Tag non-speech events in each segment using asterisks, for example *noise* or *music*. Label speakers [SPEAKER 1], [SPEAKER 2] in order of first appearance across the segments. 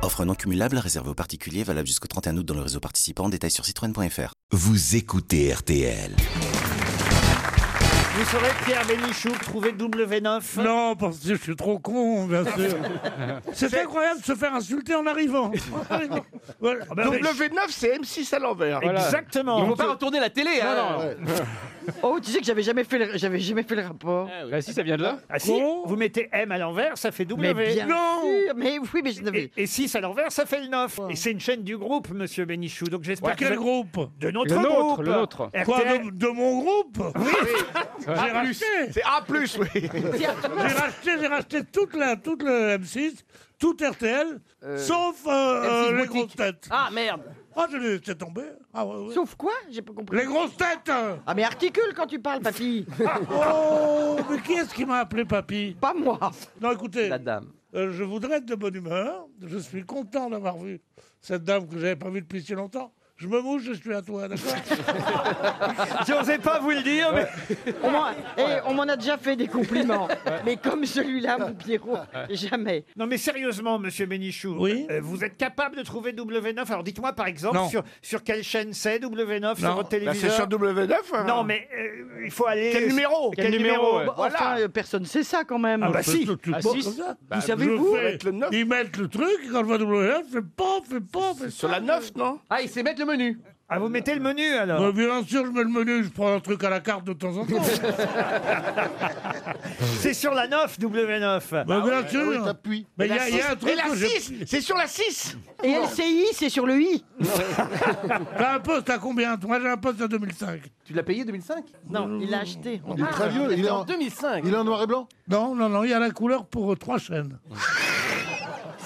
[SPEAKER 1] Offre non cumulable réservée aux particuliers valable jusqu'au 31 août dans le réseau participant. Détails sur citroën.fr.
[SPEAKER 2] Vous écoutez RTL.
[SPEAKER 3] Vous saurez que Pierre Bénichou trouver W9
[SPEAKER 4] Non, parce que je suis trop con, bien
[SPEAKER 5] *laughs*
[SPEAKER 4] sûr.
[SPEAKER 3] *laughs*
[SPEAKER 4] C'est incroyable de se faire insulter en arrivant. En arrivant. Voilà. Ah bah, mais-
[SPEAKER 6] W9, c'est M6 à l'envers.
[SPEAKER 3] Exactement.
[SPEAKER 7] Faut pas retourner la télé, hein
[SPEAKER 8] Oh, tu sais que j'avais jamais fait le, j'avais jamais fait le rapport.
[SPEAKER 7] Bah si, ça vient de là.
[SPEAKER 3] Ah si, vous mettez M à l'envers, ça fait W.
[SPEAKER 8] Mais bien
[SPEAKER 3] non
[SPEAKER 8] sûr, mais oui, mais je n'avais.
[SPEAKER 3] et, et 6 à l'envers, ça fait le 9. Et c'est une chaîne du groupe, monsieur Bénichou. Donc j'espère
[SPEAKER 4] Par
[SPEAKER 3] que
[SPEAKER 4] quel
[SPEAKER 3] vous-
[SPEAKER 4] groupe
[SPEAKER 3] De notre
[SPEAKER 7] Le nôtre,
[SPEAKER 3] groupe.
[SPEAKER 7] le nôtre.
[SPEAKER 3] RTL.
[SPEAKER 4] Quoi, de, *laughs* de mon groupe J'ai racheté,
[SPEAKER 6] C'est A, oui.
[SPEAKER 4] *laughs* j'ai racheté, j'ai racheté toute la, toute le M6, tout RTL, sauf euh, euh, les grosses têtes.
[SPEAKER 8] Ah merde.
[SPEAKER 4] Ah, je les laissé tomber. Ah, ouais, ouais.
[SPEAKER 8] Sauf quoi J'ai pas compris.
[SPEAKER 4] Les grosses têtes hein. Ah,
[SPEAKER 8] Ah mais articule quand tu parles,
[SPEAKER 4] *laughs*
[SPEAKER 8] papy.
[SPEAKER 4] Oh, mais qui est-ce qui m'a appelé papy
[SPEAKER 8] Pas moi.
[SPEAKER 4] Non, écoutez,
[SPEAKER 7] La dame.
[SPEAKER 4] euh, je voudrais être de bonne humeur. Je suis content d'avoir vu cette dame que j'avais pas vue depuis si longtemps. Je me mouche, je suis à toi,
[SPEAKER 8] *laughs*
[SPEAKER 4] d'accord
[SPEAKER 3] J'osais pas vous
[SPEAKER 4] *laughs*
[SPEAKER 3] le dire, mais
[SPEAKER 8] On m'en, eh, on m'en a déjà fait
[SPEAKER 3] *laughs*
[SPEAKER 8] des compliments, mais comme celui-là, mon Pierrot, jamais.
[SPEAKER 3] Non mais sérieusement, monsieur Bénichou,
[SPEAKER 4] Oui.
[SPEAKER 3] euh, vous êtes capable de trouver W9 Alors dites-moi par exemple
[SPEAKER 4] Non.
[SPEAKER 3] sur, sur quelle chaîne c'est W9 sur
[SPEAKER 4] Non.
[SPEAKER 3] votre
[SPEAKER 6] Bah, c'est
[SPEAKER 3] téléviseur
[SPEAKER 6] sur W9. hein.
[SPEAKER 3] Non mais euh, il faut aller...
[SPEAKER 6] Quel numéro
[SPEAKER 3] Quel, numéro,
[SPEAKER 7] ouais.
[SPEAKER 8] Bah,
[SPEAKER 6] Voilà.
[SPEAKER 8] Enfin, euh, personne sait ça quand même.
[SPEAKER 4] Ah bah
[SPEAKER 3] si.
[SPEAKER 4] tout- tout-
[SPEAKER 7] Ah,
[SPEAKER 4] bon,
[SPEAKER 7] si.
[SPEAKER 4] comme ça.
[SPEAKER 7] Bah,
[SPEAKER 4] Je
[SPEAKER 6] vous
[SPEAKER 4] fais-
[SPEAKER 6] Mettre le neuf.
[SPEAKER 4] Ils mettent le truc, et quand le WF, fait pas, fait pas, fait
[SPEAKER 6] Sur la 9, non
[SPEAKER 7] Ah, il sait mettre le menu.
[SPEAKER 3] Ah vous mettez le menu alors
[SPEAKER 4] Bah, bien sûr, je mets le menu, je prends un truc à la carte de temps Bah, en temps.
[SPEAKER 3] C'est sur la 9 W9
[SPEAKER 4] bah, bien sûr. Mais il y, a- il y a un truc
[SPEAKER 6] Et la
[SPEAKER 4] que j'ai-
[SPEAKER 6] 6 C'est sur la 6
[SPEAKER 8] Et LCI, c'est sur
[SPEAKER 4] *laughs*
[SPEAKER 8] le I.
[SPEAKER 4] T'as un poste à combien Moi, j'ai un poste à 2005.
[SPEAKER 7] Tu l'as payé 2005
[SPEAKER 4] Euh,
[SPEAKER 8] Non, il l'a
[SPEAKER 3] Ah.
[SPEAKER 8] Ah. acheté.
[SPEAKER 9] Il est très vieux, il est, en,
[SPEAKER 7] 2005.
[SPEAKER 9] il est en noir et blanc.
[SPEAKER 4] Non, non, non, il y a la couleur pour euh, trois chaînes.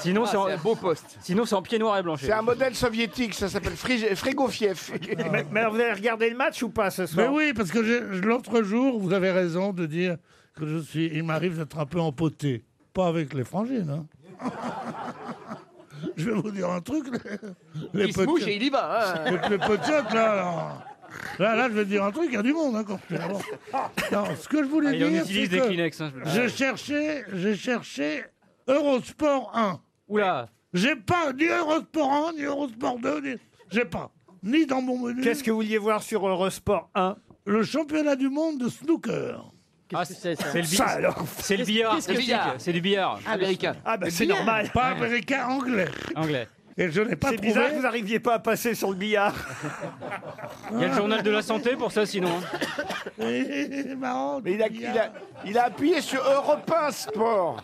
[SPEAKER 7] Sinon, Ah, c'est un beau poste. Sinon, c'est en pied noir et blanché.
[SPEAKER 6] C'est un modèle soviétique, ça s'appelle Frigofiev.
[SPEAKER 4] *laughs*
[SPEAKER 3] mais, mais alors vous allez regarder le match ou pas ce
[SPEAKER 4] Mais
[SPEAKER 3] soir
[SPEAKER 4] oui, parce que j'ai- l'autre jour, vous avez raison de dire que je suis. Il m'arrive d'être un peu empoté. Pas avec les frangines, hein. *laughs* je vais vous dire un truc. Les, les
[SPEAKER 7] Il se mouche et il y va. hein.
[SPEAKER 4] Les, les petites, là, là. Là, là, je vais te dire un truc, il y a du monde. Hein, quand je fais d'abord. Non, ce que je voulais
[SPEAKER 7] Il en
[SPEAKER 4] dire,
[SPEAKER 7] utilise
[SPEAKER 4] c'est
[SPEAKER 7] des
[SPEAKER 4] que
[SPEAKER 7] Kleenex. hein, je-
[SPEAKER 4] j'ai cherché, j'ai cherché Eurosport 1.
[SPEAKER 7] Oula.
[SPEAKER 4] J'ai pas ni Eurosport 1, ni Eurosport 2, ni... j'ai pas. Ni dans mon menu.
[SPEAKER 3] Qu'est-ce que vous vouliez voir sur Eurosport 1
[SPEAKER 4] Le championnat du monde de snooker.
[SPEAKER 8] Qu'est-ce que Ah, c'est ça
[SPEAKER 10] C'est le, bi-
[SPEAKER 3] Ça alors
[SPEAKER 10] c'est le billard.
[SPEAKER 8] Qu'est-ce que
[SPEAKER 10] c'est le
[SPEAKER 8] c'est
[SPEAKER 10] billard. C'est du billard
[SPEAKER 7] Américain.
[SPEAKER 3] Ah bah c'est normal
[SPEAKER 4] Pas américain, anglais.
[SPEAKER 10] anglais.
[SPEAKER 4] Et je n'ai pas
[SPEAKER 3] C'est
[SPEAKER 4] trouvé.
[SPEAKER 3] bizarre que vous n'arriviez pas à passer sur le billard
[SPEAKER 10] Il y a le journal de la santé pour ça, sinon. hein.
[SPEAKER 4] C'est marrant.
[SPEAKER 6] Mais il a, il, a, il a appuyé sur Europe 1 Sport.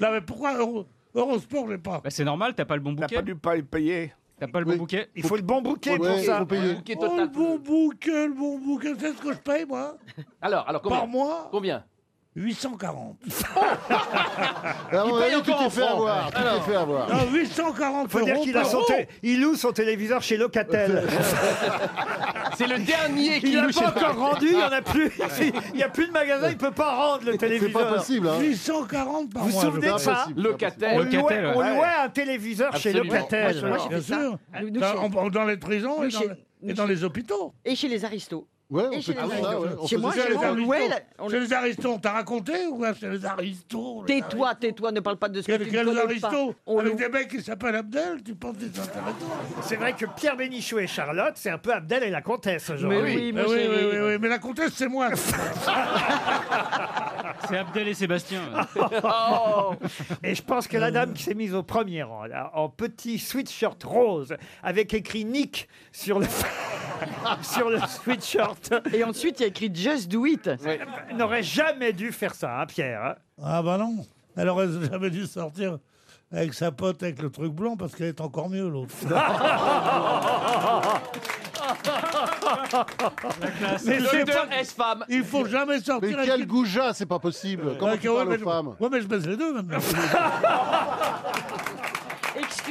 [SPEAKER 4] Non, mais pourquoi Euro- Eurosport, j'ai pas
[SPEAKER 10] Bah, c'est normal, t'as pas le bon
[SPEAKER 6] Il n'a
[SPEAKER 10] bouquet.
[SPEAKER 6] pas dû pas le payer.
[SPEAKER 10] T'as pas le bon bouquet.
[SPEAKER 3] Il faut le bon bouquet pour
[SPEAKER 9] Ouais, il
[SPEAKER 3] ça
[SPEAKER 9] faut payer.
[SPEAKER 7] Bouquet
[SPEAKER 4] Oh,
[SPEAKER 7] total.
[SPEAKER 4] le bon bouquet, le bon bouquet. C'est ce que je paye, moi
[SPEAKER 7] Alors, alors combien
[SPEAKER 4] Par mois
[SPEAKER 7] Combien
[SPEAKER 4] 840.
[SPEAKER 9] *laughs* Ah, on a
[SPEAKER 7] paye
[SPEAKER 9] dit, tu
[SPEAKER 7] encore en
[SPEAKER 9] t'es fait
[SPEAKER 7] francs.
[SPEAKER 9] avoir, tu t'es fait avoir.
[SPEAKER 4] Non, 840
[SPEAKER 3] Faut
[SPEAKER 4] euros.
[SPEAKER 3] dire qu'il a
[SPEAKER 4] par-
[SPEAKER 3] son té- il loue son téléviseur chez
[SPEAKER 4] *laughs*
[SPEAKER 3] Locatel.
[SPEAKER 7] C'est le dernier qui
[SPEAKER 3] Il
[SPEAKER 7] l'a
[SPEAKER 3] l'a pas encore rendu, il y en a plus. *laughs* Il n'y a plus de magasin, il peut pas rendre le
[SPEAKER 9] C'est
[SPEAKER 3] téléviseur.
[SPEAKER 9] pas possible, hein.
[SPEAKER 4] 840 par
[SPEAKER 3] Vous vous
[SPEAKER 4] mois. je
[SPEAKER 3] souvenez de
[SPEAKER 4] paye.
[SPEAKER 9] C'est pas
[SPEAKER 3] ça
[SPEAKER 9] possible.
[SPEAKER 7] Locataire.
[SPEAKER 3] On
[SPEAKER 10] Locatel,
[SPEAKER 3] louait, on
[SPEAKER 10] ouais.
[SPEAKER 3] louait un téléviseur chez
[SPEAKER 7] Absolument.
[SPEAKER 3] Locatel.
[SPEAKER 8] Moi, je-
[SPEAKER 4] Bien sûr.
[SPEAKER 8] Nous, nous,
[SPEAKER 4] Dans,
[SPEAKER 8] chez-
[SPEAKER 4] en- dans les prisons et
[SPEAKER 8] Nous,
[SPEAKER 4] dans,
[SPEAKER 8] chez-
[SPEAKER 4] les-
[SPEAKER 8] nous,
[SPEAKER 4] et dans
[SPEAKER 8] chez-
[SPEAKER 4] les hôpitaux.
[SPEAKER 8] Et chez les aristos.
[SPEAKER 9] Ouais, on
[SPEAKER 8] Et chez
[SPEAKER 9] fait
[SPEAKER 8] les
[SPEAKER 9] tout ça, ouais.
[SPEAKER 8] aristos.
[SPEAKER 9] On
[SPEAKER 8] Chez
[SPEAKER 9] faisait
[SPEAKER 8] moi,
[SPEAKER 9] ça,
[SPEAKER 8] chez
[SPEAKER 9] les
[SPEAKER 8] moi, on
[SPEAKER 9] aristos.
[SPEAKER 8] louait. la- on-
[SPEAKER 4] Chez les aristos, t'as raconté ou quoi Chez les aristos. les
[SPEAKER 8] Tais-toi, tais-toi, ne parle pas de ce que
[SPEAKER 4] Quels
[SPEAKER 8] tu ne
[SPEAKER 4] quels
[SPEAKER 8] connais pas.
[SPEAKER 4] aristos
[SPEAKER 8] On
[SPEAKER 4] Avec
[SPEAKER 8] loue-
[SPEAKER 4] des mecs qui s'appellent Abdel, tu penses que c'est intéressant
[SPEAKER 3] C'est vrai que Pierre Bénichou et Charlotte, c'est un peu Abdel et la comtesse aujourd'hui.
[SPEAKER 8] Mais oui, moi,
[SPEAKER 4] Ah oui,
[SPEAKER 8] j'ai-
[SPEAKER 4] oui, oui, oui, mais la comtesse, c'est moi.
[SPEAKER 10] *laughs* C'est Abdel et
[SPEAKER 4] *laughs*
[SPEAKER 10] Sébastien.
[SPEAKER 3] Et je pense que la dame qui s'est mise au premier rang, là, en petit sweatshirt rose, avec écrit Nick sur le, *laughs* sur le sweatshirt,
[SPEAKER 8] Et ensuite, il y a écrit Just Do It.
[SPEAKER 3] n'aurait jamais dû faire ça, hein, Pierre. hein.
[SPEAKER 4] ah bah non, elle aurait jamais dû sortir avec sa pote avec le truc blanc parce qu'elle est encore mieux, *laughs* l'autre.
[SPEAKER 3] Mais c'est pas-
[SPEAKER 7] S femme.
[SPEAKER 4] Il faut jamais sortir
[SPEAKER 9] Mais
[SPEAKER 4] avec
[SPEAKER 9] quel goujat, c'est pas
[SPEAKER 3] Euh,
[SPEAKER 9] possible. Comment
[SPEAKER 4] Ouais,
[SPEAKER 9] tu
[SPEAKER 4] ouais,
[SPEAKER 9] parles
[SPEAKER 4] mais
[SPEAKER 9] aux *laughs*
[SPEAKER 4] je-
[SPEAKER 9] femmes
[SPEAKER 4] Ouais, mais je baisse les deux maintenant.
[SPEAKER 8] Excuse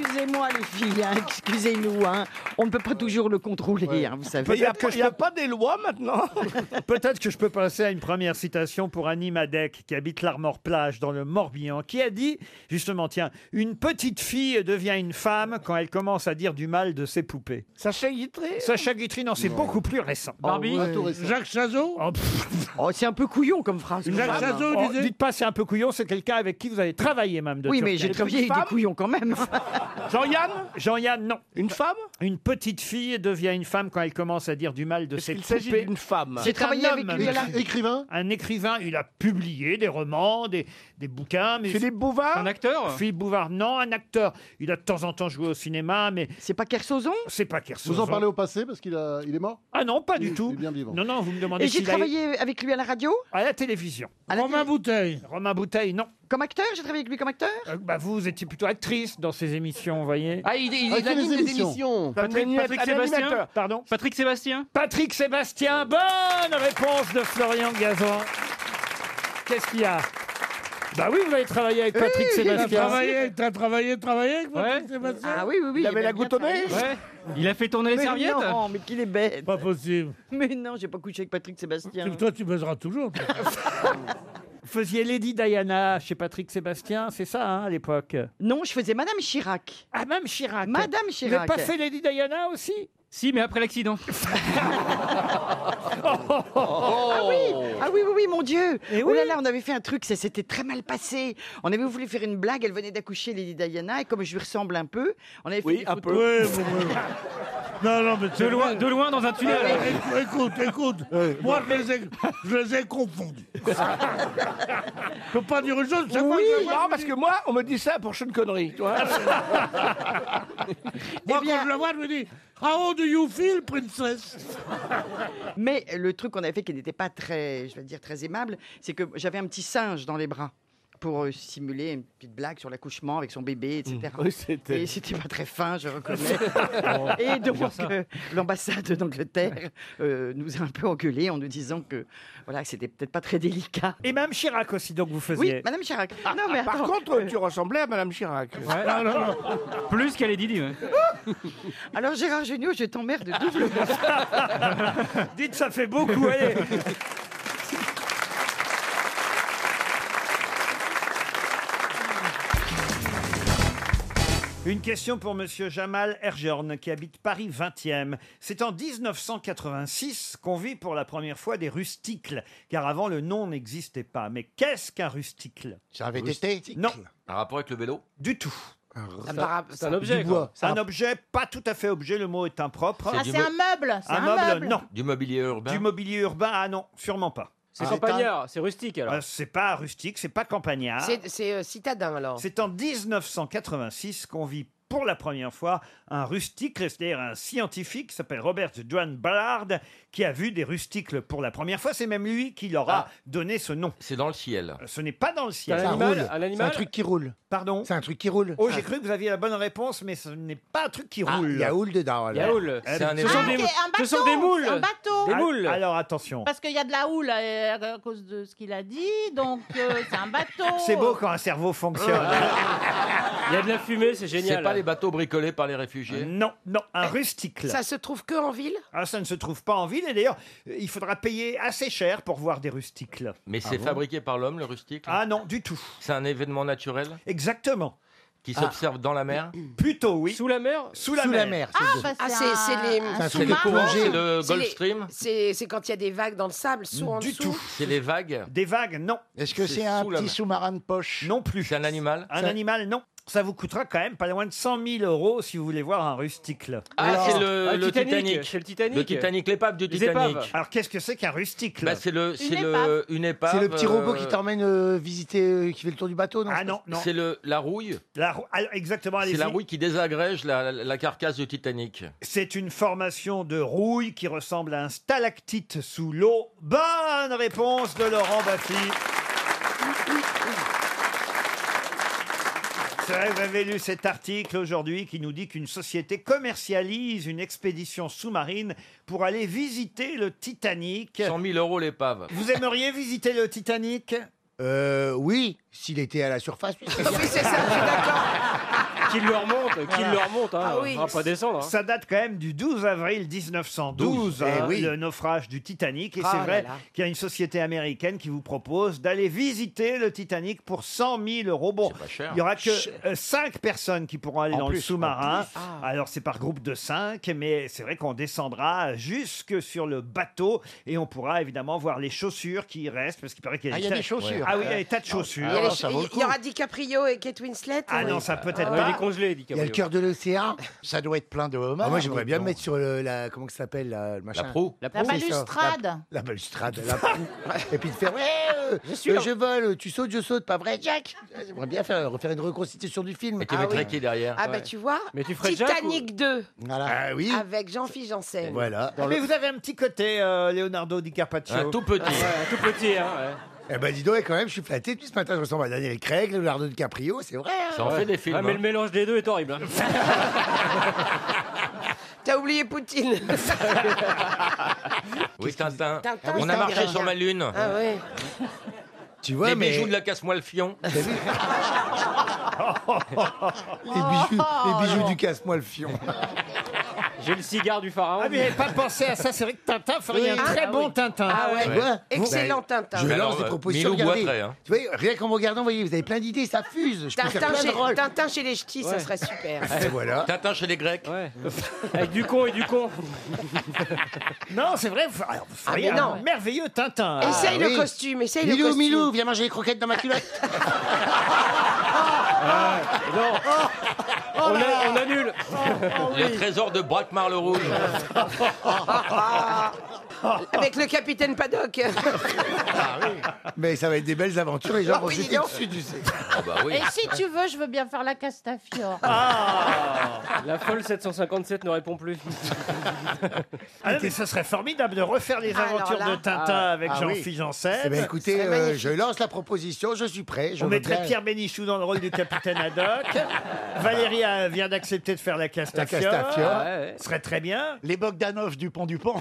[SPEAKER 8] Excusez-moi les filles, hein, excusez-nous. hein. On ne peut pas toujours le contrôler, hein, vous savez.
[SPEAKER 3] Peut-être que je peux-
[SPEAKER 11] pas des lois
[SPEAKER 8] *laughs*
[SPEAKER 11] maintenant
[SPEAKER 3] Peut-être que je peux passer à une première citation pour Annie Madec, qui habite l'Armor-Plage, dans le Morbihan, qui a dit, justement, tiens, une petite fille devient une femme quand elle commence à dire du mal de ses poupées.
[SPEAKER 11] Sacha Guitry
[SPEAKER 3] Sacha Guitry, non, c'est beaucoup plus récent.
[SPEAKER 8] Oh,
[SPEAKER 11] Barbie Ah, tout récent.
[SPEAKER 4] Jacques Chazot
[SPEAKER 8] C'est un peu couillon comme phrase. hein.
[SPEAKER 4] Jacques
[SPEAKER 3] quand même.
[SPEAKER 4] Chazot
[SPEAKER 3] Oh,
[SPEAKER 4] disait-
[SPEAKER 3] Dites pas c'est un peu couillon, c'est quelqu'un avec qui vous avez travaillé, même de
[SPEAKER 8] Oui, mais j'ai travaillé avec des couillons
[SPEAKER 3] *laughs*
[SPEAKER 8] quand même.
[SPEAKER 3] Jean-Yann Jean-Yann, non.
[SPEAKER 11] Une femme
[SPEAKER 3] Une petite fille devient une femme quand elle commence à dire du mal de ses
[SPEAKER 11] qu'il s'agit
[SPEAKER 3] poupées.
[SPEAKER 11] d'une femme
[SPEAKER 3] C'est
[SPEAKER 8] J'ai
[SPEAKER 3] un
[SPEAKER 8] travaillé avec
[SPEAKER 3] homme,
[SPEAKER 8] lui à la-
[SPEAKER 3] mais-
[SPEAKER 12] Écrivain
[SPEAKER 3] Un écrivain, il a publié des romans, des, des bouquins. Mais
[SPEAKER 11] Philippe Bouvard
[SPEAKER 13] Un acteur
[SPEAKER 3] Philippe Bouvard, non, un acteur. Il a de temps en temps joué au cinéma, mais
[SPEAKER 8] C'est pas Kersozon
[SPEAKER 3] c'est pas Kersozon.
[SPEAKER 12] Vous en parlez au passé parce qu'il a... il est mort
[SPEAKER 3] Ah non, pas du
[SPEAKER 12] Il-
[SPEAKER 3] tout.
[SPEAKER 12] il est bien vivant.
[SPEAKER 3] Non, non, vous me demandez
[SPEAKER 8] Et j'ai
[SPEAKER 3] s'il a-
[SPEAKER 8] travaillé avec lui à la radio
[SPEAKER 3] à la télévision.
[SPEAKER 8] à la
[SPEAKER 4] Romain
[SPEAKER 8] télé-
[SPEAKER 4] Bouteille.
[SPEAKER 3] Romain Bouteille, non.
[SPEAKER 8] Comme acteur J'ai travaillé avec lui comme acteur
[SPEAKER 3] Euh, bah, vous étiez plutôt actrice dans ces émissions, vous voyez.
[SPEAKER 13] Ah, il, il,
[SPEAKER 12] Ah, il fait
[SPEAKER 13] anime
[SPEAKER 12] les
[SPEAKER 13] des
[SPEAKER 12] émissions.
[SPEAKER 13] Patrick-
[SPEAKER 11] Un
[SPEAKER 13] Patrick
[SPEAKER 11] animateur.
[SPEAKER 13] Sébastien
[SPEAKER 3] Pardon
[SPEAKER 13] Patrick Sébastien
[SPEAKER 3] Patrick Sébastien, bonne réponse de Florian Gazan. Qu'est-ce qu'il y a Bah oui, vous avez travaillé avec Patrick
[SPEAKER 4] T'as
[SPEAKER 3] Sébastien.
[SPEAKER 4] travaillé, t'as travaillé, travaillé avec Patrick
[SPEAKER 13] Ouais.
[SPEAKER 4] Sébastien
[SPEAKER 8] Ah oui, oui, oui.
[SPEAKER 11] Il avait la
[SPEAKER 8] a bien
[SPEAKER 11] goutte au nez
[SPEAKER 8] travaillé.
[SPEAKER 13] Ouais. Il a fait tourner les
[SPEAKER 8] Mais
[SPEAKER 13] serviettes
[SPEAKER 8] non, mais qu'il est bête.
[SPEAKER 4] Pas possible.
[SPEAKER 8] Mais non, j'ai pas couché avec Patrick Sébastien.
[SPEAKER 4] Tu- Toi, tu baiseras toujours. toi.
[SPEAKER 3] *laughs* Vous faisiez Lady Diana chez Patrick Sébastien, c'est ça hein, à l'époque
[SPEAKER 8] Non, je faisais Madame Chirac.
[SPEAKER 3] Ah, même Chirac.
[SPEAKER 8] Madame
[SPEAKER 3] Vous n'avez
[SPEAKER 8] Chirac.
[SPEAKER 3] pas fait Lady Diana aussi
[SPEAKER 13] Si, mais après l'accident.
[SPEAKER 8] Ah oui, ah oui, oui, oui, mon Dieu.
[SPEAKER 3] Eh
[SPEAKER 8] Oh là
[SPEAKER 3] oui.
[SPEAKER 8] là, on avait fait un truc, ça s'était très mal passé. On avait voulu faire une blague, elle venait d'accoucher, Lady Diana, et comme je lui ressemble un peu, on avait fait
[SPEAKER 11] Oui,
[SPEAKER 8] des
[SPEAKER 11] un
[SPEAKER 8] photos.
[SPEAKER 11] peu.
[SPEAKER 4] Ouais,
[SPEAKER 8] *laughs*
[SPEAKER 4] bon, ouais. Non, non, mais
[SPEAKER 13] De
[SPEAKER 4] c'est
[SPEAKER 13] loin,
[SPEAKER 4] vrai.
[SPEAKER 13] de loin dans un tunnel.
[SPEAKER 4] Écoute, écoute, écoute. moi je les ai, je les ai confondus. je peux pas dire une chose, chaque fois
[SPEAKER 11] Oui,
[SPEAKER 4] que je la vois,
[SPEAKER 11] non,
[SPEAKER 4] je
[SPEAKER 11] parce
[SPEAKER 4] me
[SPEAKER 11] que
[SPEAKER 4] dis-
[SPEAKER 11] moi, on me dit ça pour je suis une connerie. tu vois.
[SPEAKER 4] moi,
[SPEAKER 8] Eh bien-
[SPEAKER 4] quand je la vois, je me dis How do you feel, princess
[SPEAKER 8] Mais le truc qu'on avait fait qui n'était pas très, je vais dire, très aimable, c'est que j'avais un petit singe dans les bras pour euh, simuler une petite blague sur l'accouchement avec son bébé, etc.
[SPEAKER 3] Mmh.
[SPEAKER 8] Et c'était pas très fin,
[SPEAKER 3] *laughs*
[SPEAKER 8] je reconnais.
[SPEAKER 3] Oh,
[SPEAKER 8] Et donc, euh, l'ambassade d'Angleterre euh, nous a un peu engueulés en nous disant que voilà, que c'était peut-être pas très délicat.
[SPEAKER 3] Et même Chirac aussi, donc vous
[SPEAKER 8] Oui,
[SPEAKER 3] faisiez.
[SPEAKER 8] Madame Chirac. non, mais
[SPEAKER 11] Ah, Par
[SPEAKER 8] attends. Euh.
[SPEAKER 11] contre, tu ressemblais à Madame Chirac.
[SPEAKER 13] Plus qu'à Lady Di. ouais.
[SPEAKER 8] Alors, Gérard Jugnot, je t'emmerde doublement.
[SPEAKER 3] *laughs* Dites, ça fait beaucoup, allez Une question pour Monsieur Jamal Erjorn, qui habite Paris 20e. C'est en 1986 qu'on vit pour la première fois des rusticles, car avant le nom n'existait pas. Mais qu'est-ce qu'un rusticle
[SPEAKER 14] C'est un VTT
[SPEAKER 3] Non,
[SPEAKER 5] Un rapport avec le vélo
[SPEAKER 3] du tout.
[SPEAKER 14] C'est
[SPEAKER 5] un objet,
[SPEAKER 14] Du bois.
[SPEAKER 3] Un objet, pas tout à fait objet, le mot est impropre.
[SPEAKER 5] Ah,
[SPEAKER 3] Un
[SPEAKER 5] c'est un
[SPEAKER 15] meuble.
[SPEAKER 3] meuble, non.
[SPEAKER 5] Du mobilier urbain
[SPEAKER 3] Du mobilier urbain, ah non, sûrement pas.
[SPEAKER 13] C'est
[SPEAKER 14] Ah,
[SPEAKER 13] campagnard, c'est rustique alors.
[SPEAKER 3] Euh, c'est pas rustique, c'est pas campagnard.
[SPEAKER 15] C'est euh, citadin alors.
[SPEAKER 3] Ah. C'est en 1986 qu'on vit pour la première fois un rustique, c'est-à-dire un scientifique qui s'appelle Robert Duane Ballard, qui a vu des rusticles pour la première fois. C'est même lui qui leur a
[SPEAKER 5] Ah.
[SPEAKER 3] donné ce nom.
[SPEAKER 5] C'est dans le ciel.
[SPEAKER 3] Euh, Ce n'est pas dans le
[SPEAKER 14] C'est
[SPEAKER 3] ciel.
[SPEAKER 14] un
[SPEAKER 13] animal,
[SPEAKER 14] roule.
[SPEAKER 13] un
[SPEAKER 14] C'est un
[SPEAKER 13] animal.
[SPEAKER 14] truc qui roule.
[SPEAKER 3] Pardon
[SPEAKER 14] C'est un truc qui roule.
[SPEAKER 3] Oh, j'ai cru que vous aviez la bonne réponse, mais ce n'est pas un truc qui
[SPEAKER 14] Ah,
[SPEAKER 3] roule. Euh,
[SPEAKER 14] Il y a houle dedans. alors.
[SPEAKER 13] Yaoul.
[SPEAKER 5] C'est un
[SPEAKER 13] Ce sont
[SPEAKER 15] Ah,
[SPEAKER 13] des,
[SPEAKER 15] ok, un bateau,
[SPEAKER 13] ce sont des moules.
[SPEAKER 15] c'est un bateau.
[SPEAKER 13] Des
[SPEAKER 3] Ah,
[SPEAKER 13] moules.
[SPEAKER 3] Alors attention.
[SPEAKER 15] Parce qu'il y a de la houle euh, à cause de ce qu'il a dit, donc euh, c'est un
[SPEAKER 16] *laughs*
[SPEAKER 15] bateau.
[SPEAKER 3] C'est beau quand un cerveau fonctionne.
[SPEAKER 5] *laughs*
[SPEAKER 13] Il y a de la fumée, c'est génial.
[SPEAKER 5] C'est pas les bateaux bricolés par les réfugiés.
[SPEAKER 3] Euh, non, non, un rusticle.
[SPEAKER 15] Ça se trouve que en ville
[SPEAKER 3] Ah, ça ne se trouve pas en ville et d'ailleurs, euh, il faudra payer assez cher pour voir des Ah rusticles.
[SPEAKER 5] Mais c'est fabriqué par l'homme, le rustique.
[SPEAKER 3] Ah non, du tout.
[SPEAKER 5] C'est un événement naturel
[SPEAKER 3] Exactement. Ah.
[SPEAKER 5] qui s'observe dans la mer.
[SPEAKER 3] Plutôt oui.
[SPEAKER 13] Sous la mer
[SPEAKER 3] Sous la
[SPEAKER 14] Sous
[SPEAKER 3] mer.
[SPEAKER 14] la mer.
[SPEAKER 15] Ah,
[SPEAKER 14] c'est-
[SPEAKER 15] bah,
[SPEAKER 14] Ah,
[SPEAKER 15] c'est
[SPEAKER 14] c'est-
[SPEAKER 15] un-
[SPEAKER 14] c'est les-
[SPEAKER 15] un
[SPEAKER 14] c'est un
[SPEAKER 5] C'est
[SPEAKER 14] truc
[SPEAKER 5] le
[SPEAKER 15] sous-marin.
[SPEAKER 5] courant, c'est le
[SPEAKER 15] C'est les-
[SPEAKER 5] Gulf Stream.
[SPEAKER 15] C'est c'est quand il y a des vagues dans le sable, sous en
[SPEAKER 3] Du
[SPEAKER 15] dessous.
[SPEAKER 3] tout.
[SPEAKER 5] C'est les vagues.
[SPEAKER 3] Des vagues, non.
[SPEAKER 14] Est-ce que
[SPEAKER 5] C'est
[SPEAKER 14] c'est un
[SPEAKER 5] sous la
[SPEAKER 14] petit
[SPEAKER 5] mer.
[SPEAKER 14] sous-marin de poche
[SPEAKER 3] Non plus.
[SPEAKER 5] C'est un animal.
[SPEAKER 3] Un
[SPEAKER 14] Ça-
[SPEAKER 3] animal, non. Ça vous coûtera quand même pas loin de 100 000 euros si vous voulez voir un rusticle.
[SPEAKER 5] Ah, c'est le,
[SPEAKER 13] Ah,
[SPEAKER 5] le Titanic.
[SPEAKER 13] C'est le Titanic.
[SPEAKER 5] Le Titanic, l'épave du
[SPEAKER 13] Les
[SPEAKER 5] Titanic.
[SPEAKER 13] épaves.
[SPEAKER 3] Alors qu'est-ce que c'est qu'un rusticle
[SPEAKER 5] Bah, c'est le, c'est
[SPEAKER 15] épave.
[SPEAKER 5] le, une épave.
[SPEAKER 14] C'est le petit robot qui
[SPEAKER 5] euh,
[SPEAKER 14] t'emmène euh, visiter, euh, qui fait le tour du bateau, non
[SPEAKER 3] Ah non, non.
[SPEAKER 5] C'est le, la rouille.
[SPEAKER 3] La rou- alors, exactement,
[SPEAKER 5] C'est la
[SPEAKER 3] allez-y.
[SPEAKER 5] rouille qui désagrège la, la- la carcasse du Titanic.
[SPEAKER 3] C'est une formation de rouille qui ressemble à un stalactite sous l'eau. Bonne réponse de Laurent Baffy. C'est vrai, Vous avez lu cet article aujourd'hui qui nous dit qu'une société commercialise une expédition sous-marine pour aller visiter le Titanic.
[SPEAKER 5] 100 000 euros l'épave.
[SPEAKER 3] Vous aimeriez visiter le Titanic
[SPEAKER 14] Euh, oui, s'il était à la surface.
[SPEAKER 3] Ah
[SPEAKER 15] Oui, c'est ça, je suis d'accord.
[SPEAKER 13] Qu'il leur monte, qu'il
[SPEAKER 16] Ah.
[SPEAKER 3] Voilà.
[SPEAKER 13] leur monte. Hein. On va pas descendre. hein.
[SPEAKER 3] Ça date quand même du 12 avril 1912,
[SPEAKER 13] Eh
[SPEAKER 3] hein,
[SPEAKER 13] oui.
[SPEAKER 3] le naufrage du Titanic. Et
[SPEAKER 13] Ah
[SPEAKER 3] c'est
[SPEAKER 13] là
[SPEAKER 3] vrai
[SPEAKER 13] là.
[SPEAKER 3] qu'il y a une société américaine qui vous propose d'aller visiter le Titanic pour 100 000 euros. Bon, il y aura que 5 personnes qui pourront aller
[SPEAKER 13] En
[SPEAKER 3] dans le
[SPEAKER 13] plus, en
[SPEAKER 3] sous-marin.
[SPEAKER 13] plus. Ah.
[SPEAKER 3] Alors c'est par groupe de 5, mais c'est vrai qu'on descendra jusque sur le bateau et on pourra évidemment voir les chaussures qui y restent parce qu'il paraît qu'il y a,
[SPEAKER 16] Ah, il y a
[SPEAKER 3] tas-
[SPEAKER 16] des chaussures.
[SPEAKER 3] Ah oui, il y a des tas de
[SPEAKER 16] Ah,
[SPEAKER 3] chaussures.
[SPEAKER 16] Il y, a les- il y aura DiCaprio et Kate Winslet.
[SPEAKER 3] Ah
[SPEAKER 16] oui.
[SPEAKER 3] non, ça peut-être
[SPEAKER 16] Ah,
[SPEAKER 3] pas.
[SPEAKER 16] il est
[SPEAKER 13] congelé,
[SPEAKER 14] Il y a le cœur de l'océan. Ça doit être plein de homards.
[SPEAKER 16] Ah,
[SPEAKER 14] moi, j'aimerais bien
[SPEAKER 16] donc.
[SPEAKER 14] me mettre sur le, la. Comment que ça s'appelle là, le machin
[SPEAKER 16] proue. La
[SPEAKER 14] proue,
[SPEAKER 15] La
[SPEAKER 14] c'est ça.
[SPEAKER 15] balustrade.
[SPEAKER 14] La, la balustrade, la proue. Et puis de faire. Ouais, euh, euh, je,
[SPEAKER 15] suis en-
[SPEAKER 14] vole, tu sautes, je saute, pas vrai, Jack J'aimerais bien faire, refaire une reconstitution du film.
[SPEAKER 5] Et tu mettrais qui derrière
[SPEAKER 16] Ah, bah, tu vois.
[SPEAKER 14] Mais tu ferais Jack
[SPEAKER 16] Titanic 2.
[SPEAKER 14] Voilà. Ah oui.
[SPEAKER 16] Avec Jean-Philippe Janssen.
[SPEAKER 14] Voilà.
[SPEAKER 3] Mais vous avez un petit côté euh, Leonardo DiCaprio.
[SPEAKER 14] Un tout petit. Ah ouais, un
[SPEAKER 13] tout petit.
[SPEAKER 14] Eh ben dis donc, et quand même, je suis flatté. Depuis ce matin, je ressemble à Daniel Craig, Leonardo DiCaprio, c'est vrai. hein.
[SPEAKER 13] Ouais. Ah, mais le mélange des deux est horrible. hein.
[SPEAKER 16] T'as
[SPEAKER 6] *laughs*
[SPEAKER 16] oublié Poutine.
[SPEAKER 5] Oui, Tintin.
[SPEAKER 16] Tintin,
[SPEAKER 5] On
[SPEAKER 16] c'est
[SPEAKER 5] a marché
[SPEAKER 16] bien.
[SPEAKER 5] sur ma lune.
[SPEAKER 16] Ah ouais.
[SPEAKER 14] Tu
[SPEAKER 5] vois, Les
[SPEAKER 14] mais-
[SPEAKER 5] bijoux de la casse-moi
[SPEAKER 3] *laughs*
[SPEAKER 5] le fion.
[SPEAKER 14] Les bijoux,
[SPEAKER 13] Oh,
[SPEAKER 14] les bijoux
[SPEAKER 13] non.
[SPEAKER 14] du casse-moi le fion.
[SPEAKER 13] Ah, J'ai le cigare du pharaon.
[SPEAKER 3] Ah, mais j'avais pas pensé à ça. C'est vrai que Tintin ferait
[SPEAKER 14] Oui.
[SPEAKER 3] un
[SPEAKER 14] Ah,
[SPEAKER 3] très
[SPEAKER 16] bah
[SPEAKER 14] ah
[SPEAKER 3] bon
[SPEAKER 14] oui.
[SPEAKER 3] Tintin.
[SPEAKER 14] Ah ouais.
[SPEAKER 3] Tu
[SPEAKER 14] Ouais.
[SPEAKER 3] vois ben,
[SPEAKER 14] Excellent
[SPEAKER 16] Tintin.
[SPEAKER 14] Je
[SPEAKER 5] Alors,
[SPEAKER 14] lance des
[SPEAKER 5] euh,
[SPEAKER 14] propositions.
[SPEAKER 5] Milou
[SPEAKER 14] regardez.
[SPEAKER 5] boiterait, hein.
[SPEAKER 14] Tu vois, rien qu'en me regardant, vous voyez, vous avez plein d'idées, ça fuse. Je peux faire
[SPEAKER 16] Tintin
[SPEAKER 14] plein de
[SPEAKER 16] chez,
[SPEAKER 14] rôles.
[SPEAKER 16] Tintin chez les ch'tis, ça
[SPEAKER 14] Ouais.
[SPEAKER 16] serait super.
[SPEAKER 14] Et voilà.
[SPEAKER 5] Tintin chez les Grecs.
[SPEAKER 3] *laughs*
[SPEAKER 13] Avec du con et du con.
[SPEAKER 3] Non, c'est vrai. vous- alors, vous
[SPEAKER 16] Ah,
[SPEAKER 3] feriez
[SPEAKER 16] mais
[SPEAKER 3] un
[SPEAKER 16] non.
[SPEAKER 3] merveilleux Tintin.
[SPEAKER 16] Essaye
[SPEAKER 3] Ah,
[SPEAKER 16] le
[SPEAKER 3] oui.
[SPEAKER 16] costume, essaye le
[SPEAKER 14] Milou,
[SPEAKER 16] costume.
[SPEAKER 14] Milou, viens manger les croquettes dans ma
[SPEAKER 3] *laughs*
[SPEAKER 14] culotte.
[SPEAKER 3] Ah,
[SPEAKER 13] non. on, a- on annule. oh,
[SPEAKER 5] Le trésor de Braquemar le Rouge.
[SPEAKER 17] *laughs*
[SPEAKER 16] Avec le capitaine Paddock.
[SPEAKER 14] Mais ça va être des belles aventures, les gens
[SPEAKER 16] Oh,
[SPEAKER 14] vont
[SPEAKER 16] oui,
[SPEAKER 14] jeter
[SPEAKER 16] dis donc.
[SPEAKER 14] dessus, tu sais.
[SPEAKER 17] bah
[SPEAKER 14] Ah
[SPEAKER 15] Et si tu veux, je veux bien faire la Castafiore.
[SPEAKER 13] Ah. La folle 757 ne répond plus.
[SPEAKER 3] Ah non, mais ce serait formidable de refaire les
[SPEAKER 13] Alors
[SPEAKER 3] aventures
[SPEAKER 13] là.
[SPEAKER 3] de Tintin
[SPEAKER 13] Ah ouais.
[SPEAKER 3] avec
[SPEAKER 14] Ah
[SPEAKER 3] Jean-Philippe
[SPEAKER 14] oui.
[SPEAKER 3] Janssen.
[SPEAKER 14] Eh ben, écoutez, euh, je lance la proposition, je suis prêt. je
[SPEAKER 3] On
[SPEAKER 14] veux
[SPEAKER 3] mettrait
[SPEAKER 14] bien-
[SPEAKER 3] Pierre Bénichou dans le rôle du
[SPEAKER 14] *laughs*
[SPEAKER 3] capitaine Haddock. Valérie euh, vient d'accepter de faire la Castafiore.
[SPEAKER 14] Castafiore. Ah ouais,
[SPEAKER 3] Ce serait très bien.
[SPEAKER 17] Les Bogdanov du pont
[SPEAKER 3] *laughs*
[SPEAKER 17] du pont.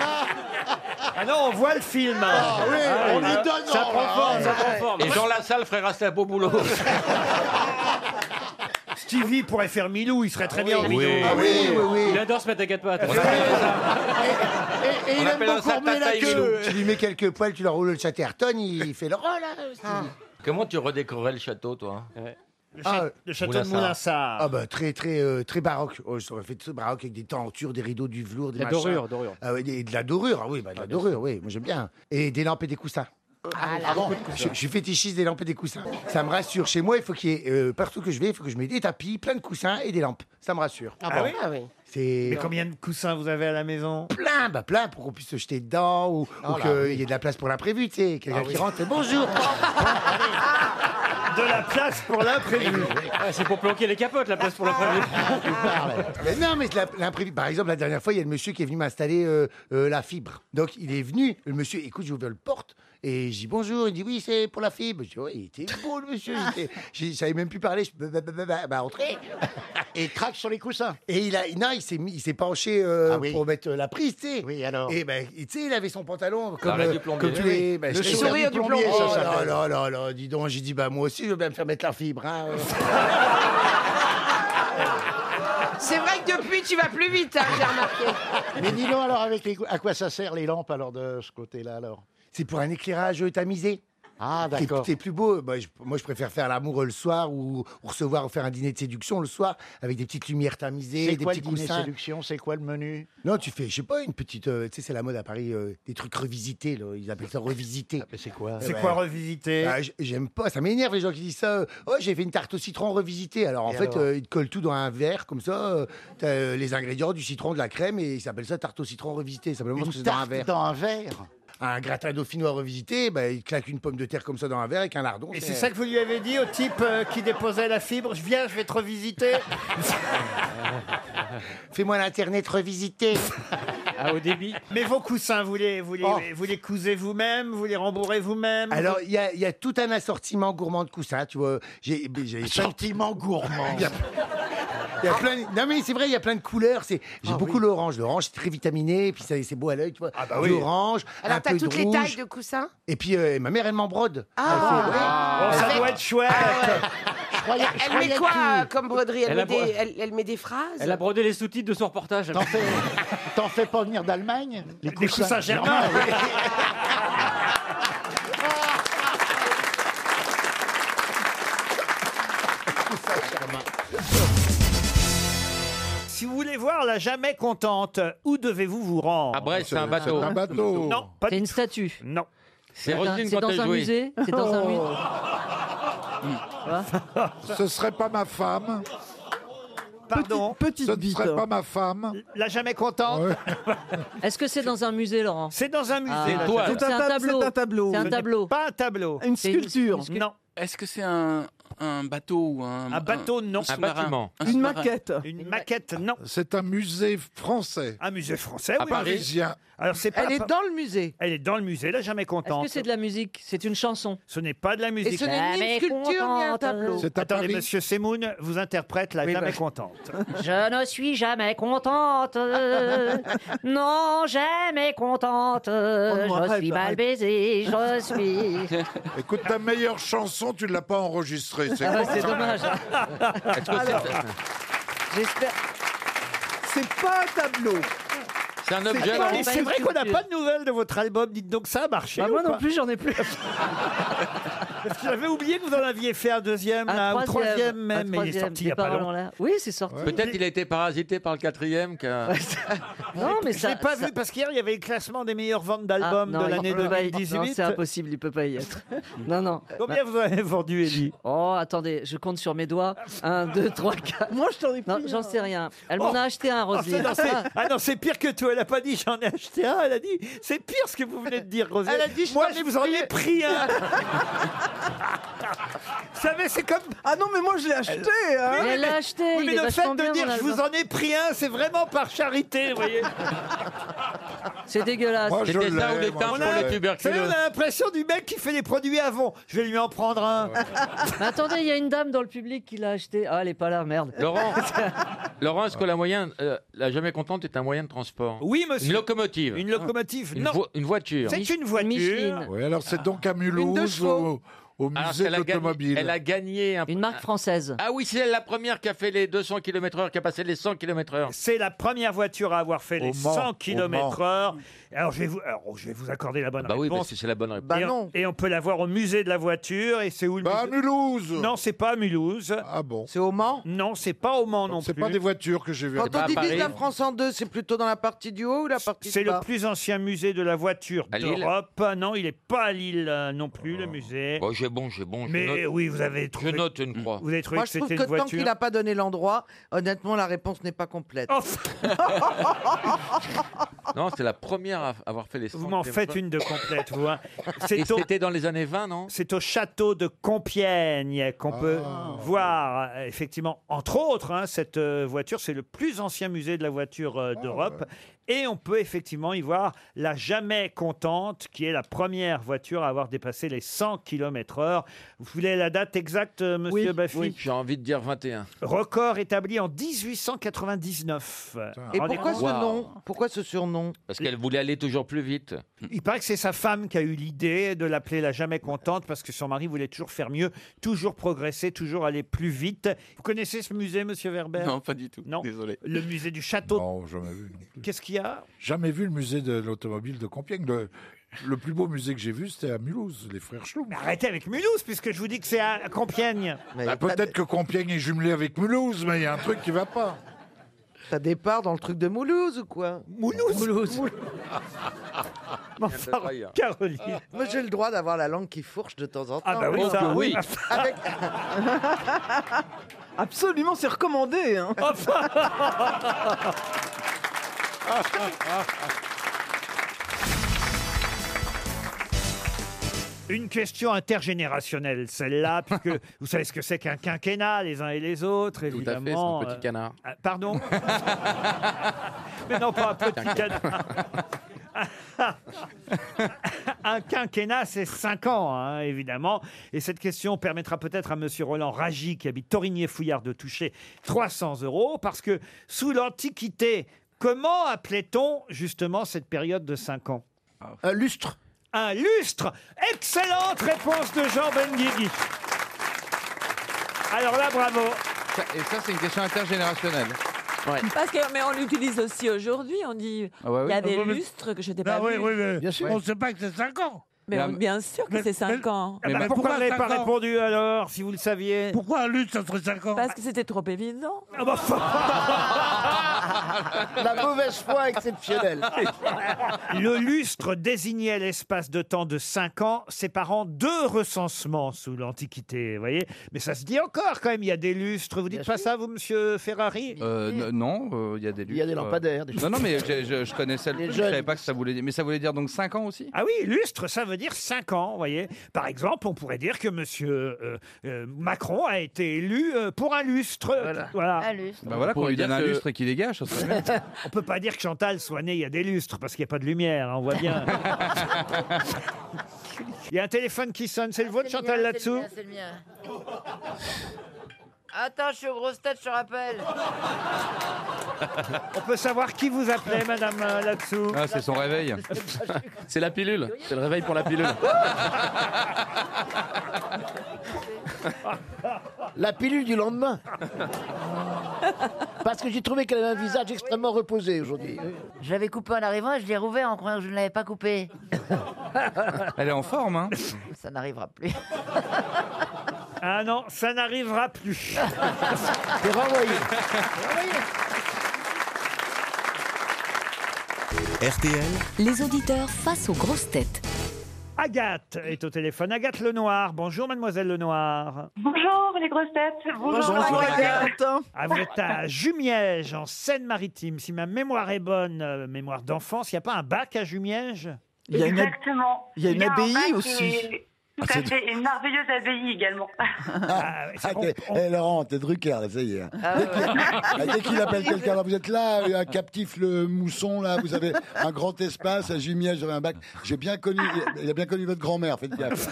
[SPEAKER 3] Ah non, on voit le film.
[SPEAKER 5] Ah oui, on lui donne,
[SPEAKER 3] Ça
[SPEAKER 5] oh
[SPEAKER 3] prend
[SPEAKER 5] là
[SPEAKER 3] forme,
[SPEAKER 5] là.
[SPEAKER 3] ça prend forme.
[SPEAKER 5] Et Jean Lassalle ferait rester à beau boulot. *laughs*
[SPEAKER 3] Stevie pourrait faire Milou, il serait très bien en
[SPEAKER 13] oui.
[SPEAKER 3] Milou. Euh,
[SPEAKER 13] Oui. Ah oui, oui, Il adore se mettre à quatre pattes.
[SPEAKER 14] Et, et il
[SPEAKER 13] On
[SPEAKER 14] aime
[SPEAKER 13] appelle
[SPEAKER 14] bien
[SPEAKER 13] ça
[SPEAKER 14] courber la
[SPEAKER 13] Tata
[SPEAKER 14] queue.
[SPEAKER 13] Milou.
[SPEAKER 14] Tu lui mets quelques poils, tu l'enroules le Chatterton, il
[SPEAKER 4] oh
[SPEAKER 14] fait le rôle.
[SPEAKER 5] Comment tu redécorais le château, toi Ah,
[SPEAKER 3] Le, cha- le château de Moulinsart.
[SPEAKER 14] Ah bah très très euh, très baroque. Oh, ça aurait fait très baroque avec des tentures, des rideaux, du velours, des
[SPEAKER 13] La
[SPEAKER 14] machins.
[SPEAKER 13] dorure, dorure.
[SPEAKER 14] Ah ouais, des- de la dorure, ah oui, bah, de la dorure, oui, moi j'aime bien. Et des lampes et des coussins.
[SPEAKER 16] Ah, là.
[SPEAKER 14] Ah bon, je,
[SPEAKER 9] *laughs*
[SPEAKER 14] je suis fétichiste des lampes et des coussins. Ça me rassure. Chez moi, il faut qu'il y ait euh, partout que je vais, il faut que je mette des tapis, plein de coussins et des lampes. Ça me rassure.
[SPEAKER 16] Ah bon Ah oui.
[SPEAKER 14] C'est
[SPEAKER 3] Mais combien de coussins vous avez à la maison
[SPEAKER 14] plein, bah plein pour qu'on puisse se jeter dedans ou,
[SPEAKER 3] Oh
[SPEAKER 14] ou
[SPEAKER 3] là,
[SPEAKER 14] qu'il y ait de la place pour l'imprévu, tu sais. Quelqu'un
[SPEAKER 3] Ah oui.
[SPEAKER 14] qui rentre, et bonjour.
[SPEAKER 3] De la place pour l'imprévu.
[SPEAKER 13] Ah, c'est pour planquer les capotes, la place pour la
[SPEAKER 3] *laughs*
[SPEAKER 13] prévue.
[SPEAKER 14] *laughs* Mais non, mais c'est la- l'imprévu. Par exemple, la dernière fois, il y a le monsieur qui est venu m'installer euh, euh, la fibre. Donc, il est venu. Le monsieur, écoute, j'ai ouvert le porte. Et je dis bonjour. Il dit oui, c'est pour la fibre. Je dis, ouais, il était beau, le monsieur. J'étais-
[SPEAKER 17] *laughs*
[SPEAKER 14] j'ai- Je savais même plus parler. Je bah, bah, bah, bah, bah, bah, entrez.
[SPEAKER 17] Et il craque sur les coussins.
[SPEAKER 14] Et il a, non, il s'est mis- il s'est penché euh,
[SPEAKER 17] Ah oui.
[SPEAKER 14] pour mettre la prise, tu sais.
[SPEAKER 17] Oui, alors.
[SPEAKER 14] Et ben, tu sais, il avait son pantalon comme,
[SPEAKER 5] L'arrêt
[SPEAKER 14] euh,
[SPEAKER 5] du plombier.
[SPEAKER 14] comme tous les.
[SPEAKER 17] Oui,
[SPEAKER 14] ben,
[SPEAKER 17] le
[SPEAKER 14] je sais,
[SPEAKER 17] sourire du plombier,
[SPEAKER 14] Oh
[SPEAKER 17] ça
[SPEAKER 14] là *laughs*
[SPEAKER 17] s'appelle.
[SPEAKER 14] là là là, dis donc, j'ai dit bah moi aussi, je veux bien me faire mettre la fibre. hein.
[SPEAKER 16] C'est vrai que depuis, tu vas plus vite, hein, j'ai remarqué.
[SPEAKER 17] Mais dis-donc alors avec les cou- à quoi ça sert les lampes alors de ce côté-là alors
[SPEAKER 14] C'est pour un éclairage tamisé.
[SPEAKER 17] Ah
[SPEAKER 14] C'est-
[SPEAKER 17] d'accord.
[SPEAKER 14] C'est plus beau. Moi je, moi, je préfère faire l'amour euh, le soir ou, ou recevoir ou faire un dîner de séduction le soir avec des petites lumières tamisées,
[SPEAKER 17] C'est
[SPEAKER 14] des
[SPEAKER 17] quoi le
[SPEAKER 14] petits
[SPEAKER 17] dîner
[SPEAKER 14] coussins.
[SPEAKER 17] séduction C'est quoi le menu
[SPEAKER 14] Non, tu fais, je sais pas, une petite. euh, tu sais, c'est la mode à Paris, euh, des trucs revisités. là. Ils appellent ça Eh revisité.
[SPEAKER 17] Ah, mais c'est quoi
[SPEAKER 14] ben,
[SPEAKER 3] C'est quoi revisiter
[SPEAKER 14] Ah, j- J'aime pas, ça m'énerve les gens qui disent ça. euh, Oh, j'ai fait une tarte au citron revisitée. Alors en
[SPEAKER 17] Et
[SPEAKER 14] fait,
[SPEAKER 17] alors
[SPEAKER 14] euh, ils te collent tout dans un verre comme ça. euh, t'as euh, les ingrédients du citron, de la crème et ils s'appellent ça tarte au citron revisitée. Simplement parce que c'est
[SPEAKER 17] Une
[SPEAKER 14] dans un
[SPEAKER 17] tarte
[SPEAKER 14] verre.
[SPEAKER 17] dans un verre.
[SPEAKER 14] Un gratin dauphinois revisité, bah, ils claquent une pomme de terre comme ça dans un verre avec un lardon.
[SPEAKER 3] Et c'est ça que vous lui avez dit au type euh, qui déposait la fibre Je viens, je vais te revisiter.
[SPEAKER 14] *laughs* Fais-moi l'internet revisité.
[SPEAKER 13] *laughs* Ah, au débit.
[SPEAKER 3] Mais vos coussins, vous les, vous les,
[SPEAKER 14] Oh.
[SPEAKER 3] vous les cousez vous-même Vous les rembourrez vous-même
[SPEAKER 14] Alors, il y a, il y a tout un assortiment gourmand de coussins, tu vois. J'ai, j'ai-
[SPEAKER 17] Sentiment gourmand.
[SPEAKER 14] Il y a plein de- Non mais c'est vrai, il y a plein de couleurs. C'est...
[SPEAKER 17] Ah
[SPEAKER 14] J'ai beaucoup l'orange. L'orange, c'est très vitaminé, puis ça- c'est beau à l'œil, tu vois.
[SPEAKER 17] bah oui.
[SPEAKER 14] L'orange, un
[SPEAKER 17] Alors, t'as
[SPEAKER 14] peu
[SPEAKER 17] toutes
[SPEAKER 14] de
[SPEAKER 17] les
[SPEAKER 14] rouge.
[SPEAKER 17] tailles de coussins
[SPEAKER 14] Et puis euh, ma mère, elle m'en brode.
[SPEAKER 17] Ah,
[SPEAKER 14] Elle fait-
[SPEAKER 17] ah.
[SPEAKER 14] Elle
[SPEAKER 17] Oh, ça
[SPEAKER 14] fait-
[SPEAKER 17] doit être chouette. Ah ouais.
[SPEAKER 14] Je croyais- je
[SPEAKER 17] Elle
[SPEAKER 14] croyais
[SPEAKER 17] met quoi
[SPEAKER 14] que-
[SPEAKER 17] euh, comme broderie elle,
[SPEAKER 18] Elle a
[SPEAKER 17] met
[SPEAKER 18] bro-
[SPEAKER 17] des, elle- elle met des phrases
[SPEAKER 18] Elle a brodé les sous-titres de son reportage. T'en
[SPEAKER 4] *laughs*
[SPEAKER 18] fais,
[SPEAKER 14] pas venir d'Allemagne
[SPEAKER 18] Les
[SPEAKER 14] coussins.
[SPEAKER 18] coussins germains.
[SPEAKER 3] Si vous voulez voir la jamais contente, où devez-vous vous rendre À
[SPEAKER 5] Brest, c'est un bateau. C'est un bateau.
[SPEAKER 3] Non, pas C'est une statue. Non. Oh.
[SPEAKER 5] C'est Roselyne quand elle jouait.
[SPEAKER 4] *laughs* Ce serait pas ma femme.
[SPEAKER 3] Pardon
[SPEAKER 4] Petite, Ce ne serait pas ma femme.
[SPEAKER 3] La jamais contente
[SPEAKER 15] Est-ce que c'est dans un musée, Laurent
[SPEAKER 3] C'est dans un musée.
[SPEAKER 15] Ah.
[SPEAKER 3] la
[SPEAKER 15] Donc
[SPEAKER 3] jamais-
[SPEAKER 15] c'est un tableau. C'est
[SPEAKER 3] Ce
[SPEAKER 15] un
[SPEAKER 3] n'est
[SPEAKER 15] tableau.
[SPEAKER 3] Pas un tableau.
[SPEAKER 15] Une C'est une- sculpture. une
[SPEAKER 3] Non.
[SPEAKER 19] Est-ce que c'est un, un bateau ou un.
[SPEAKER 3] Un bateau, non.
[SPEAKER 19] Un bâtiment. Un sous-marin.
[SPEAKER 3] Une maquette, non.
[SPEAKER 4] C'est un musée français.
[SPEAKER 3] Un musée français,
[SPEAKER 4] À
[SPEAKER 3] oui.
[SPEAKER 4] Paris.
[SPEAKER 3] Parisien. Alors, c'est pas
[SPEAKER 4] Elle est
[SPEAKER 3] dans le musée. Elle est dans le musée, la jamais contente.
[SPEAKER 15] Est-ce que c'est de la musique C'est une chanson.
[SPEAKER 3] Ce n'est pas de la musique.
[SPEAKER 15] ce n'est ni une Jamais sculpture, ni un contente. tableau. C'est à
[SPEAKER 3] Attendez,
[SPEAKER 15] Paris. bah,
[SPEAKER 3] monsieur Semoun vous interprète la jamais contente.
[SPEAKER 15] Je ne suis
[SPEAKER 14] *laughs*
[SPEAKER 15] jamais contente. Non, jamais contente. Je suis mal baisée. Je suis.
[SPEAKER 4] Écoute, ta meilleure chanson, tu ne l'as pas enregistrée. C'est
[SPEAKER 15] Ah ouais,
[SPEAKER 4] con,
[SPEAKER 15] c'est
[SPEAKER 4] ça.
[SPEAKER 15] dommage.
[SPEAKER 4] Est-ce que c'est-
[SPEAKER 5] Alors.
[SPEAKER 13] J'espère. C'est pas un tableau.
[SPEAKER 5] C'est un
[SPEAKER 3] C'est
[SPEAKER 5] objet,
[SPEAKER 3] pas-
[SPEAKER 5] non
[SPEAKER 3] mais c'est vrai qu'on n'a pas de nouvelles de votre album. Dites donc ça a marché.
[SPEAKER 15] Bah, moi
[SPEAKER 3] ou
[SPEAKER 15] non
[SPEAKER 3] pas
[SPEAKER 15] plus, j'en ai plus.
[SPEAKER 3] *laughs* Parce que j'avais oublié que vous en aviez fait un deuxième,
[SPEAKER 15] Un
[SPEAKER 3] là, ou
[SPEAKER 15] troisième.
[SPEAKER 3] troisième même,
[SPEAKER 15] Un
[SPEAKER 3] mais il est
[SPEAKER 15] troisième,
[SPEAKER 3] sorti il n'y a pas
[SPEAKER 15] des paroles en
[SPEAKER 3] longtemps.
[SPEAKER 15] l'air. Oui, c'est sorti.
[SPEAKER 5] Peut-être il a été parasité par le quatrième. qu'a-
[SPEAKER 15] Non, mais
[SPEAKER 3] Je
[SPEAKER 15] ça.
[SPEAKER 3] l'ai pas
[SPEAKER 15] ça-
[SPEAKER 3] vu parce qu'hier il y avait le classement des meilleures ventes
[SPEAKER 15] Ah,
[SPEAKER 3] d'albums
[SPEAKER 15] non,
[SPEAKER 3] de
[SPEAKER 15] il
[SPEAKER 3] l'année
[SPEAKER 15] peut pas y-
[SPEAKER 3] 2018.
[SPEAKER 15] Non, c'est impossible, il peut pas y être. Non, non.
[SPEAKER 3] Combien vous avez vendu, Ellie
[SPEAKER 15] Oh, attendez, je compte sur mes doigts. Un, deux, trois, quatre. Moi, je t'en ai Non, j'en sais rien. Elle m'en
[SPEAKER 3] Oh.
[SPEAKER 15] a acheté un,
[SPEAKER 3] Ah, c'est-
[SPEAKER 15] Roselyne.
[SPEAKER 3] non, c'est- ah non, c'est pire que tout. Elle n'a pas dit j'en ai acheté un. Elle a dit c'est pire ce que vous venez de dire, Roselyne.
[SPEAKER 13] Elle a dit, je
[SPEAKER 3] moi
[SPEAKER 13] t'en
[SPEAKER 3] je
[SPEAKER 13] ai
[SPEAKER 3] vous en ai pris un. *laughs* vous savez, c'est comme. Ah non, mais moi je l'ai
[SPEAKER 13] acheté, hein. Mais elle l'a acheté,
[SPEAKER 3] Oui,
[SPEAKER 13] il
[SPEAKER 3] mais
[SPEAKER 13] est
[SPEAKER 3] le fait
[SPEAKER 13] vachement
[SPEAKER 3] de
[SPEAKER 13] bien,
[SPEAKER 3] dire
[SPEAKER 13] mon
[SPEAKER 3] je vous en ai pris un, c'est vraiment par charité, vous voyez.
[SPEAKER 15] C'est dégueulasse.
[SPEAKER 5] C'était ça ou les timbres pour le
[SPEAKER 3] Vous savez,
[SPEAKER 5] tuberculeux
[SPEAKER 3] on a l'impression du mec qui fait les produits avant. Je vais lui en prendre un.
[SPEAKER 15] Mais attendez, il y a une dame dans le public qui l'a acheté. Ah, elle est pas là, merde.
[SPEAKER 5] Laurent, *laughs* Laurent est-ce que la, moyenne, euh, la jamais contente est un moyen de transport
[SPEAKER 3] Oui, monsieur.
[SPEAKER 5] Une locomotive.
[SPEAKER 3] Une locomotive,
[SPEAKER 5] Une
[SPEAKER 3] non.
[SPEAKER 5] vo- une voiture.
[SPEAKER 3] C'est une voiture. Ah.
[SPEAKER 4] Oui, alors c'est donc à
[SPEAKER 5] deux
[SPEAKER 4] Mulhouse,
[SPEAKER 5] chevaux.
[SPEAKER 4] au, au
[SPEAKER 5] Alors
[SPEAKER 4] musée
[SPEAKER 5] qu'elle
[SPEAKER 4] de
[SPEAKER 5] a gagné-
[SPEAKER 4] l'automobile.
[SPEAKER 5] Elle a gagné un...
[SPEAKER 15] Une marque française.
[SPEAKER 5] Ah oui, c'est elle la première qui a fait les 200 km/h, qui a passé les 100 km/h.
[SPEAKER 3] C'est la première voiture à avoir fait les
[SPEAKER 5] Mans,
[SPEAKER 3] 100
[SPEAKER 5] au
[SPEAKER 3] km/h. Alors je vais vous, alors, je vais vous accorder la bonne
[SPEAKER 5] Bah oui,
[SPEAKER 3] réponse.
[SPEAKER 5] parce que c'est la bonne réponse.
[SPEAKER 3] et, on- et on peut la voir au musée de la voiture et c'est où le musée
[SPEAKER 4] Bah, Mulhouse.
[SPEAKER 3] Non, c'est pas à Mulhouse.
[SPEAKER 4] Ah bon
[SPEAKER 3] C'est au Mans Non, c'est pas au Mans non plus.
[SPEAKER 4] C'est pas des voitures que j'ai vues.
[SPEAKER 3] Quand
[SPEAKER 13] Quand
[SPEAKER 3] Bah,
[SPEAKER 13] on divise
[SPEAKER 3] pareil.
[SPEAKER 13] la France en deux, c'est plutôt dans la partie du haut ou la partie du
[SPEAKER 3] C'est
[SPEAKER 13] bas
[SPEAKER 3] le plus ancien musée de la voiture
[SPEAKER 5] À Lille
[SPEAKER 3] d'Europe. Ah Non, il est pas à Lille euh, non plus le musée.
[SPEAKER 5] Bon, Oh, j'ai bon, j'ai bon. je
[SPEAKER 3] Mais
[SPEAKER 5] note.
[SPEAKER 3] oui, vous avez trouvé-
[SPEAKER 5] Je note une croix.
[SPEAKER 3] Vous avez trouvé
[SPEAKER 13] Moi,
[SPEAKER 3] que
[SPEAKER 13] je trouve
[SPEAKER 3] c'était
[SPEAKER 13] que
[SPEAKER 3] une
[SPEAKER 13] tant
[SPEAKER 3] voiture.
[SPEAKER 13] qu'il n'a pas donné l'endroit, honnêtement, la réponse n'est pas complète.
[SPEAKER 5] Non, c'est la première à avoir fait les 100
[SPEAKER 3] Vous m'en faites une de complète, vous. hein.
[SPEAKER 5] Et
[SPEAKER 3] au-
[SPEAKER 5] c'était dans les années 20, non
[SPEAKER 3] C'est au château de Compiègne qu'on peut voir, euh, effectivement, entre autres, hein, cette euh, voiture. C'est le plus ancien musée de la voiture euh, d'Europe. Et on peut effectivement y voir la jamais contente, qui est la première voiture à avoir dépassé les 100 km/h. Vous voulez la date exacte, euh, monsieur Baffy
[SPEAKER 5] Oui, j'ai envie de dire 21.
[SPEAKER 3] Record établi en 1899.
[SPEAKER 13] Et pourquoi ce
[SPEAKER 5] Wow.
[SPEAKER 13] nom Pourquoi ce surnom
[SPEAKER 5] Parce qu'elle voulait aller toujours plus vite.
[SPEAKER 3] Il paraît que c'est sa femme qui a eu l'idée de l'appeler la jamais contente parce que son mari voulait toujours faire mieux, toujours progresser, toujours aller plus vite. Vous connaissez ce musée, monsieur Verber
[SPEAKER 19] Non, pas du tout. Désolé.
[SPEAKER 3] Le
[SPEAKER 5] *laughs*
[SPEAKER 3] musée du château.
[SPEAKER 4] Non, jamais vu.
[SPEAKER 3] Qu'est-ce qu'il y a
[SPEAKER 4] Jamais vu le musée de l'automobile de Compiègne. Le, le plus beau musée que j'ai vu, c'était à Mulhouse, les frères Schlum.
[SPEAKER 3] Mais Arrêtez avec Mulhouse puisque je vous dis que c'est à Compiègne.
[SPEAKER 4] Bah, Peut-être que Compiègne est jumelé avec Mulhouse, mais hein. il y a un truc qui va pas.
[SPEAKER 13] T'as des parts dans le truc de Moulouse ou quoi
[SPEAKER 3] Moulouse
[SPEAKER 13] Moulouse
[SPEAKER 3] *laughs* Enfin,
[SPEAKER 13] hein.
[SPEAKER 3] Caroline
[SPEAKER 13] Moi, j'ai le droit d'avoir la langue qui fourche de temps en temps. euh,
[SPEAKER 3] Ah bah oui, ça, oui.
[SPEAKER 13] *laughs* Absolument, c'est recommandé hein.
[SPEAKER 3] Ah, Une question intergénérationnelle, celle-là,
[SPEAKER 5] *laughs*
[SPEAKER 3] puisque vous savez ce que c'est qu'un quinquennat, les uns et les autres,
[SPEAKER 5] Tout à fait, c'est
[SPEAKER 3] évidemment.
[SPEAKER 5] un petit
[SPEAKER 3] Euh,
[SPEAKER 5] canard.
[SPEAKER 3] Ah,
[SPEAKER 5] *laughs*
[SPEAKER 3] Pardon
[SPEAKER 5] *laughs*
[SPEAKER 3] Mais non, pas un petit canard. un quinquennat, c'est 5 ans, hein, évidemment. Et cette question permettra peut-être à Monsieur Roland Ragy, qui habite Torigné-Fouillard, de toucher 300 euros, parce que sous l'Antiquité, comment appelait-on justement cette période de 5 ans Un lustre. Un lustre Excellente réponse de Jean Benguigui. Alors là, bravo.
[SPEAKER 20] Et ça, c'est une question intergénérationnelle.
[SPEAKER 16] Parce que, mais on l'utilise aussi aujourd'hui. On dit, il
[SPEAKER 20] Ah ouais, oui.
[SPEAKER 16] y a des
[SPEAKER 20] Ah, mais-
[SPEAKER 16] lustres que je n'ai
[SPEAKER 4] Ah
[SPEAKER 16] pas
[SPEAKER 4] oui,
[SPEAKER 16] vus.
[SPEAKER 4] oui, mais Bien sûr. on sait pas que c'est 5 ans.
[SPEAKER 16] Mais
[SPEAKER 4] Mais-
[SPEAKER 16] on- bien sûr que
[SPEAKER 4] mais-
[SPEAKER 16] c'est 5
[SPEAKER 4] mais-
[SPEAKER 16] ans.
[SPEAKER 13] Ah,
[SPEAKER 3] Eh ben, pourquoi vous n'avez pas répondu alors, si vous le saviez
[SPEAKER 4] Pourquoi un lutte, ça serait 5 ans
[SPEAKER 16] Parce que c'était trop évident.
[SPEAKER 3] Ah, bah,
[SPEAKER 17] *laughs*
[SPEAKER 14] La mauvaise foi exceptionnelle.
[SPEAKER 3] Le lustre désignait l'espace de temps de 5 ans séparant deux recensements sous l'Antiquité, vous voyez Mais ça se dit encore quand même, il y a des lustres. Vous dites pas ça, vous, monsieur Ferrari
[SPEAKER 13] Euh, n- non, euh, il y a des
[SPEAKER 3] Il y a des
[SPEAKER 13] lustres, euh,
[SPEAKER 3] lampadaires, des choses
[SPEAKER 13] Non, non,
[SPEAKER 3] comme
[SPEAKER 13] mais
[SPEAKER 3] ça.
[SPEAKER 13] je, je- je connaissais le
[SPEAKER 3] Les
[SPEAKER 13] truc, je
[SPEAKER 3] jeunes.
[SPEAKER 13] savais pas que ça voulait dire. Mais ça voulait dire *laughs* donc 5 ans aussi
[SPEAKER 3] Ah oui, lustre, ça veut dire 5 ans, vous voyez. Par exemple, on pourrait dire que monsieur euh, euh, Macron a été élu euh, pour un lustre. Voilà.
[SPEAKER 21] Un lustre.
[SPEAKER 13] Bah voilà, qu'on lui donne un lustre et qu'il dégage, ça serait bien.
[SPEAKER 3] *laughs* On peut pas dire que Chantal soit née il y a des lustres parce qu'il n'y a pas de lumière, hein, on voit
[SPEAKER 21] *laughs*
[SPEAKER 3] bien. Il y a un téléphone qui sonne, c'est le vôtre Chantal là-dessous
[SPEAKER 21] Ah, C'est le mien. Attends, je suis aux grosses têtes, je te rappelle.
[SPEAKER 5] *laughs*
[SPEAKER 3] On peut savoir qui vous appelait, madame euh, là-dessous
[SPEAKER 13] Ah, c'est
[SPEAKER 3] *laughs*
[SPEAKER 13] son réveil.
[SPEAKER 5] C'est la pilule. C'est le réveil pour la pilule.
[SPEAKER 17] La pilule du lendemain. *laughs* Parce que j'ai trouvé qu'elle avait un visage extrêmement reposé aujourd'hui.
[SPEAKER 21] Je l'avais coupé en arrivant et je l'ai rouvert en croyant que je ne l'avais pas coupé.
[SPEAKER 13] Elle est en forme, hein
[SPEAKER 21] Ça n'arrivera plus.
[SPEAKER 3] *laughs* Ah non, ça n'arrivera
[SPEAKER 21] *laughs*
[SPEAKER 3] plus.
[SPEAKER 21] C'est
[SPEAKER 3] renvoyé.
[SPEAKER 1] RTL,
[SPEAKER 22] *laughs* Les auditeurs face aux grosses têtes.
[SPEAKER 3] Agathe est au téléphone. Agathe Lenoir. Bonjour, mademoiselle Lenoir.
[SPEAKER 23] Bonjour les grosses têtes. Bonjour,
[SPEAKER 3] Ah, vous êtes à Jumièges, en Seine-Maritime. Si ma mémoire est bonne, euh, mémoire d'enfance, il n'y a pas un bac à Jumièges
[SPEAKER 23] Il y a une ab- Exactement. il y a une abbaye un bac aussi. et- Tout
[SPEAKER 3] Ah,
[SPEAKER 23] à
[SPEAKER 3] c'est-
[SPEAKER 23] fait, et une merveilleuse abbaye également.
[SPEAKER 3] Ah,
[SPEAKER 23] on-
[SPEAKER 9] t'es- eh, Laurent, t'es Drucker, là, ça y est. Dès qu'il- ah, Dès qu'il appelle quelqu'un, là, vous êtes là, euh, un captif, le mousson, là, vous avez un grand espace, à Jumièges, j'avais un bac. J'ai bien connu, il a bien connu votre grand-mère, faites gaffe.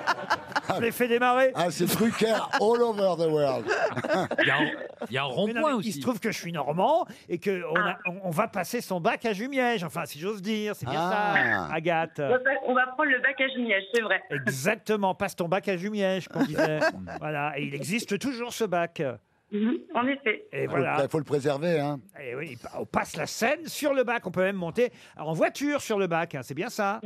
[SPEAKER 3] *laughs* Je l'ai fait démarrer.
[SPEAKER 9] Ah, c'est Drucker all over the world.
[SPEAKER 3] Il y a un rond-point aussi. Il se trouve que je suis normand et qu'on
[SPEAKER 23] Ah.
[SPEAKER 3] on va passer son bac à Jumièges. Enfin, si j'ose dire, c'est bien
[SPEAKER 23] Ah.
[SPEAKER 3] ça, Agathe.
[SPEAKER 23] On va- On va prendre le bac à Jumièges, c'est vrai.
[SPEAKER 3] Exactement, passe ton bac à Jumièges, qu'on *laughs* disait. voilà, et il existe toujours ce bac.
[SPEAKER 23] Mhm, En effet.
[SPEAKER 3] Et
[SPEAKER 9] Il faut, le-
[SPEAKER 3] voilà.
[SPEAKER 9] faut le préserver, hein.
[SPEAKER 3] Et Eh oui, on passe la Seine sur le bac. On peut même monter en voiture sur le bac. hein, c'est bien ça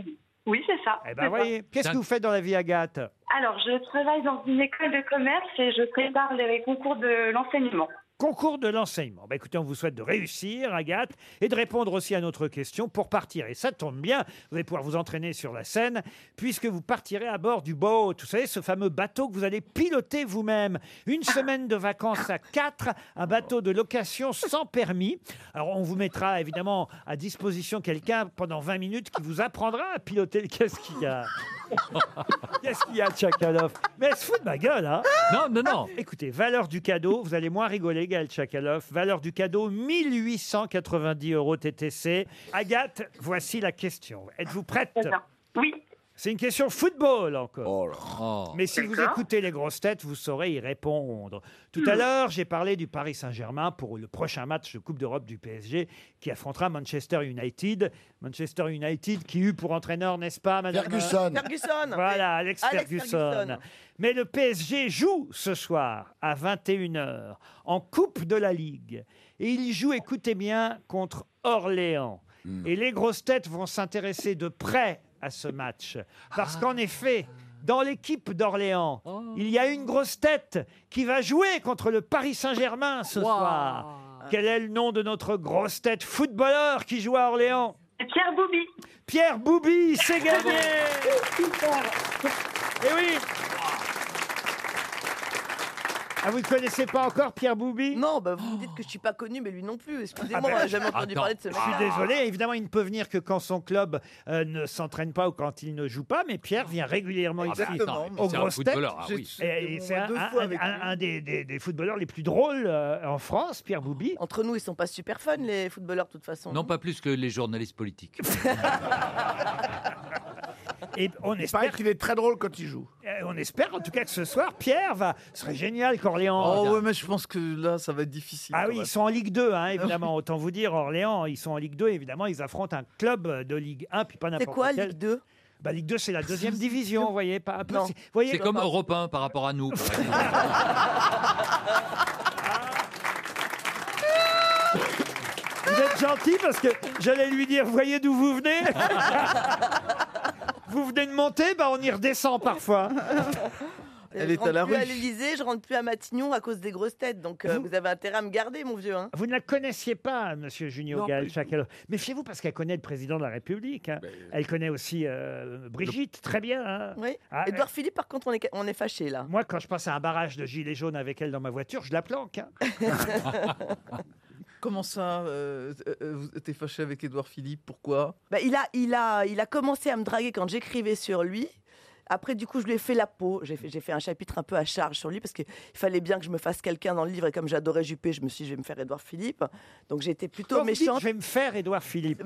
[SPEAKER 23] Oui, c'est ça.
[SPEAKER 3] Eh
[SPEAKER 23] c'est
[SPEAKER 3] ben,
[SPEAKER 23] ça.
[SPEAKER 3] voyez. Qu'est-ce que vous faites dans la vie, Agathe
[SPEAKER 23] Alors, je travaille dans une école de commerce et je prépare les concours de l'enseignement.
[SPEAKER 3] Concours de l'enseignement. Bah, écoutez, on vous souhaite de réussir, Agathe, et de répondre aussi à notre question pour partir. Et ça tombe bien, vous allez pouvoir vous entraîner sur la Seine, puisque vous partirez à bord du boat, vous savez, ce fameux bateau que vous allez piloter vous-même. Une semaine de vacances à quatre, un bateau de location sans permis. Alors, on vous mettra évidemment à disposition quelqu'un pendant 20 minutes qui vous apprendra à piloter. le- Qu'est-ce qu'il y a *laughs* Qu'est-ce qu'il y a, Tchakalov Mais elle se fout de ma gueule, hein Non, non, non Écoutez, valeur du cadeau, vous allez moins rigoler, Gaël Tchakalov. Valeur du cadeau, 1890 euros TTC. Agathe, voici la question. Êtes-vous prête
[SPEAKER 23] Oui.
[SPEAKER 3] C'est une question football encore. Mais si vous
[SPEAKER 23] D'accord.
[SPEAKER 3] écoutez les grosses têtes, vous saurez y répondre. Tout à
[SPEAKER 23] Hmm.
[SPEAKER 3] l'heure, j'ai parlé du Paris Saint-Germain pour le prochain match de Coupe d'Europe du PSG qui affrontera Manchester United. Manchester United qui eut pour entraîneur, n'est-ce pas, madame
[SPEAKER 9] Ferguson.
[SPEAKER 3] Ferguson. Voilà, Alex,
[SPEAKER 9] Alex
[SPEAKER 3] Ferguson.
[SPEAKER 9] Ferguson.
[SPEAKER 3] Mais le PSG joue ce soir à 21h en Coupe de la Ligue. Et il joue, écoutez bien, contre Orléans. Et les grosses têtes vont s'intéresser de près à ce match. Parce qu'en effet, dans l'équipe d'Orléans, il y a une grosse tête qui va jouer contre le Paris Saint-Germain ce soir. Quel est le nom de notre grosse tête footballeur qui joue à Orléans
[SPEAKER 23] Pierre Boubi.
[SPEAKER 3] Pierre Boubi, c'est *laughs* gagné Eh oui Ah, vous ne connaissez pas encore Pierre Boubi
[SPEAKER 24] Non, bah, vous me dites que je suis pas connu, mais lui non plus. Excusez-moi,
[SPEAKER 3] Ah ben,
[SPEAKER 24] j'ai jamais entendu
[SPEAKER 3] attends,
[SPEAKER 24] parler de ce mec.
[SPEAKER 3] Je suis désolé, évidemment, il ne peut venir que quand son club euh, ne s'entraîne pas ou quand il ne joue pas, mais Pierre vient régulièrement
[SPEAKER 25] Ah ben,
[SPEAKER 3] ici
[SPEAKER 25] attends, mais
[SPEAKER 3] aux
[SPEAKER 25] c'est un
[SPEAKER 3] grosses têtes.
[SPEAKER 25] footballeur, ah oui.
[SPEAKER 3] Et- et
[SPEAKER 24] J'ai-
[SPEAKER 3] C'est un,
[SPEAKER 24] deux
[SPEAKER 3] un-
[SPEAKER 24] fois
[SPEAKER 3] un-
[SPEAKER 24] avec
[SPEAKER 3] un des, des- des footballeurs les plus drôles euh, en France, Pierre Boubi.
[SPEAKER 24] Entre nous, ils sont pas super fun, les footballeurs, de toute façon.
[SPEAKER 26] Non, pas plus que les journalistes politiques.
[SPEAKER 3] Et on espère qu'il est très drôle quand il joue. On espère en tout cas que ce soir, Pierre va. Ce serait génial qu'Orléans.
[SPEAKER 27] Oh ouais,
[SPEAKER 3] regarde.
[SPEAKER 27] mais je pense que là, ça va être difficile.
[SPEAKER 3] Ah
[SPEAKER 27] quand
[SPEAKER 3] oui,
[SPEAKER 27] même. Ah
[SPEAKER 3] ils sont en Ligue 2, hein, évidemment. Autant vous dire, Orléans, ils sont en Ligue 2, évidemment. Ils affrontent un club de Ligue 1, puis pas n'importe
[SPEAKER 24] quoi,
[SPEAKER 3] quel.
[SPEAKER 24] Ligue
[SPEAKER 3] 2 bah, Ligue 2, c'est la
[SPEAKER 24] *laughs*
[SPEAKER 3] deuxième division, vous voyez. Pas, un peu, c'est- vous voyez
[SPEAKER 9] C'est comme Europe 1 par rapport à nous. par exemple.
[SPEAKER 3] *laughs* Vous êtes gentil parce que j'allais lui dire, voyez d'où vous
[SPEAKER 24] *laughs*
[SPEAKER 3] venez Vous venez de monter, bah on y redescend parfois.
[SPEAKER 24] Euh, je rentre plus à l'Élysée, je rentre plus à Matignon à cause des grosses têtes. Donc euh, vous avez intérêt à me garder, mon vieux. hein.
[SPEAKER 3] Vous ne la connaissiez pas, Monsieur Junio
[SPEAKER 24] Non, pas
[SPEAKER 3] Gall,
[SPEAKER 24] du
[SPEAKER 3] Chakalo. Méfiez-vous parce qu'elle connaît le président de la République. hein.
[SPEAKER 1] Ben,
[SPEAKER 3] Elle connaît aussi euh, Brigitte, très bien. hein.
[SPEAKER 24] Oui.
[SPEAKER 3] Ah,
[SPEAKER 24] Edouard Philippe, par contre, on est, on est fâché là.
[SPEAKER 3] Moi, quand je passe à un barrage de gilets jaunes avec elle dans ma voiture, je la planque. hein.
[SPEAKER 27] Comment ça euh, euh, euh, vous- T'es fâché avec Édouard Philippe Pourquoi
[SPEAKER 24] Bah, il, a, il, a, il a commencé à me draguer quand j'écrivais sur lui. Après, du coup, je lui ai fait la peau. J'ai fait, j'ai fait un chapitre un peu à charge sur lui parce qu'il fallait bien que je me fasse quelqu'un dans le livre. Et comme j'adorais Juppé, je me suis dit, je vais me faire Édouard Philippe. Donc j'ai été plutôt
[SPEAKER 3] Quand vous dites,
[SPEAKER 24] méchante.
[SPEAKER 3] je vais me faire Édouard Philippe.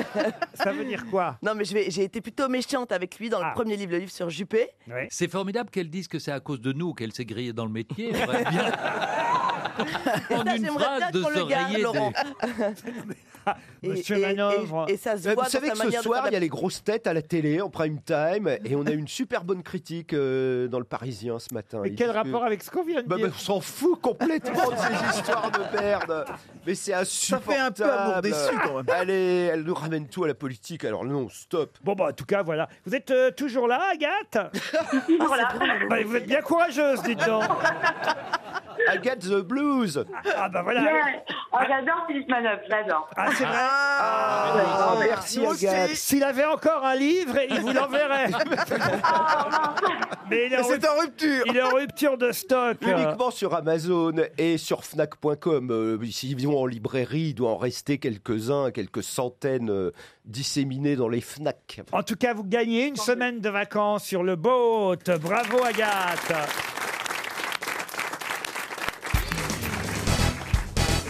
[SPEAKER 3] *laughs*
[SPEAKER 24] Ça
[SPEAKER 3] veut dire quoi Ah.
[SPEAKER 24] Non, mais je vais- j'ai été plutôt méchante avec lui dans le premier livre, le livre sur
[SPEAKER 1] *laughs*
[SPEAKER 24] Juppé.
[SPEAKER 9] C'est formidable qu'elle dise que c'est à cause de nous qu'elle s'est grillée dans le métier. On aurait bien- en
[SPEAKER 24] Ça,
[SPEAKER 9] une
[SPEAKER 24] j'aimerais
[SPEAKER 9] phrase
[SPEAKER 24] bien
[SPEAKER 9] de
[SPEAKER 24] qu'on
[SPEAKER 9] se
[SPEAKER 24] le garde,
[SPEAKER 9] rayer des-
[SPEAKER 24] Laurent. Et-
[SPEAKER 3] Monsieur
[SPEAKER 24] *laughs* et-
[SPEAKER 3] Manœuvre.
[SPEAKER 24] Et, et ça se
[SPEAKER 1] Mais
[SPEAKER 24] voit
[SPEAKER 1] Euh,
[SPEAKER 24] dans
[SPEAKER 1] Vous savez
[SPEAKER 24] sa
[SPEAKER 1] que ce
[SPEAKER 24] manière de
[SPEAKER 1] soir,
[SPEAKER 24] faire
[SPEAKER 1] il y a les grosses têtes à la télé en prime time et on a eu une super bonne critique euh, dans le Parisien ce matin.
[SPEAKER 3] Mais
[SPEAKER 1] Ils
[SPEAKER 3] quel
[SPEAKER 1] disent
[SPEAKER 3] rapport
[SPEAKER 1] que-
[SPEAKER 3] avec ce qu'on vient de
[SPEAKER 1] Bah,
[SPEAKER 3] dire
[SPEAKER 1] bah, On s'en fout complètement de ces histoires de merde. Mais c'est insupportable.
[SPEAKER 3] fait un peu amour déçu, quand même.
[SPEAKER 1] Allez, *laughs* elle nous ramène tout à la politique. Alors non, stop.
[SPEAKER 3] Bon, bah, en tout cas, voilà. Vous êtes euh, toujours là,
[SPEAKER 1] *laughs*
[SPEAKER 3] Agathe
[SPEAKER 17] Toujours là.
[SPEAKER 3] Bah, vous êtes bien courageuse, dites donc.
[SPEAKER 1] *laughs* Agathe the Blues.
[SPEAKER 3] Ah, bah voilà.
[SPEAKER 17] Yeah. Oh, j'adore Philippe Manœuvre, j'adore.
[SPEAKER 3] Ah, c'est vrai
[SPEAKER 17] Ah,
[SPEAKER 3] Ah,
[SPEAKER 17] merci,
[SPEAKER 3] nous aussi.
[SPEAKER 17] Agathe.
[SPEAKER 3] S'il avait encore un livre, il vous l'enverrait. Mais il est, en
[SPEAKER 1] C'est
[SPEAKER 3] rup- Il est en rupture de stock.
[SPEAKER 1] Uniquement sur Amazon et sur Fnac.com. Euh, S'ils vont en librairie, il doit en rester quelques-uns, quelques centaines euh, disséminés dans les Fnac.
[SPEAKER 3] En tout cas, vous gagnez une semaine de vacances sur le boat. Bravo, Agathe.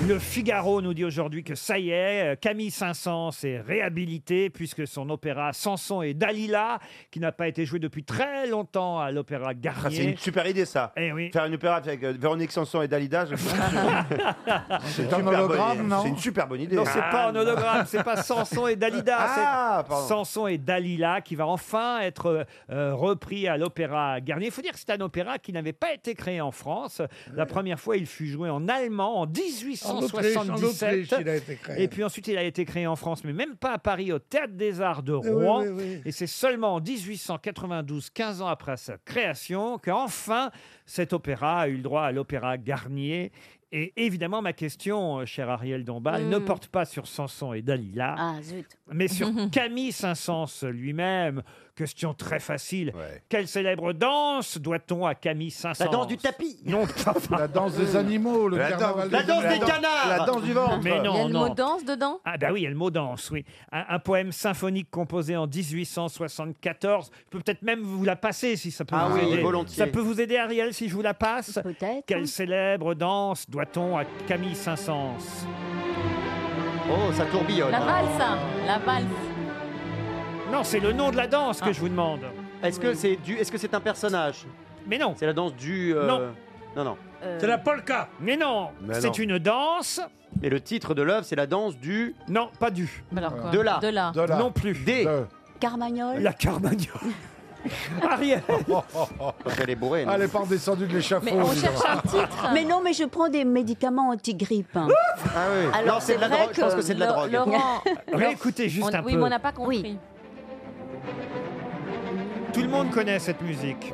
[SPEAKER 3] Le Figaro nous dit aujourd'hui que ça y est, euh, Camille Saint-Saëns est réhabilité puisque son opéra Samson et Dalila, qui n'a pas été joué depuis très longtemps à l'opéra
[SPEAKER 28] Ah, c'est
[SPEAKER 3] Garnier. Eh
[SPEAKER 28] une super idée ça. Faire une opéra avec euh, Véronique Sanson et Dalida. je- c'est une
[SPEAKER 3] un
[SPEAKER 28] super
[SPEAKER 3] hologramme,
[SPEAKER 28] bonne idée.
[SPEAKER 3] non
[SPEAKER 28] C'est une super bonne idée.
[SPEAKER 3] Non, c'est pas en hologramme, c'est pas Samson et Dalida.
[SPEAKER 28] Ah,
[SPEAKER 3] c'est
[SPEAKER 28] pardon.
[SPEAKER 3] Samson et Dalila qui va enfin être euh, repris à l'Opéra Garnier. Il faut dire que c'est un opéra qui n'avait pas été créé en France. La première fois, il fut joué en allemand en
[SPEAKER 29] En Autriche, en Autriche,
[SPEAKER 3] 1877.
[SPEAKER 29] il a été créé.
[SPEAKER 3] Et puis ensuite, il a été créé en France, mais même pas à Paris, au Théâtre des Arts de
[SPEAKER 29] oui,
[SPEAKER 3] Rouen.
[SPEAKER 29] oui, oui.
[SPEAKER 3] Et c'est seulement en 1892, 15 ans après sa création, qu'enfin cet opéra a eu le droit à l'opéra Garnier. Et évidemment, ma question, euh, cher Ariel Dombal,
[SPEAKER 30] Mm.
[SPEAKER 3] ne porte pas sur Samson et Dalila,
[SPEAKER 30] Ah zut. *laughs*
[SPEAKER 3] mais *laughs* sur Camille Saint-Saëns lui-même. Question très facile. Quelle célèbre danse doit-on à Camille Saint-Saëns
[SPEAKER 29] La danse du
[SPEAKER 3] tapis
[SPEAKER 29] *laughs*
[SPEAKER 3] Non,
[SPEAKER 29] La danse des animaux, le La danse- carnaval des la danse des animaux. canards. La danse du ventre.
[SPEAKER 3] Mais non,
[SPEAKER 12] Il y a le
[SPEAKER 3] non.
[SPEAKER 12] mot danse dedans
[SPEAKER 3] Ah bah oui, il y a le mot danse, oui. Un, un poème symphonique composé en 1874. Je peux peut-être même vous la passer si ça peut
[SPEAKER 28] Ah
[SPEAKER 3] vous
[SPEAKER 28] oui,
[SPEAKER 3] aider.
[SPEAKER 28] volontiers.
[SPEAKER 3] Ça peut vous aider, Ariel, si je vous la passe
[SPEAKER 12] Peut-être.
[SPEAKER 3] Quelle célèbre danse doit-on à Camille Saint-Saëns Oh, ça tourbillonne.
[SPEAKER 12] La valse, hein, la valse.
[SPEAKER 3] Non, c'est le nom de la danse que je vous demande.
[SPEAKER 5] Ah. Est-ce que c'est du est-ce que c'est un personnage
[SPEAKER 3] Mais non.
[SPEAKER 5] C'est la danse du euh,
[SPEAKER 3] Non.
[SPEAKER 5] Non non.
[SPEAKER 3] C'est la polka. Mais non,
[SPEAKER 5] Mais non.
[SPEAKER 3] c'est une danse.
[SPEAKER 5] Et le titre de l'œuvre, c'est la danse du
[SPEAKER 3] Non, pas du.
[SPEAKER 12] alors quoi
[SPEAKER 5] de là.
[SPEAKER 12] De là.
[SPEAKER 3] Non plus.
[SPEAKER 5] Des.
[SPEAKER 12] Carmagnole.
[SPEAKER 3] La Carmagnole.
[SPEAKER 29] *laughs*
[SPEAKER 3] Ariel. *laughs*
[SPEAKER 5] Elle est bourrée. non
[SPEAKER 6] Elle n'est pas redescendue de l'échafaud.
[SPEAKER 12] Mais on
[SPEAKER 6] évidemment.
[SPEAKER 12] cherche un titre. Mais non, mais je prends des médicaments anti-grippe. hein.
[SPEAKER 5] Ah oui.
[SPEAKER 12] Alors,
[SPEAKER 5] non, c'est de la
[SPEAKER 12] vrai
[SPEAKER 5] drogue. Je pense que c'est de la
[SPEAKER 12] Lo-
[SPEAKER 5] drogue.
[SPEAKER 12] Laurent,
[SPEAKER 3] Réécoutez juste
[SPEAKER 12] on-
[SPEAKER 3] un
[SPEAKER 12] oui,
[SPEAKER 3] peu.
[SPEAKER 12] mais on n'a pas compris.
[SPEAKER 3] Tout le monde connaît cette musique.